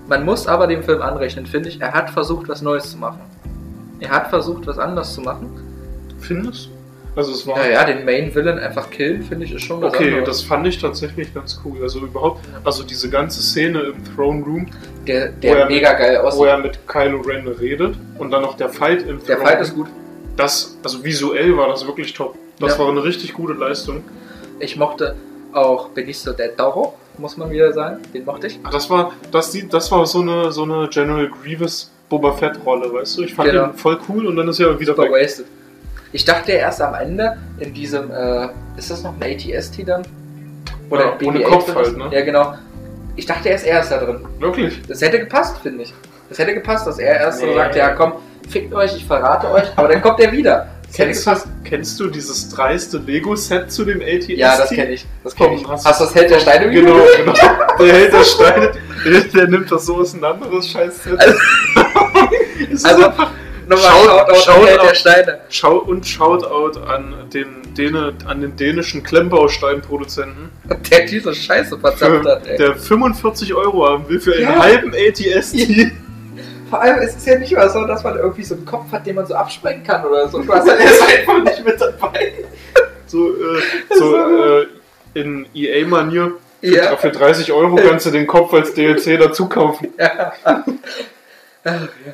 [SPEAKER 2] Man muss aber dem Film anrechnen, finde ich. Er hat versucht, was Neues zu machen. Er hat versucht, was anders zu machen.
[SPEAKER 1] Findest du? Also es war...
[SPEAKER 2] Naja, den Main Villain einfach killen, finde ich, ist schon was
[SPEAKER 1] Okay,
[SPEAKER 2] anderes.
[SPEAKER 1] das fand ich tatsächlich ganz cool. Also überhaupt, also diese ganze Szene im Throne Room,
[SPEAKER 2] Der,
[SPEAKER 1] wo
[SPEAKER 2] der
[SPEAKER 1] er-
[SPEAKER 2] mega geil
[SPEAKER 1] wo
[SPEAKER 2] aussieht.
[SPEAKER 1] er mit Kylo Ren redet und dann noch der Fight im
[SPEAKER 2] Der
[SPEAKER 1] Throne
[SPEAKER 2] Fight ist
[SPEAKER 1] Room,
[SPEAKER 2] gut.
[SPEAKER 1] das, also visuell war das wirklich top. Das
[SPEAKER 2] Ja.
[SPEAKER 1] war eine richtig gute Leistung.
[SPEAKER 2] Ich mochte auch Benicio del Toro, muss man wieder sagen. Den mochte ich.
[SPEAKER 1] Ah, Das war, das, die- das war so eine, so eine General Grievous Boba Fett Rolle, weißt du? Ich fand
[SPEAKER 2] Genau.
[SPEAKER 1] den voll cool und dann ist er wieder
[SPEAKER 2] Super
[SPEAKER 1] weg.
[SPEAKER 2] wasted. Ich dachte ja erst am Ende in diesem, äh, ist das noch ein ATST dann?
[SPEAKER 1] Ja,
[SPEAKER 2] Oder ein
[SPEAKER 1] ohne
[SPEAKER 2] BB-8
[SPEAKER 1] Kopf
[SPEAKER 2] oder
[SPEAKER 1] halt,
[SPEAKER 2] was?
[SPEAKER 1] ne?
[SPEAKER 2] Ja, genau. Ich dachte erst, er ist da drin.
[SPEAKER 1] Wirklich?
[SPEAKER 2] Das hätte gepasst, finde ich. Das hätte gepasst, dass er erst so
[SPEAKER 1] Nee.
[SPEAKER 2] sagt, ja komm, fickt euch, ich verrate euch, aber dann kommt er wieder. Das hätte
[SPEAKER 1] Kennst
[SPEAKER 2] gepasst.
[SPEAKER 1] du, kennst du dieses dreiste Lego Set zu dem ATST?
[SPEAKER 2] Ja, das kenne ich. Das kenne ich.
[SPEAKER 1] Komm, hast
[SPEAKER 2] Hast du das Held der Steine
[SPEAKER 1] Genau,
[SPEAKER 2] wieder?
[SPEAKER 1] genau. Der hält das Stein, der, der nimmt das so auseinander, das scheiß Set.
[SPEAKER 2] Also-
[SPEAKER 1] Es ist
[SPEAKER 2] Also-
[SPEAKER 1] einfach-
[SPEAKER 2] Nochmal
[SPEAKER 1] Shout-
[SPEAKER 2] Shoutout an
[SPEAKER 1] Shoutout.
[SPEAKER 2] Held der Steine.
[SPEAKER 1] Schau und Shoutout an den, Däne, an den dänischen Klemmbausteinproduzenten,
[SPEAKER 2] Der diese Scheiße verzapft
[SPEAKER 1] für-
[SPEAKER 2] hat, ey.
[SPEAKER 1] der 45 Euro haben will für einen
[SPEAKER 2] Ja.
[SPEAKER 1] halben ATST.
[SPEAKER 2] Vor allem ist es ja nicht mal so, dass man irgendwie so einen Kopf hat, den man so absprengen kann oder so. Du hast
[SPEAKER 1] Also, Er
[SPEAKER 2] halt
[SPEAKER 1] ist einfach nicht mit dabei. So, äh, so äh, in E EA-Manier. Für,
[SPEAKER 2] Ja.
[SPEAKER 1] für 30 Euro kannst du den Kopf als DLC dazu kaufen.
[SPEAKER 2] Ach, ja.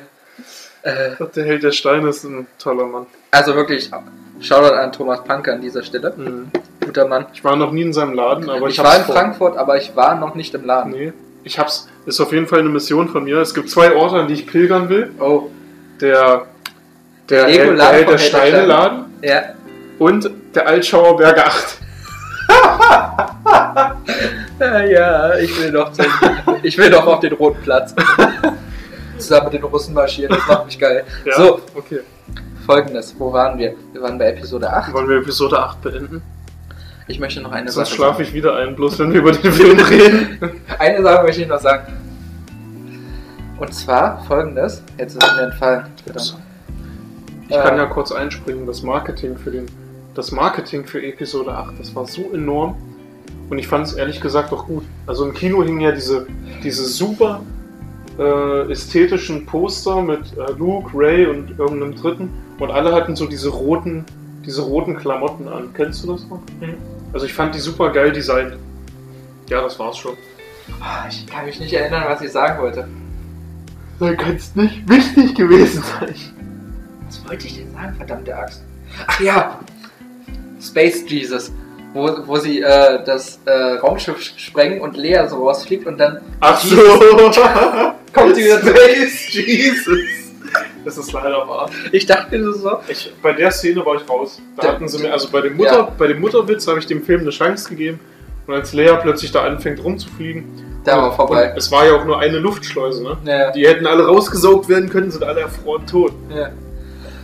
[SPEAKER 2] Äh,
[SPEAKER 1] Der Held der Steine ist ein toller Mann.
[SPEAKER 2] Also wirklich, Shoutout an Thomas Panke an dieser Stelle.
[SPEAKER 1] Mhm.
[SPEAKER 2] Guter Mann.
[SPEAKER 1] Ich war noch nie in seinem Laden, aber
[SPEAKER 2] ich
[SPEAKER 1] ich,
[SPEAKER 2] war
[SPEAKER 1] hab's
[SPEAKER 2] in
[SPEAKER 1] vor-
[SPEAKER 2] Frankfurt, aber ich war noch nicht im Laden.
[SPEAKER 1] Nee, ich hab's. Ist auf jeden Fall eine Mission von mir. Es gibt zwei Orte, an die ich pilgern will.
[SPEAKER 2] Oh,
[SPEAKER 1] der, der,
[SPEAKER 2] Lego-Laden
[SPEAKER 1] Held- der, Held
[SPEAKER 2] vom
[SPEAKER 1] der
[SPEAKER 2] Held der Steine.
[SPEAKER 1] Steine-Laden
[SPEAKER 2] ja.
[SPEAKER 1] und der Altschauer Berge 8.
[SPEAKER 2] Ja, Ah, Ja, ich will doch zum, ich will doch auf den roten Platz. Zusammen mit den Russen marschieren, das macht mich geil.
[SPEAKER 1] Ja,
[SPEAKER 2] So,
[SPEAKER 1] okay.
[SPEAKER 2] folgendes, wo waren wir? Wir waren bei Episode 8.
[SPEAKER 1] Wollen wir Episode 8 beenden?
[SPEAKER 2] Ich möchte noch eine
[SPEAKER 1] Sonst
[SPEAKER 2] Sache sagen.
[SPEAKER 1] schlafe ich wieder ein, bloß wenn wir über den Film reden.
[SPEAKER 2] Eine Sache möchte ich noch sagen. Und zwar folgendes, jetzt ist es mir entfallen.
[SPEAKER 1] Ups.
[SPEAKER 2] Verdammt.
[SPEAKER 1] Ich kann ja kurz einspringen, das Marketing für den. Das Marketing für Episode 8, das war so enorm. Und ich fand es ehrlich gesagt auch gut. Also im Kino hingen ja diese, diese super äh, ästhetischen Poster mit äh, Luke, Ray und irgendeinem dritten. Und alle hatten so diese roten, diese roten Klamotten an. Kennst du das noch? Also ich fand die super geil designt. Ja, das war's schon.
[SPEAKER 2] Ah, Ich kann mich nicht erinnern, was ich sagen wollte.
[SPEAKER 1] Dann kann es nicht wichtig gewesen sein.
[SPEAKER 2] Was wollte ich denn sagen, verdammte Axt? Ach ja, Space Jesus, wo, wo sie äh, das äh, Raumschiff sprengen und Lea so rausfliegt und dann
[SPEAKER 1] Ach so!
[SPEAKER 2] kommt sie wieder zurück.
[SPEAKER 1] Space Jesus! Das ist leider wahr.
[SPEAKER 2] Ich dachte mir so,
[SPEAKER 1] Ich, bei der Szene war ich raus. Da
[SPEAKER 2] Da-
[SPEAKER 1] hatten sie mir, also bei dem, Mutter,
[SPEAKER 2] Ja.
[SPEAKER 1] bei dem Mutterwitz habe ich dem Film eine Chance gegeben. Und als Lea plötzlich da anfängt rumzufliegen.
[SPEAKER 2] da
[SPEAKER 1] und-
[SPEAKER 2] war vorbei.
[SPEAKER 1] Und es war ja auch nur eine Luftschleuse, ne?
[SPEAKER 2] Ja,
[SPEAKER 1] Die hätten alle rausgesaugt werden können, sind alle erfroren tot.
[SPEAKER 2] ja.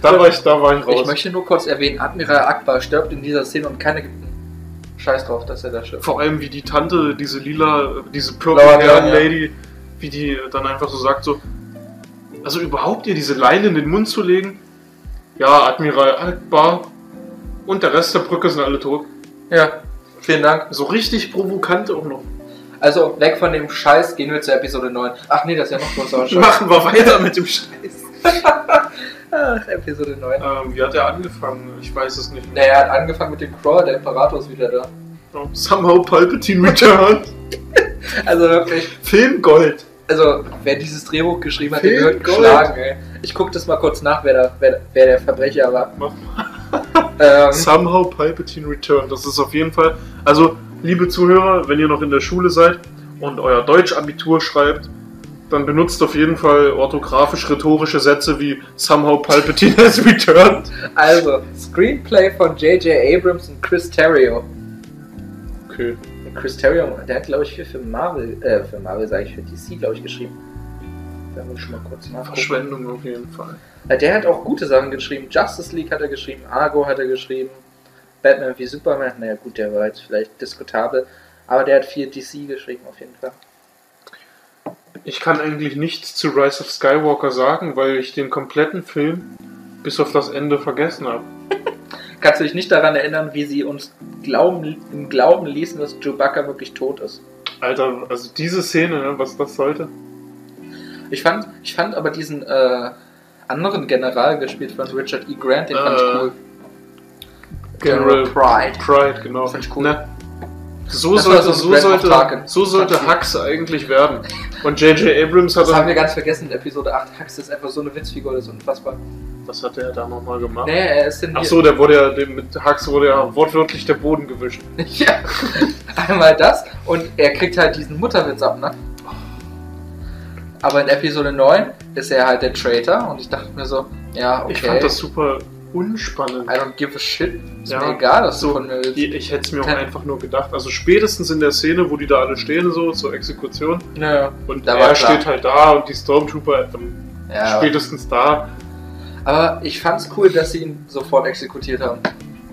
[SPEAKER 1] Da war ich, da war ich raus.
[SPEAKER 2] Ich möchte nur kurz erwähnen, Admiral Akbar stirbt in dieser Szene und keiner gibt einen Scheiß drauf, dass er da stirbt.
[SPEAKER 1] Vor allem wie die Tante, diese lila, diese Purple
[SPEAKER 2] Blaue
[SPEAKER 1] Hair
[SPEAKER 2] Hair, ja.
[SPEAKER 1] Lady, wie die dann einfach so sagt, so, also überhaupt ihr diese Leine in den Mund zu legen, ja, Admiral Akbar und der Rest der Brücke sind alle tot.
[SPEAKER 2] Ja, vielen Dank.
[SPEAKER 1] So richtig provokant auch noch.
[SPEAKER 2] Also, weg von dem Scheiß, gehen wir zur Episode 9. Ach nee, das ist ja noch größer.
[SPEAKER 1] Machen wir weiter mit dem Scheiß.
[SPEAKER 2] nach Episode 9?
[SPEAKER 1] Ähm, wie hat er angefangen? Ich weiß es nicht.
[SPEAKER 2] Naja, er hat angefangen mit dem Crawl, der Imperator ist wieder da.
[SPEAKER 1] Oh, Somehow Palpatine returned.
[SPEAKER 2] Also wirklich,
[SPEAKER 1] Filmgold.
[SPEAKER 2] also wer dieses Drehbuch geschrieben hat, der
[SPEAKER 1] Film
[SPEAKER 2] wird
[SPEAKER 1] Gold.
[SPEAKER 2] geschlagen, ey. Ich guck das mal kurz nach, wer, da, wer, wer der Verbrecher war.
[SPEAKER 1] Mach
[SPEAKER 2] Ähm,
[SPEAKER 1] Somehow Palpatine returned. Das ist auf jeden Fall. Also, liebe Zuhörer, wenn ihr noch in der Schule seid und euer Deutschabitur schreibt, dann benutzt auf jeden Fall orthografisch-rhetorische Sätze wie Somehow Palpatine has returned.
[SPEAKER 2] also, Screenplay von J.J. Abrams und Chris Terrio.
[SPEAKER 1] Okay.
[SPEAKER 2] Chris Terrio, der hat, glaube ich, viel für Marvel, äh, für Marvel, sage ich, für DC, glaube ich, geschrieben. Da muss ich mal kurz nachgucken.
[SPEAKER 1] Verschwendung auf jeden Fall.
[SPEAKER 2] Ja, Der hat auch gute Sachen geschrieben. Justice League hat er geschrieben, Argo hat er geschrieben, Batman wie Superman, naja gut, der war jetzt vielleicht diskutabel, aber der hat viel DC geschrieben auf jeden Fall.
[SPEAKER 1] Ich kann eigentlich nichts zu Rise of Skywalker sagen, weil ich den kompletten Film bis auf das Ende vergessen habe.
[SPEAKER 2] Kannst du dich nicht daran erinnern, wie sie uns glauben, im Glauben ließen, dass Chewbacca wirklich tot ist?
[SPEAKER 1] Alter, also diese Szene, ne, was das sollte.
[SPEAKER 2] Ich fand, ich fand aber diesen äh, anderen General gespielt von Richard E. Grant, den fand ich
[SPEAKER 1] Äh,
[SPEAKER 2] cool. Genau.
[SPEAKER 1] General
[SPEAKER 2] Pride.
[SPEAKER 1] Pride, genau.
[SPEAKER 2] Fand ich cool.
[SPEAKER 1] Ne? So
[SPEAKER 2] Das
[SPEAKER 1] sollte,
[SPEAKER 2] war so
[SPEAKER 1] so
[SPEAKER 2] Grand Moff
[SPEAKER 1] sollte,
[SPEAKER 2] Tarkin.
[SPEAKER 1] so sollte
[SPEAKER 2] Fand ich-
[SPEAKER 1] Hux eigentlich werden. Und J.J. Abrams hat
[SPEAKER 2] Das haben
[SPEAKER 1] dann,
[SPEAKER 2] wir ganz vergessen in Episode 8. Hux ist einfach so eine Witzfigur, das ist unfassbar.
[SPEAKER 1] Was hat er da nochmal gemacht?
[SPEAKER 2] Nee, Genau. er ist in
[SPEAKER 1] Ach so, der wurde ja, dem, mit Hux wurde ja wortwörtlich der Boden gewischt.
[SPEAKER 2] Ja, einmal das und er kriegt halt diesen Mutterwitz ab, ne? Aber in Episode 9 ist er halt der Traitor und ich dachte mir so, ja, okay, Also-
[SPEAKER 1] Ich fand das super unspannend.
[SPEAKER 2] I don't give a shit, ist
[SPEAKER 1] Ja,
[SPEAKER 2] mir egal, dass
[SPEAKER 1] so
[SPEAKER 2] du von mir willst.
[SPEAKER 1] Ich, ich hätte es mir auch einfach nur gedacht. Also spätestens in der Szene, wo die da alle stehen, so zur Exekution.
[SPEAKER 2] Naja,
[SPEAKER 1] Und
[SPEAKER 2] Da war
[SPEAKER 1] er
[SPEAKER 2] klar.
[SPEAKER 1] steht halt da und die Stormtrooper ähm,
[SPEAKER 2] ja.
[SPEAKER 1] spätestens da.
[SPEAKER 2] Aber ich fand's cool, dass sie ihn sofort exekutiert haben.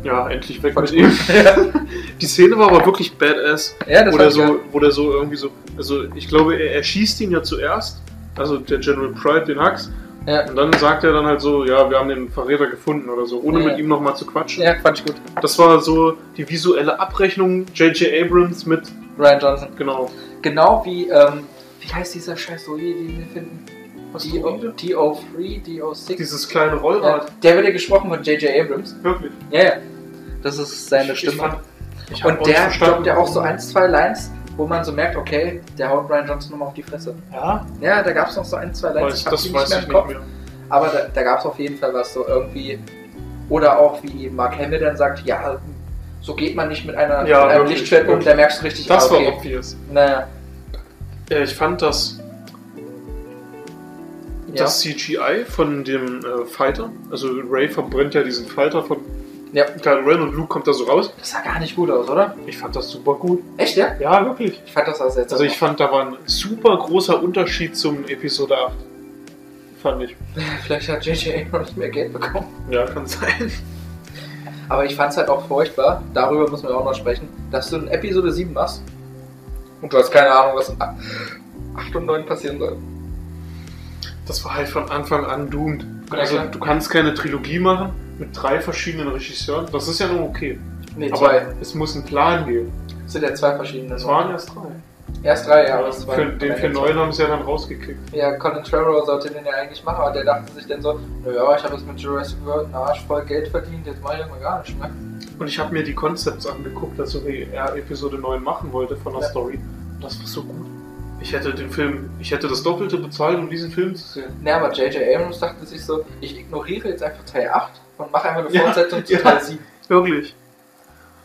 [SPEAKER 1] Ja, endlich weg
[SPEAKER 2] Fand
[SPEAKER 1] mit
[SPEAKER 2] ich
[SPEAKER 1] ihm.
[SPEAKER 2] cool.
[SPEAKER 1] Die Szene war aber wirklich badass.
[SPEAKER 2] ja, das
[SPEAKER 1] Oder
[SPEAKER 2] fand ich geil.
[SPEAKER 1] so, wo der so irgendwie so, also ich glaube, er, er schießt ihn ja zuerst, also der General Pride, den Hux,
[SPEAKER 2] Ja.
[SPEAKER 1] und dann sagt er dann halt so, ja, wir haben den Verräter gefunden oder so, ohne
[SPEAKER 2] Ja.
[SPEAKER 1] mit ihm nochmal zu quatschen.
[SPEAKER 2] Ja, fand ich gut.
[SPEAKER 1] Das war so die visuelle Abrechnung J.J. Abrams mit,
[SPEAKER 2] Ryan Johnson.
[SPEAKER 1] genau,
[SPEAKER 2] Genau wie, ähm, wie heißt dieser scheiß Oje, den wir finden?
[SPEAKER 1] Was
[SPEAKER 2] DO
[SPEAKER 1] Droide?
[SPEAKER 2] DO3, DO6.
[SPEAKER 1] dieses kleine
[SPEAKER 2] ja,
[SPEAKER 1] Rollrad.
[SPEAKER 2] der wird ja gesprochen von J.J. Abrams.
[SPEAKER 1] Wirklich.
[SPEAKER 2] Ja, ja. Das ist seine
[SPEAKER 1] Ich-
[SPEAKER 2] Stimme.
[SPEAKER 1] Ich fand, ich hab auch
[SPEAKER 2] und
[SPEAKER 1] nicht
[SPEAKER 2] der
[SPEAKER 1] verstanden,
[SPEAKER 2] droppt ja auch so ein, zwei Lines, wo man so merkt, okay, der haut Brian Johnson nochmal auf die Fresse.
[SPEAKER 1] Ja,
[SPEAKER 2] Ja, da gab es noch so ein, zwei Lines,
[SPEAKER 1] weiß,
[SPEAKER 2] hab
[SPEAKER 1] das
[SPEAKER 2] die
[SPEAKER 1] weiß ich
[SPEAKER 2] im
[SPEAKER 1] nicht mehr.
[SPEAKER 2] Aber da, da gab es auf jeden Fall was so irgendwie. Oder auch wie Mark Hamill dann sagt, ja, so geht man nicht mit,
[SPEAKER 1] Ja,
[SPEAKER 2] einer, mit einem
[SPEAKER 1] wirklich,
[SPEAKER 2] Lichtschwert um,
[SPEAKER 1] wirklich.
[SPEAKER 2] da merkst du richtig,
[SPEAKER 1] Das
[SPEAKER 2] ah, okay.
[SPEAKER 1] war obvious.
[SPEAKER 2] Naja,
[SPEAKER 1] Ja, ich fand das
[SPEAKER 2] ja.
[SPEAKER 1] das CGI von dem äh, Fighter. Also Ray verbrennt ja diesen Fighter von
[SPEAKER 2] Ja.
[SPEAKER 1] Kylo Ren und Luke kommt da so raus.
[SPEAKER 2] das sah gar nicht gut aus, oder?
[SPEAKER 1] Ich fand das super gut.
[SPEAKER 2] Echt, ja?
[SPEAKER 1] Ja, wirklich.
[SPEAKER 2] Ich fand das also jetzt
[SPEAKER 1] Also ich
[SPEAKER 2] auch-
[SPEAKER 1] fand, da war ein super großer Unterschied zum Episode 8. Fand ich.
[SPEAKER 2] Vielleicht hat J.J. Abrams mehr Geld bekommen.
[SPEAKER 1] Ja, kann sein.
[SPEAKER 2] Aber ich fand's halt auch furchtbar, darüber müssen wir auch noch sprechen, dass du in Episode 7 machst und du hast keine Ahnung, was in 8 und 9 passieren soll.
[SPEAKER 1] Das war halt von Anfang an doomed.
[SPEAKER 2] Ja,
[SPEAKER 1] Also
[SPEAKER 2] klar.
[SPEAKER 1] du kannst keine Trilogie machen mit drei verschiedenen Regisseuren. Das ist ja nur okay.
[SPEAKER 2] Nee,
[SPEAKER 1] Aber
[SPEAKER 2] zwei.
[SPEAKER 1] es muss einen Plan geben.
[SPEAKER 2] Es sind ja zwei verschiedene.
[SPEAKER 1] Es waren erst drei.
[SPEAKER 2] Erst drei, ja, aber es
[SPEAKER 1] für,
[SPEAKER 2] waren-
[SPEAKER 1] den für neun haben sie ja dann rausgekickt.
[SPEAKER 2] Ja, Colin Trevorrow sollte den ja eigentlich machen, aber der dachte sich dann so, naja, ich habe jetzt mit Jurassic World einen Arsch voll Geld verdient, jetzt mache ich mal gar nicht mehr.
[SPEAKER 1] Und ich habe mir die Concepts angeguckt, also wie er Episode 9 machen wollte von der
[SPEAKER 2] Ja.
[SPEAKER 1] Story. Und das war so gut. Ich hätte den Film, ich hätte das Doppelte bezahlt, um diesen Film zu sehen.
[SPEAKER 2] Ne, aber J.J. Abrams dachte sich so, ich ignoriere jetzt einfach Teil 8 und mache einfach eine
[SPEAKER 1] Ja,
[SPEAKER 2] Fortsetzung zu
[SPEAKER 1] ja.
[SPEAKER 2] Teil 7.
[SPEAKER 1] Wirklich.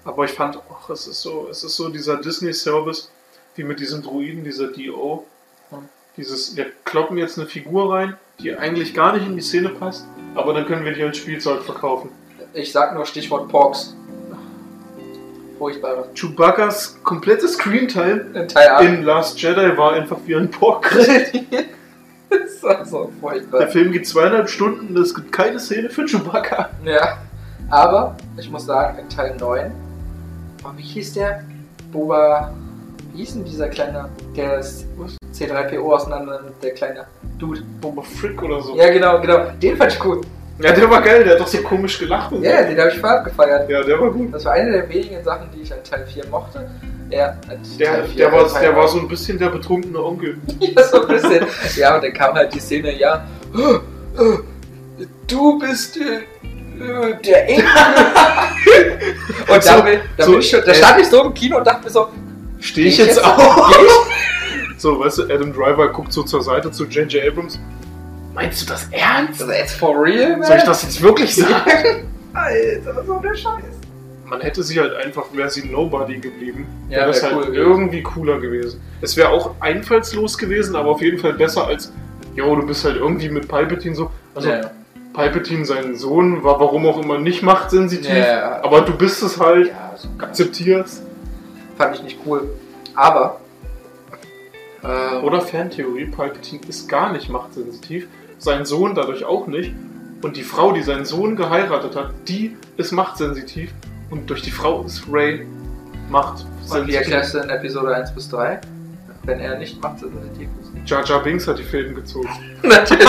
[SPEAKER 1] Aber ich fand, ach, es ist so, es ist so dieser Disney-Service, wie mit diesem Druiden, dieser D.O.
[SPEAKER 2] Hm.
[SPEAKER 1] Dieses, wir kloppen jetzt eine Figur rein, die eigentlich gar nicht in die Szene passt, aber dann können wir die als Spielzeug verkaufen.
[SPEAKER 2] Ich sag nur Stichwort Porks. Furchtbar.
[SPEAKER 1] Chewbacca's komplette Screentime
[SPEAKER 2] In Teil 8.
[SPEAKER 1] in Last Jedi war einfach wie ein Pork.
[SPEAKER 2] das war so
[SPEAKER 1] Der
[SPEAKER 2] furchtbar.
[SPEAKER 1] Film geht zweieinhalb Stunden und es gibt keine Szene für Chewbacca.
[SPEAKER 2] Ja. Aber ich muss sagen, in Teil 9, oh, wie hieß der? Boba. Wie hieß denn dieser kleine, der ist C3PO auseinander, nimmt, der kleine Dude?
[SPEAKER 1] Boba Frick oder so.
[SPEAKER 2] Ja, genau, genau. Den fand ich cool.
[SPEAKER 1] Ja, der war geil, der hat doch so komisch gelacht. und
[SPEAKER 2] Ja,
[SPEAKER 1] so.
[SPEAKER 2] den habe ich voll abgefeiert.
[SPEAKER 1] ja der war gut.
[SPEAKER 2] Das war eine der wenigen Sachen, die ich an Teil 4 mochte. Ja, an
[SPEAKER 1] Der,
[SPEAKER 2] Teil vier,
[SPEAKER 1] der,
[SPEAKER 2] an
[SPEAKER 1] war,
[SPEAKER 2] Teil
[SPEAKER 1] der war
[SPEAKER 2] neun.
[SPEAKER 1] so ein bisschen der betrunkene Onkel.
[SPEAKER 2] Ja, so ein bisschen. Ja, und dann kam halt die Szene, ja, du bist äh, äh, der Engel. und da,
[SPEAKER 1] So,
[SPEAKER 2] bin, da,
[SPEAKER 1] so,
[SPEAKER 2] bin ich schon, da
[SPEAKER 1] äh,
[SPEAKER 2] stand ich so im Kino und dachte mir so,
[SPEAKER 1] Stehe ich
[SPEAKER 2] Geh ich
[SPEAKER 1] jetzt
[SPEAKER 2] jetzt
[SPEAKER 1] auf? so, weißt du, Adam Driver guckt so zur Seite zu J.J. Abrams. Meinst du das ernst?
[SPEAKER 2] das ist jetzt for real, man?
[SPEAKER 1] Soll ich das jetzt wirklich sagen?
[SPEAKER 2] Alter, so der Scheiß.
[SPEAKER 1] Man hätte sie halt einfach, wäre sie Nobody geblieben,
[SPEAKER 2] Ja,
[SPEAKER 1] wäre das
[SPEAKER 2] wär
[SPEAKER 1] halt
[SPEAKER 2] cool gewesen.
[SPEAKER 1] irgendwie cooler gewesen. Es wäre auch einfallslos gewesen, aber auf jeden Fall besser als, jo, du bist halt irgendwie mit Palpatine so. Also,
[SPEAKER 2] ja,
[SPEAKER 1] Palpatine, seinen Sohn, war warum auch immer nicht machtsensitiv,
[SPEAKER 2] Ja.
[SPEAKER 1] aber du bist es halt,
[SPEAKER 2] ja, so ganz-
[SPEAKER 1] akzeptierst.
[SPEAKER 2] fand ich nicht cool. Aber, äh,
[SPEAKER 1] Oder Fantheorie, Palpatine ist gar nicht machtsensitiv, sein Sohn dadurch auch nicht. Und die Frau, die seinen Sohn geheiratet hat, die ist machtsensitiv. Und durch die Frau ist Ray
[SPEAKER 2] und wie
[SPEAKER 1] machtsensitiv.
[SPEAKER 2] erklärst du in Episode 1 bis 3, wenn er nicht macht, sensitiv ist?
[SPEAKER 1] Jar Jar Binks hat die Fäden gezogen.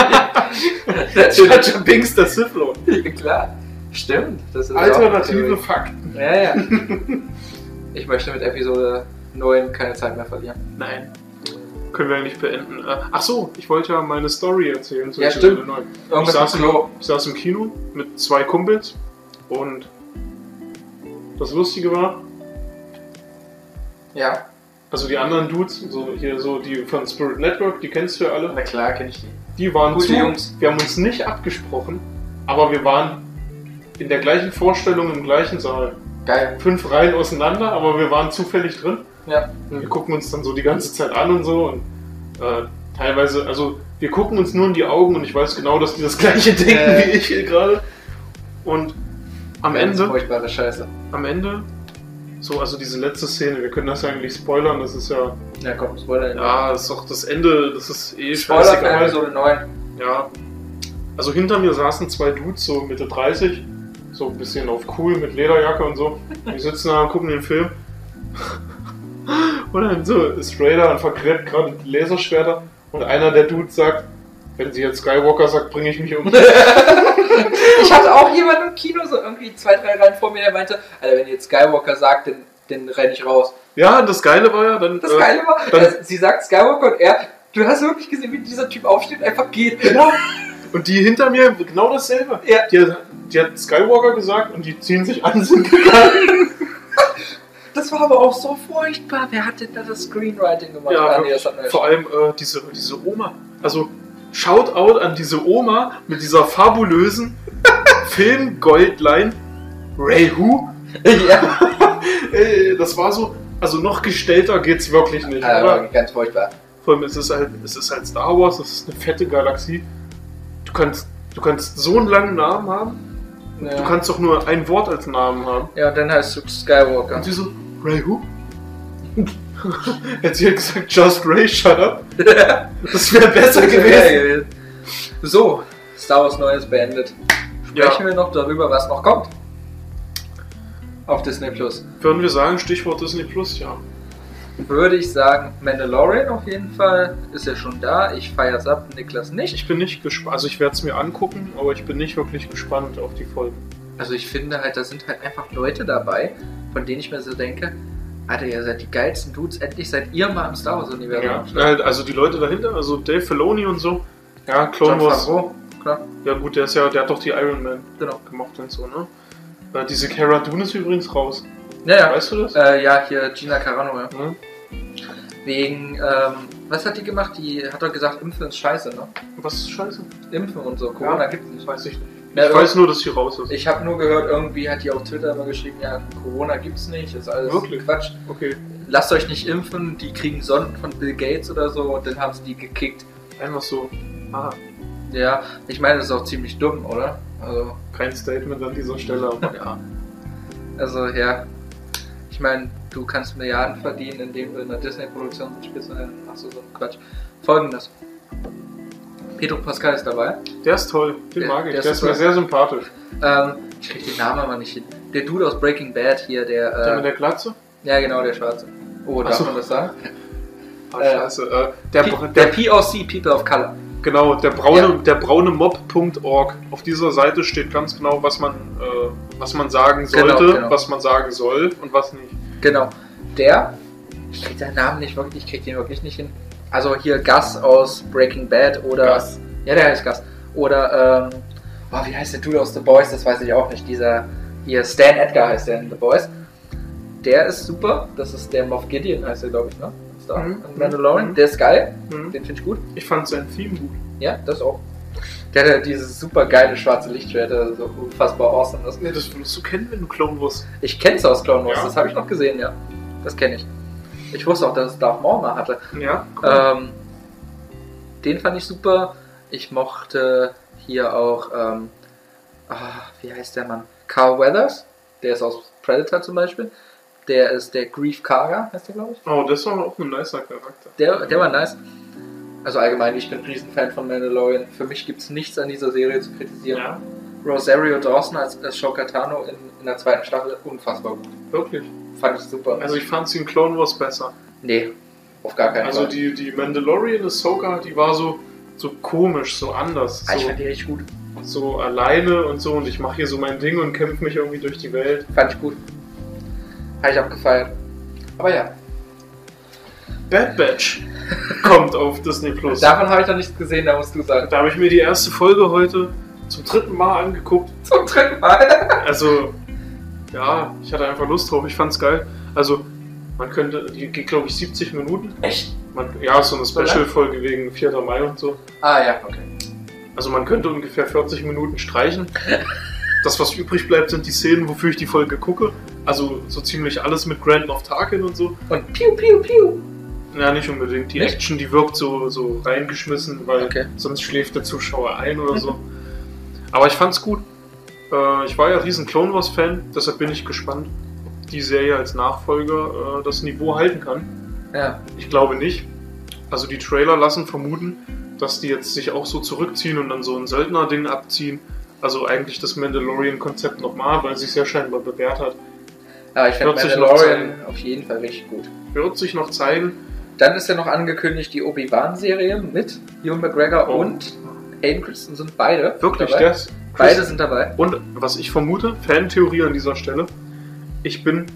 [SPEAKER 2] Natürlich.
[SPEAKER 1] Jar
[SPEAKER 2] Natürlich.
[SPEAKER 1] Jar Binks, der Sith Lord.
[SPEAKER 2] Klar. Stimmt. Das ist
[SPEAKER 1] Alternative
[SPEAKER 2] auch-
[SPEAKER 1] Fakten.
[SPEAKER 2] Ja, ja. Ich möchte mit Episode 9 keine Zeit mehr verlieren.
[SPEAKER 1] Nein. Können wir ja nicht beenden. Äh, Ach so, ich wollte ja meine Story erzählen. zu
[SPEAKER 2] Ja,
[SPEAKER 1] Episode
[SPEAKER 2] stimmt.
[SPEAKER 1] 9. Ich
[SPEAKER 2] Irgendwas
[SPEAKER 1] saß,
[SPEAKER 2] im
[SPEAKER 1] im,
[SPEAKER 2] Klo.
[SPEAKER 1] ich saß im Kino mit zwei Kumpels und das Lustige war,
[SPEAKER 2] Ja.
[SPEAKER 1] also die anderen Dudes, so hier so die von Spirit Network, die kennst du ja alle,
[SPEAKER 2] Na klar, kenne ich die.
[SPEAKER 1] die waren
[SPEAKER 2] Gute
[SPEAKER 1] zu.
[SPEAKER 2] Jungs.
[SPEAKER 1] Wir haben uns nicht abgesprochen, aber wir waren in der gleichen Vorstellung im gleichen Saal.
[SPEAKER 2] Geil.
[SPEAKER 1] Fünf Reihen auseinander, aber wir waren zufällig drin.
[SPEAKER 2] Ja.
[SPEAKER 1] Und wir gucken uns dann so die ganze Zeit an und so und äh, teilweise, also wir gucken uns nur in die Augen und ich weiß genau, dass die das gleiche denken
[SPEAKER 2] Äh.
[SPEAKER 1] wie ich hier gerade. Und am
[SPEAKER 2] Ganz
[SPEAKER 1] Ende,
[SPEAKER 2] Furchtbare Scheiße.
[SPEAKER 1] am Ende, so, also diese letzte Szene, wir können das ja eigentlich spoilern, das ist ja,
[SPEAKER 2] Ja, komm, Spoiler.
[SPEAKER 1] ja, ist doch das Ende, das ist eh
[SPEAKER 2] Spoiler für
[SPEAKER 1] scheißegal.
[SPEAKER 2] Episode 9.
[SPEAKER 1] Ja. Also hinter mir saßen zwei Dudes, so Mitte 30, so ein bisschen auf cool mit Lederjacke und so. Die sitzen da und gucken den Film. Und dann so ist Ray da und vergräbt gerade die Laserschwerter. Und einer der Dudes sagt, wenn sie jetzt Skywalker sagt, bringe ich mich um.
[SPEAKER 2] Ich hatte auch jemanden im Kino, so irgendwie zwei, drei Reihen vor mir, der meinte, Alter, wenn jetzt Skywalker sagt, dann, dann renne ich raus.
[SPEAKER 1] ja, das Geile war ja dann.
[SPEAKER 2] Das
[SPEAKER 1] äh,
[SPEAKER 2] Geile war,
[SPEAKER 1] dann-
[SPEAKER 2] dass sie sagt Skywalker und er, du hast wirklich gesehen, wie dieser Typ aufsteht und einfach geht. Genau.
[SPEAKER 1] Und die hinter mir genau dasselbe.
[SPEAKER 2] Ja.
[SPEAKER 1] Die, die hat Skywalker gesagt und die ziehen sich an, sind
[SPEAKER 2] Das war aber auch so furchtbar. Wer hat denn da das Screenwriting gemacht?
[SPEAKER 1] Ja,
[SPEAKER 2] Ah, nee,
[SPEAKER 1] wirklich.
[SPEAKER 2] das hat man ja
[SPEAKER 1] Vor allem äh, diese, diese Oma. Also Shoutout an diese Oma mit dieser fabulösen Filmgoldline. Ray Who?
[SPEAKER 2] schon. ja.
[SPEAKER 1] Äh, das war so, also noch gestellter geht's wirklich nicht.
[SPEAKER 2] Aber
[SPEAKER 1] Oder?
[SPEAKER 2] ganz furchtbar.
[SPEAKER 1] Vor allem es ist halt, es ist halt Star Wars, es ist eine fette Galaxie. Du kannst, du kannst so einen langen Namen haben, du
[SPEAKER 2] Ja.
[SPEAKER 1] kannst doch nur ein Wort als Namen haben.
[SPEAKER 2] ja, und dann heißt du Skywalker.
[SPEAKER 1] Und sie so, Ray Who? Hätte sie halt gesagt, just Ray, shut up. Das wäre besser
[SPEAKER 2] Das wär
[SPEAKER 1] gewesen.
[SPEAKER 2] geil gewesen. So, Star Wars Neues beendet. Sprechen wir noch darüber, was noch kommt. Auf Disney Plus.
[SPEAKER 1] Würden wir sagen, Stichwort Disney Plus, ja.
[SPEAKER 2] Würde ich sagen, Mandalorian auf jeden Fall ist ja schon da. Ich feier's ab, Niklas nicht.
[SPEAKER 1] Ich bin nicht gespannt, also ich werde es mir angucken, aber ich bin nicht wirklich gespannt auf die Folge.
[SPEAKER 2] Also ich finde halt, da sind halt einfach Leute dabei, von denen ich mir so denke, Alter, ihr seid die geilsten Dudes, endlich seid ihr mal im Star Wars Universum.
[SPEAKER 1] Ja, halt, also die Leute dahinter, also Dave Filoni und so. Ja, Clone
[SPEAKER 2] John
[SPEAKER 1] Wars.
[SPEAKER 2] Favreau, klar,
[SPEAKER 1] Ja gut, der ist ja, der hat doch die Iron Man
[SPEAKER 2] genau.
[SPEAKER 1] gemacht und so, ne? Äh, diese Cara Dune ist übrigens raus.
[SPEAKER 2] Naja,
[SPEAKER 1] Weißt du das?
[SPEAKER 2] äh, ja, hier Gina Carano, ja.
[SPEAKER 1] Ne?
[SPEAKER 2] Wegen, ähm, was hat die gemacht? Die hat doch gesagt, Impfen ist scheiße, ne?
[SPEAKER 1] Was ist scheiße?
[SPEAKER 2] Impfen und so, Corona
[SPEAKER 1] Ja.
[SPEAKER 2] gibt's nicht.
[SPEAKER 1] Weiß ich nicht.
[SPEAKER 2] Na,
[SPEAKER 1] ich weiß nur, dass sie raus ist.
[SPEAKER 2] Ich habe nur gehört, irgendwie hat die auf Twitter immer geschrieben, ja, Corona gibt's nicht, ist alles
[SPEAKER 1] Wirklich?
[SPEAKER 2] Quatsch.
[SPEAKER 1] Okay.
[SPEAKER 2] Lasst euch nicht impfen, die kriegen Sonnen von Bill Gates oder so und dann haben sie die gekickt.
[SPEAKER 1] Einfach so. Ah,
[SPEAKER 2] Ja, ich meine, das ist auch ziemlich dumm, oder? Also,
[SPEAKER 1] kein Statement an dieser Stelle, aber ja.
[SPEAKER 2] also ja. Ich meine, du kannst Milliarden verdienen, indem du in einer Disney-Produktion mitspielst und dann machst du so einen Quatsch. Folgendes. Pedro Pascal ist dabei.
[SPEAKER 1] Der ist toll, den
[SPEAKER 2] Der-
[SPEAKER 1] mag ich.
[SPEAKER 2] der
[SPEAKER 1] Der,
[SPEAKER 2] ist
[SPEAKER 1] ist mir
[SPEAKER 2] super.
[SPEAKER 1] sehr sympathisch.
[SPEAKER 2] Ähm, ich krieg den Namen aber nicht hin. Der Dude aus Breaking Bad hier, der,
[SPEAKER 1] Der mit
[SPEAKER 2] äh,
[SPEAKER 1] der Glatze?
[SPEAKER 2] ja genau, der Schwarze. Oh, darf
[SPEAKER 1] Ach so.
[SPEAKER 2] man das sagen?
[SPEAKER 1] Ah,
[SPEAKER 2] Äh,
[SPEAKER 1] scheiße. Äh, der,
[SPEAKER 2] P-
[SPEAKER 1] der,
[SPEAKER 2] der POC, People of Color.
[SPEAKER 1] Genau, der braune,
[SPEAKER 2] Ja.
[SPEAKER 1] der braune Mob.org. Auf dieser Seite steht ganz genau, was man, äh, was man sagen
[SPEAKER 2] Genau,
[SPEAKER 1] sollte,
[SPEAKER 2] genau.
[SPEAKER 1] was man sagen soll und was nicht.
[SPEAKER 2] Genau. Der, ich krieg seinen Namen nicht wirklich, ich krieg den wirklich nicht hin. Also hier Gus aus Breaking Bad oder.
[SPEAKER 1] Gus.
[SPEAKER 2] Ja, der heißt Gus. Oder ähm, Boah, wie heißt der Dude aus The Boys? Das weiß ich auch nicht. Dieser hier, Stan Edgar heißt der in The Boys. Der ist super. Das ist der Moff Gideon, heißt der, glaube ich, ne? Ist da
[SPEAKER 1] Mhm.
[SPEAKER 2] in Mandalorian.
[SPEAKER 1] Mhm.
[SPEAKER 2] Der ist geil.
[SPEAKER 1] Mhm.
[SPEAKER 2] Den finde ich gut.
[SPEAKER 1] Ich fand sein Theme gut.
[SPEAKER 2] Ja, das auch. Der hat ja dieses super geile schwarze Lichtschwert, der so unfassbar awesome ist.
[SPEAKER 1] Ja, das würdest du kennen, wenn du Clone Wars.
[SPEAKER 2] Ich kenn's aus Clone Wars,
[SPEAKER 1] Ja.
[SPEAKER 2] das habe ich noch gesehen, ja. Das kenne ich. Ich wusste auch, dass es Darth Maul mal hatte.
[SPEAKER 1] Ja.
[SPEAKER 2] Ähm, den fand ich super. Ich mochte hier auch, ähm, ah, wie heißt der Mann? Carl Weathers, der ist aus Predator zum Beispiel. Der ist der Grief Kaga, heißt der, glaube ich.
[SPEAKER 1] Oh, das war auch ein nicer Charakter.
[SPEAKER 2] Der, der war nice. Also allgemein, ich bin ein Riesenfan von Mandalorian. Für mich gibt's nichts an dieser Serie zu kritisieren.
[SPEAKER 1] Ja,
[SPEAKER 2] Rosario Dawson als, als Shokatano in, in der zweiten Staffel, unfassbar gut.
[SPEAKER 1] wirklich.
[SPEAKER 2] Fand ich super.
[SPEAKER 1] Also ich fand sie in Clone Wars besser.
[SPEAKER 2] nee, auf gar keinen
[SPEAKER 1] Also
[SPEAKER 2] Fall.
[SPEAKER 1] die, die Mandalorian Ahsoka, die war so, so komisch, so anders.
[SPEAKER 2] ah, ich
[SPEAKER 1] So,
[SPEAKER 2] fand die richtig gut.
[SPEAKER 1] so alleine und so und ich mache hier so mein Ding und kämpfe mich irgendwie durch die Welt.
[SPEAKER 2] Fand ich gut. Habe ich abgefeiert. Aber ja,
[SPEAKER 1] Bad Batch kommt auf Disney Plus. Da,
[SPEAKER 2] davon habe ich noch nichts gesehen, da musst du sagen.
[SPEAKER 1] habe ich mir die erste Folge heute zum dritten Mal angeguckt.
[SPEAKER 2] Zum dritten Mal.
[SPEAKER 1] Also, ja, ich hatte einfach Lust drauf. Ich fand's geil. Also, man könnte, die geht glaube ich 70 Minuten.
[SPEAKER 2] Echt?
[SPEAKER 1] Man, ja, so eine
[SPEAKER 2] So lang?
[SPEAKER 1] Special-Folge wegen 4. Mai und so.
[SPEAKER 2] Ah ja, okay.
[SPEAKER 1] Also man könnte ungefähr 40 Minuten streichen. Das, was übrig bleibt, sind die Szenen, wofür ich die Folge gucke. Also so ziemlich alles mit Grand Moff Tarkin und so.
[SPEAKER 2] Und piu, piu, piu.
[SPEAKER 1] Ja, nicht unbedingt. Die
[SPEAKER 2] Nicht?
[SPEAKER 1] Action, die wirkt so, so reingeschmissen, weil
[SPEAKER 2] Okay.
[SPEAKER 1] sonst schläft der Zuschauer ein oder so. Aber ich fand's gut. Äh, ich war ja riesen Clone Wars Fan, deshalb bin ich gespannt, ob die Serie als Nachfolger äh, das Niveau halten kann.
[SPEAKER 2] Ja,
[SPEAKER 1] Ich glaube nicht. Also die Trailer lassen vermuten, dass die jetzt sich auch so zurückziehen und dann so ein Söldner-Ding abziehen. Also eigentlich das Mandalorian-Konzept nochmal, weil sich ja scheinbar bewährt hat.
[SPEAKER 2] aber ich finde
[SPEAKER 1] Wird sich noch
[SPEAKER 2] Mandalorian auf jeden Fall richtig gut.
[SPEAKER 1] Wird sich noch zeigen.
[SPEAKER 2] Dann ist ja noch angekündigt die Obi-Wan-Serie mit Ewan McGregor
[SPEAKER 1] Oh.
[SPEAKER 2] und Aiden Christensen sind beide.
[SPEAKER 1] Wirklich,
[SPEAKER 2] dabei.
[SPEAKER 1] das.
[SPEAKER 2] Beide sind dabei.
[SPEAKER 1] Und was ich vermute, Fantheorie an dieser Stelle. Ich bin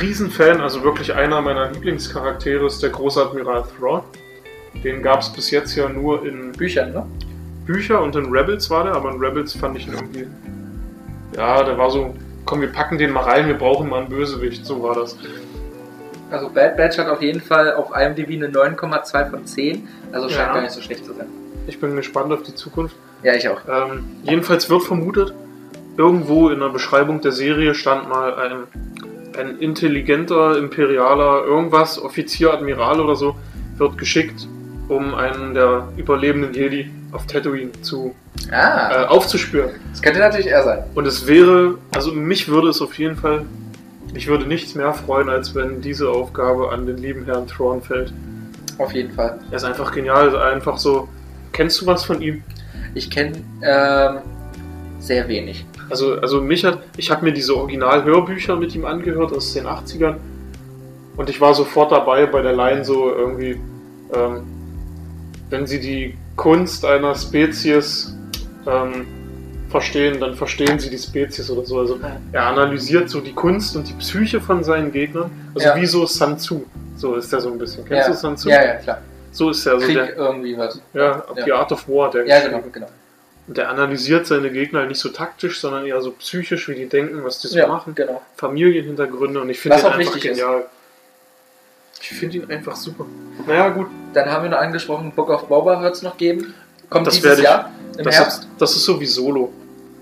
[SPEAKER 1] Riesenfan, also wirklich einer meiner Lieblingscharaktere ist der Großadmiral Thrawn. Den gab es bis jetzt ja nur in
[SPEAKER 2] Büchern, ne?
[SPEAKER 1] Bücher und in Rebels war der, aber in Rebels fand ich ihn irgendwie. Ja, der war so, komm, wir packen den mal rein, wir brauchen mal einen Bösewicht, so war das.
[SPEAKER 2] Also Bad Batch hat auf jeden Fall auf IMDb eine 9,2 von 10. Also scheint
[SPEAKER 1] Ja.
[SPEAKER 2] gar nicht so schlecht zu sein.
[SPEAKER 1] Ich bin gespannt auf die Zukunft.
[SPEAKER 2] Ja, ich auch.
[SPEAKER 1] Ähm, jedenfalls wird vermutet, irgendwo in der Beschreibung der Serie stand mal ein, ein intelligenter, imperialer, irgendwas, Offizier, Admiral oder so, wird geschickt, um einen der überlebenden Jedi auf Tatooine zu
[SPEAKER 2] Ah,
[SPEAKER 1] äh, aufzuspüren.
[SPEAKER 2] das könnte natürlich er sein.
[SPEAKER 1] Und es wäre, also mich würde es auf jeden Fall, mich würde nichts mehr freuen, als wenn diese Aufgabe an den lieben Herrn Thrawn fällt.
[SPEAKER 2] Auf jeden Fall.
[SPEAKER 1] Er ist einfach genial, ist einfach so. Kennst du was von ihm?
[SPEAKER 2] Ich kenne ähm, sehr wenig.
[SPEAKER 1] Also, also mich hat, ich habe mir diese Original-Hörbücher mit ihm angehört aus den 80ern und ich war sofort dabei bei der Line so irgendwie, ähm, wenn sie die Kunst einer Spezies ähm, verstehen, dann verstehen sie die Spezies oder so. Also er analysiert so die Kunst und die Psyche von seinen Gegnern. Also
[SPEAKER 2] Ja.
[SPEAKER 1] wie so Sun Tzu. So ist er so ein bisschen. Kennst
[SPEAKER 2] ja.
[SPEAKER 1] du Sun Tzu?
[SPEAKER 2] Ja, ja, klar.
[SPEAKER 1] So ist er. So
[SPEAKER 2] Krieg
[SPEAKER 1] der,
[SPEAKER 2] irgendwie was.
[SPEAKER 1] ja,
[SPEAKER 2] Ja.
[SPEAKER 1] The Art of War, der
[SPEAKER 2] Ja,
[SPEAKER 1] geschrieben.
[SPEAKER 2] genau, genau.
[SPEAKER 1] Und der analysiert seine Gegner halt nicht so taktisch, sondern eher so psychisch, wie die denken, was die so
[SPEAKER 2] Ja,
[SPEAKER 1] machen.
[SPEAKER 2] genau.
[SPEAKER 1] Familienhintergründe und ich finde
[SPEAKER 2] Was
[SPEAKER 1] ihn
[SPEAKER 2] auch
[SPEAKER 1] einfach
[SPEAKER 2] wichtig ist.
[SPEAKER 1] genial. Ich finde ihn einfach super. Naja, gut.
[SPEAKER 2] Dann haben wir noch angesprochen, Book of Boba wird es noch geben. Kommt
[SPEAKER 1] Das
[SPEAKER 2] dieses
[SPEAKER 1] werde ich-
[SPEAKER 2] Jahr im
[SPEAKER 1] Das
[SPEAKER 2] Herbst.
[SPEAKER 1] ist, das ist so wie Solo.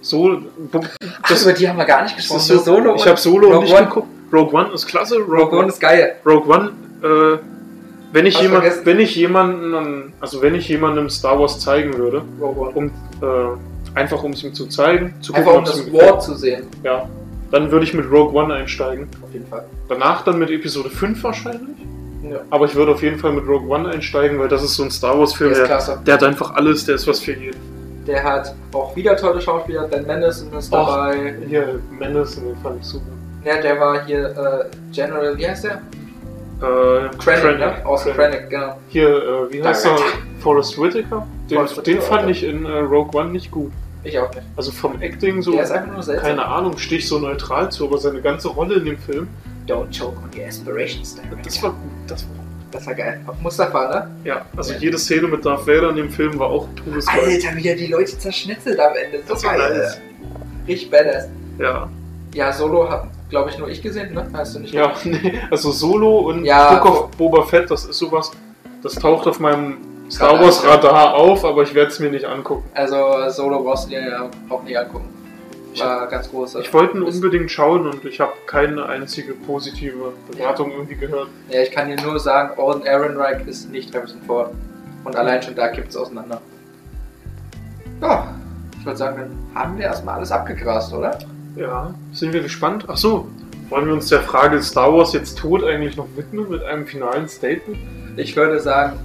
[SPEAKER 1] Solo
[SPEAKER 2] Ach,
[SPEAKER 1] das-
[SPEAKER 2] über die haben wir gar nicht gesprochen.
[SPEAKER 1] das ist so,
[SPEAKER 2] Nur Solo
[SPEAKER 1] ich
[SPEAKER 2] und
[SPEAKER 1] habe Solo
[SPEAKER 2] Rogue
[SPEAKER 1] nicht
[SPEAKER 2] One.
[SPEAKER 1] geguckt. Rogue One ist klasse. Rogue,
[SPEAKER 2] Rogue One
[SPEAKER 1] One,
[SPEAKER 2] ist geil.
[SPEAKER 1] Rogue One äh, wenn, ich
[SPEAKER 2] Hast
[SPEAKER 1] jemand,
[SPEAKER 2] vergessen?
[SPEAKER 1] wenn ich jemanden, also wenn ich jemandem Star Wars zeigen würde,
[SPEAKER 2] Rogue One.
[SPEAKER 1] um, äh, einfach um es ihm zu zeigen, zu
[SPEAKER 2] Einfach um
[SPEAKER 1] ob's
[SPEAKER 2] das
[SPEAKER 1] ihm
[SPEAKER 2] War zu sehen.
[SPEAKER 1] gefällt, ja, dann würde ich mit Rogue One einsteigen.
[SPEAKER 2] Auf jeden Fall.
[SPEAKER 1] Danach dann mit Episode 5 wahrscheinlich.
[SPEAKER 2] Ja.
[SPEAKER 1] Aber ich würde auf jeden Fall mit Rogue One einsteigen, weil das ist so ein Star
[SPEAKER 2] Der
[SPEAKER 1] Wars-Film,
[SPEAKER 2] ist
[SPEAKER 1] der,
[SPEAKER 2] klasse.
[SPEAKER 1] der hat einfach alles, der ist was für jeden.
[SPEAKER 2] Der hat auch wieder tolle Schauspieler. Ben Mendelsohn ist
[SPEAKER 1] Och.
[SPEAKER 2] dabei.
[SPEAKER 1] Hier, Mendelssohn, den fand ich super.
[SPEAKER 2] Ja, der war hier äh, General, wie heißt der?
[SPEAKER 1] Äh,
[SPEAKER 2] Krennic, ne? Aus
[SPEAKER 1] Krennic.
[SPEAKER 2] Krennic, genau.
[SPEAKER 1] Hier, äh, wie heißt er? Forrest Whitaker? Den,
[SPEAKER 2] Forrest Whitaker,
[SPEAKER 1] den fand
[SPEAKER 2] Alter.
[SPEAKER 1] ich in äh, Rogue One nicht gut.
[SPEAKER 2] Ich auch nicht.
[SPEAKER 1] Also vom Acting so,
[SPEAKER 2] Der ist einfach nur seltsam.
[SPEAKER 1] keine Ahnung, stehe ich so neutral zu, aber seine ganze Rolle in dem Film,
[SPEAKER 2] Don't choke on your aspirations,
[SPEAKER 1] das war gut, das war gut.
[SPEAKER 2] Das war geil. Auf Mustafa, ne?
[SPEAKER 1] Ja, also jede Szene mit Darth Vader in dem Film war auch todesgeil.
[SPEAKER 2] Alter, wie er die Leute zerschnitzelt am Ende. So
[SPEAKER 1] Das war
[SPEAKER 2] geil.
[SPEAKER 1] nice.
[SPEAKER 2] Alter. Richtig badass.
[SPEAKER 1] Ja,
[SPEAKER 2] Ja, Solo hat, glaube ich, nur ich gesehen, ne? Hast du nicht
[SPEAKER 1] ja, nee, also Solo und
[SPEAKER 2] Ja.
[SPEAKER 1] Book of Boba Fett, das ist sowas, das taucht auf meinem Star
[SPEAKER 2] Radar.
[SPEAKER 1] Wars Radar auf, aber ich werde es mir nicht angucken.
[SPEAKER 2] Also Solo brauchst du dir ja auch nicht angucken.
[SPEAKER 1] Ich-
[SPEAKER 2] War ganz groß.
[SPEAKER 1] Ich wollte ihn unbedingt schauen und ich habe keine einzige positive Bewertung irgendwie gehört.
[SPEAKER 2] ja, ich kann dir nur sagen, Alden Ehrenreich ist nicht Harrison Ford. Und allein schon da kippt es auseinander. Ja, ich würde sagen, dann haben wir erstmal alles abgegrast, oder?
[SPEAKER 1] Ja, sind wir gespannt. Ach so, wollen wir uns der Frage ist Star Wars jetzt tot eigentlich noch widmen mit einem finalen Statement?
[SPEAKER 2] Ich würde sagen,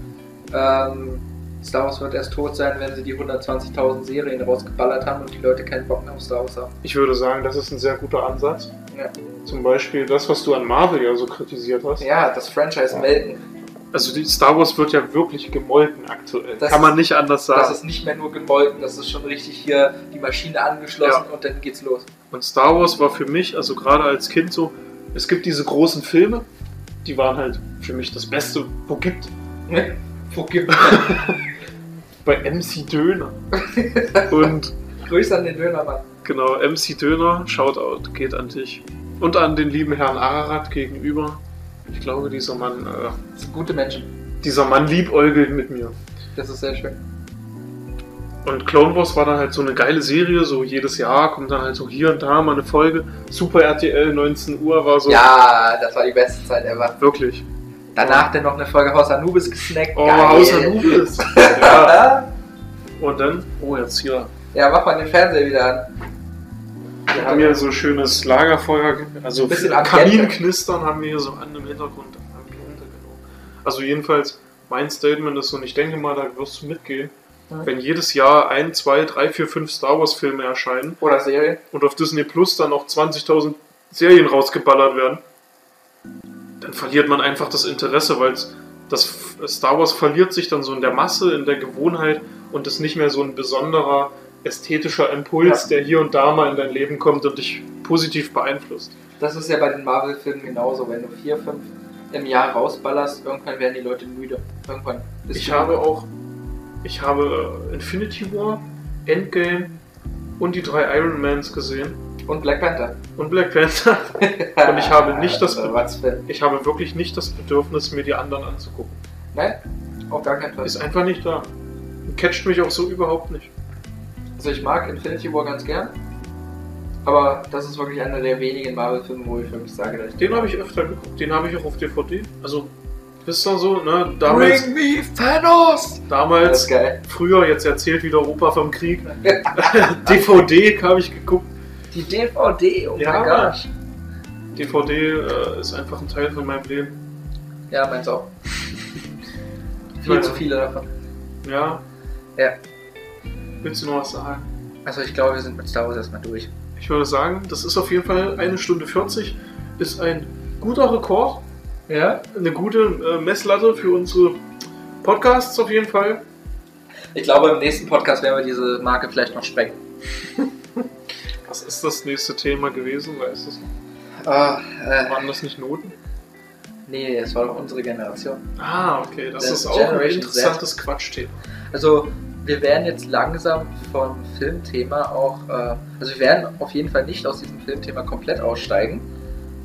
[SPEAKER 2] ähm, Star Wars wird erst tot sein, wenn sie die 120.000 Serien rausgeballert haben und die Leute keinen Bock mehr auf Star Wars haben.
[SPEAKER 1] Ich würde sagen, das ist ein sehr guter Ansatz.
[SPEAKER 2] Ja.
[SPEAKER 1] Zum Beispiel das, was du an Marvel ja so kritisiert hast.
[SPEAKER 2] Ja, das Franchise melden,
[SPEAKER 1] Also die Star Wars wird ja wirklich gemolken aktuell.
[SPEAKER 2] Das
[SPEAKER 1] Kann man
[SPEAKER 2] ist-
[SPEAKER 1] nicht anders
[SPEAKER 2] das
[SPEAKER 1] sagen.
[SPEAKER 2] ist nicht mehr nur gemolken, das ist schon richtig hier die Maschine angeschlossen und dann geht's los.
[SPEAKER 1] Und Star Wars war für mich, also gerade als Kind so, es gibt diese großen Filme, die waren halt für mich das Beste, wo gibt.
[SPEAKER 2] Vergib
[SPEAKER 1] Bei MC Döner. Und
[SPEAKER 2] Grüße an den Dönermann.
[SPEAKER 1] genau, MC Döner, Shoutout geht an dich. Und an den lieben Herrn Ararat gegenüber. Ich glaube, dieser Mann, äh,
[SPEAKER 2] Das sind gute Menschen.
[SPEAKER 1] dieser Mann liebäugelt mit mir.
[SPEAKER 2] Das ist sehr schön.
[SPEAKER 1] Und Clone Wars war dann halt so eine geile Serie, so jedes Jahr kommt dann halt so hier und da mal eine Folge. Super RTL 19 Uhr war so
[SPEAKER 2] Ja, das war die beste Zeit ever.
[SPEAKER 1] wirklich.
[SPEAKER 2] Danach dann noch eine Folge Haus Anubis gesnackt.
[SPEAKER 1] Oh,
[SPEAKER 2] Geil.
[SPEAKER 1] außer Nubis. ja. Und dann, oh jetzt hier.
[SPEAKER 2] Ja, mach mal den Fernseher wieder an.
[SPEAKER 1] Wir haben hier so schönes Lagerfeuer, also
[SPEAKER 2] Ein bisschen Ambiente.
[SPEAKER 1] Kaminknistern haben wir hier so an im Hintergrund. Ambiente, genau. Also jedenfalls, mein Statement ist so, und ich denke mal, da wirst du mitgehen,
[SPEAKER 2] Mhm.
[SPEAKER 1] wenn jedes Jahr ein, zwei, drei, vier, fünf Star Wars Filme erscheinen
[SPEAKER 2] Oder Serie.
[SPEAKER 1] und auf Disney Plus dann auch 20.000 Serien rausgeballert werden, dann verliert man einfach das Interesse, weil es- das F- Star Wars verliert sich dann so in der Masse, in der Gewohnheit und ist nicht mehr so ein besonderer ästhetischer Impuls, der hier und da mal in dein Leben kommt und dich positiv beeinflusst.
[SPEAKER 2] Das ist ja bei den Marvel-Filmen genauso. Wenn du vier, fünf im Jahr rausballerst, irgendwann werden die Leute müde. Irgendwann. ist
[SPEAKER 1] Ich
[SPEAKER 2] die-
[SPEAKER 1] habe auch, ich habe äh, Infinity War, Endgame und die drei Iron Mans gesehen
[SPEAKER 2] Und Black Panther.
[SPEAKER 1] und Black Panther. Und ich habe nicht das-
[SPEAKER 2] Also, Was für...
[SPEAKER 1] Ich habe wirklich nicht das Bedürfnis, mir die anderen anzugucken.
[SPEAKER 2] Nein, Ne? auf gar keinen Fall.
[SPEAKER 1] Ist einfach nicht da. Catcht mich auch so überhaupt nicht.
[SPEAKER 2] Also ich mag Infinity War ganz gern. Aber das ist wirklich einer der wenigen Marvel-Filme, wo ich wirklich sage, dass ich
[SPEAKER 1] Den habe ich öfter geguckt. Den habe ich auch auf DVD. Also, wisst ihr so, ne? Damals,
[SPEAKER 2] me Thanos! Das ist
[SPEAKER 1] damals
[SPEAKER 2] geil.
[SPEAKER 1] früher, jetzt erzählt wieder Europa vom Krieg. DVD habe ich geguckt.
[SPEAKER 2] Die DVD, oh
[SPEAKER 1] Ja.
[SPEAKER 2] mein Gott.
[SPEAKER 1] DVD äh, ist einfach ein Teil von meinem Leben.
[SPEAKER 2] Ja, meins auch. Viel
[SPEAKER 1] Naja.
[SPEAKER 2] zu viele davon.
[SPEAKER 1] Ja.
[SPEAKER 2] Ja.
[SPEAKER 1] Willst du noch was sagen?
[SPEAKER 2] Also ich glaube, wir sind mit Star Wars erstmal durch.
[SPEAKER 1] Ich würde sagen, das ist auf jeden Fall eine Stunde 40. Ist ein guter Rekord.
[SPEAKER 2] Ja?
[SPEAKER 1] Eine gute äh, Messlatte für unsere Podcasts auf jeden Fall.
[SPEAKER 2] Ich glaube, im nächsten Podcast werden wir diese Marke vielleicht noch sprengen.
[SPEAKER 1] Was ist das nächste Thema gewesen? Weißt du es noch?
[SPEAKER 2] Ah, äh,
[SPEAKER 1] Waren das nicht Noten?
[SPEAKER 2] nee, das war doch unsere Generation.
[SPEAKER 1] Ah, okay. Das,
[SPEAKER 2] Das
[SPEAKER 1] ist
[SPEAKER 2] ist
[SPEAKER 1] auch ein
[SPEAKER 2] Generation
[SPEAKER 1] interessantes Quatschthema.
[SPEAKER 2] Also, wir werden jetzt langsam vom Filmthema auch, äh, also wir werden auf jeden Fall nicht aus diesem Filmthema komplett aussteigen,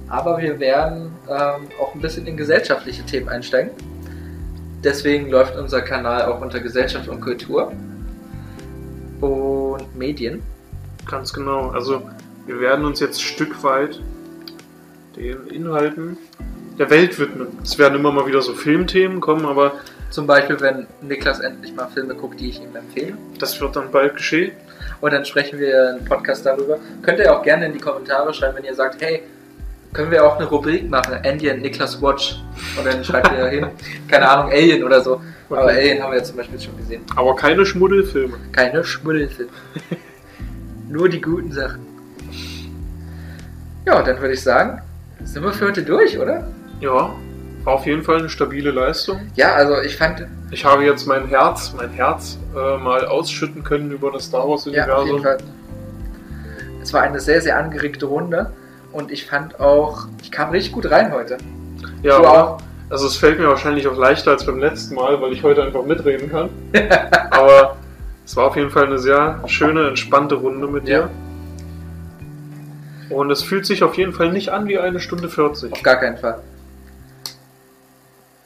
[SPEAKER 2] aber wir werden ähm, auch ein bisschen in gesellschaftliche Themen einsteigen. Deswegen läuft unser Kanal auch unter Gesellschaft und Kultur und Medien.
[SPEAKER 1] Ganz genau. Also, wir werden uns jetzt Stück weit den Inhalten der Welt widmen. Es werden immer mal wieder so Filmthemen kommen, aber
[SPEAKER 2] Zum Beispiel, wenn Niklas endlich mal Filme guckt, die ich ihm empfehle.
[SPEAKER 1] das wird dann bald geschehen.
[SPEAKER 2] Und dann sprechen wir einen Podcast darüber. Könnt ihr auch gerne in die Kommentare schreiben, wenn ihr sagt, hey, können wir auch eine Rubrik machen? Andy und Niklas Watch. Und dann schreibt ihr hin, keine Ahnung, Alien oder so. Aber
[SPEAKER 1] Okay.
[SPEAKER 2] Alien haben wir ja zum Beispiel schon gesehen.
[SPEAKER 1] Aber keine Schmuddelfilme.
[SPEAKER 2] Keine Schmuddelfilme. Nur die guten Sachen. Ja, dann würde ich sagen, sind wir für heute durch, oder?
[SPEAKER 1] Ja, war auf jeden Fall eine stabile Leistung.
[SPEAKER 2] Ja, also ich fand,
[SPEAKER 1] Ich habe jetzt mein Herz, mein Herz äh, mal ausschütten können über das Star Wars
[SPEAKER 2] ja, auf jeden
[SPEAKER 1] Universum.
[SPEAKER 2] Fall, es war eine sehr, sehr angeregte Runde. Und ich fand auch, ich kam richtig gut rein heute.
[SPEAKER 1] Ja,
[SPEAKER 2] du auch.
[SPEAKER 1] Also es fällt mir wahrscheinlich auch leichter als beim letzten Mal, weil ich heute einfach mitreden kann. Aber es war auf jeden Fall eine sehr schöne, entspannte Runde mit dir. Und es fühlt sich auf jeden Fall nicht an wie eine Stunde 40.
[SPEAKER 2] Auf gar keinen Fall.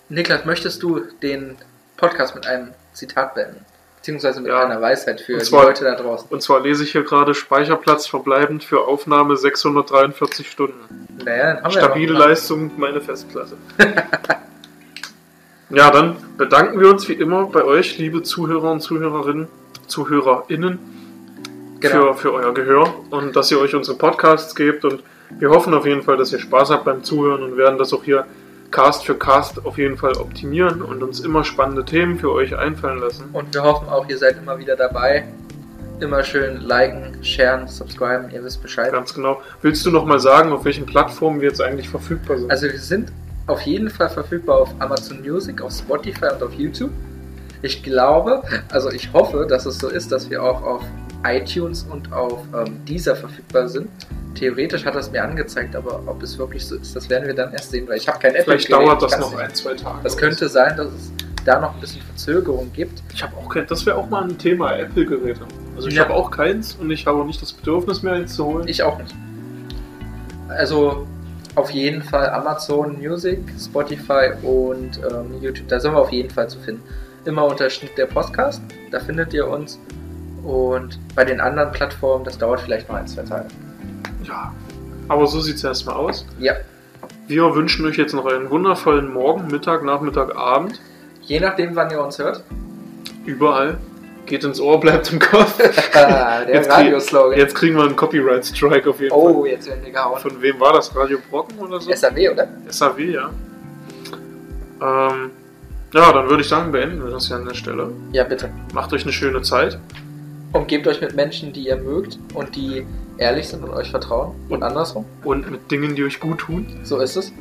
[SPEAKER 2] Niklas, möchtest du den Podcast mit einem Zitat beenden? Beziehungsweise mit
[SPEAKER 1] Ja.
[SPEAKER 2] einer Weisheit für
[SPEAKER 1] Und
[SPEAKER 2] die
[SPEAKER 1] zwar-
[SPEAKER 2] Leute da draußen.
[SPEAKER 1] Und zwar lese ich hier gerade Speicherplatz verbleibend für Aufnahme 643 Stunden.
[SPEAKER 2] Naja, dann haben wir
[SPEAKER 1] Stabile
[SPEAKER 2] ja noch-
[SPEAKER 1] Leistung, meine Festplatte. ja, dann bedanken wir uns wie immer bei euch, liebe Zuhörer und Zuhörerinnen, ZuhörerInnen.
[SPEAKER 2] Genau.
[SPEAKER 1] für, für euer Gehör und dass ihr euch unsere Podcasts gebt. Und wir hoffen auf jeden Fall, dass ihr Spaß habt beim Zuhören und werden das auch hier Cast für Cast auf jeden Fall optimieren und uns immer spannende Themen für euch einfallen lassen.
[SPEAKER 2] Und wir hoffen auch, ihr seid immer wieder dabei. Immer schön liken, sharen, subscriben, ihr wisst Bescheid.
[SPEAKER 1] Ganz genau. Willst du nochmal sagen, auf welchen Plattformen wir jetzt eigentlich verfügbar sind?
[SPEAKER 2] Also wir sind auf jeden Fall verfügbar auf Amazon Music, auf Spotify und auf YouTube. Ich glaube, also ich hoffe, dass es so ist, dass wir auch auf iTunes und auf ähm, Deezer verfügbar sind. Theoretisch hat das mir angezeigt, aber ob es wirklich so ist, das werden wir dann erst sehen, weil ich habe kein Apple.
[SPEAKER 1] Vielleicht dauert das noch
[SPEAKER 2] ein.
[SPEAKER 1] ein, zwei Tage.
[SPEAKER 2] Das könnte sein, dass es da noch ein bisschen Verzögerung gibt.
[SPEAKER 1] Ich habe auch kein. Das wäre auch mal ein Thema, Apple-Geräte. Also ich
[SPEAKER 2] Ja.
[SPEAKER 1] habe auch keins und ich habe auch nicht das Bedürfnis mehr, eins zu holen.
[SPEAKER 2] Ich auch nicht. Also auf jeden Fall Amazon Music, Spotify und ähm, YouTube. Da sind wir auf jeden Fall zu finden. Immer unter Schnitt der Podcast. Da findet ihr uns. Und bei den anderen Plattformen, das dauert vielleicht noch ein, zwei Tage.
[SPEAKER 1] ja. Aber so sieht es erstmal aus.
[SPEAKER 2] Ja.
[SPEAKER 1] Wir wünschen euch jetzt noch einen wundervollen Morgen, Mittag, Nachmittag, Abend.
[SPEAKER 2] Je nachdem, wann ihr uns hört.
[SPEAKER 1] Überall. Geht ins Ohr, bleibt im Kopf.
[SPEAKER 2] Ah, der
[SPEAKER 1] Jetzt krieg-
[SPEAKER 2] Radioslogan.
[SPEAKER 1] Jetzt kriegen wir einen Copyright-Strike auf jeden
[SPEAKER 2] Oh, jetzt werden wir
[SPEAKER 1] Fall.
[SPEAKER 2] gehauen.
[SPEAKER 1] Von wem war das? Radio Brocken oder so?
[SPEAKER 2] SAW, oder?
[SPEAKER 1] SAW, ja. Ähm, ja, dann würde ich sagen, beenden wir das hier an der Stelle.
[SPEAKER 2] Ja, bitte.
[SPEAKER 1] Macht euch eine schöne Zeit.
[SPEAKER 2] Umgebt euch mit Menschen, die ihr mögt und die ehrlich sind und euch vertrauen. Und andersrum.
[SPEAKER 1] Und mit Dingen, die euch gut tun.
[SPEAKER 2] So ist es.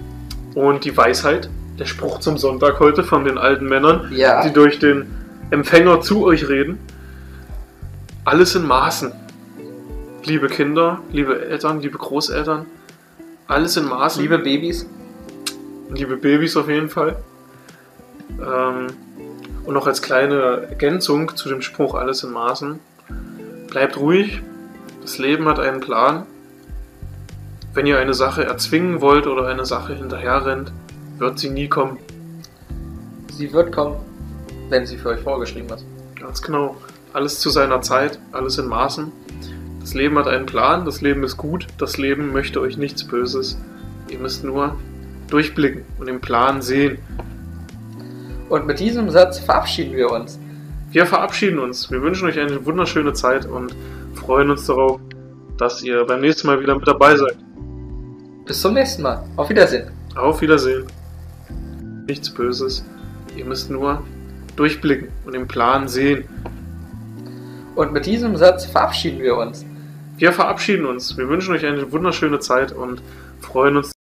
[SPEAKER 1] Und die Weisheit, der Spruch zum Sonntag heute von den alten Männern,
[SPEAKER 2] Ja.
[SPEAKER 1] die durch den Empfänger zu euch reden. Alles in Maßen. Liebe Kinder, liebe Eltern, liebe Großeltern. Alles in Maßen.
[SPEAKER 2] Liebe Babys.
[SPEAKER 1] liebe Babys auf jeden Fall. Ähm, und noch als kleine Ergänzung zu dem Spruch Alles in Maßen. Bleibt ruhig, das Leben hat einen Plan. Wenn ihr eine Sache erzwingen wollt oder eine Sache hinterherrennt, wird sie nie kommen.
[SPEAKER 2] Sie wird kommen, wenn sie für euch vorgeschrieben ist.
[SPEAKER 1] Ganz genau. Alles zu seiner Zeit, alles in Maßen. Das Leben hat einen Plan, das Leben ist gut, das Leben möchte euch nichts Böses. Ihr müsst nur durchblicken und den Plan sehen.
[SPEAKER 2] Und mit diesem Satz verabschieden wir uns.
[SPEAKER 1] Wir verabschieden uns. Wir wünschen euch eine wunderschöne Zeit und freuen uns darauf, dass ihr beim nächsten Mal wieder mit dabei seid.
[SPEAKER 2] Bis zum nächsten Mal. Auf Wiedersehen.
[SPEAKER 1] Auf Wiedersehen. Nichts Böses. Ihr müsst nur durchblicken und den Plan sehen.
[SPEAKER 2] Und mit diesem Satz verabschieden wir uns.
[SPEAKER 1] Wir verabschieden uns. Wir wünschen euch eine wunderschöne Zeit und freuen uns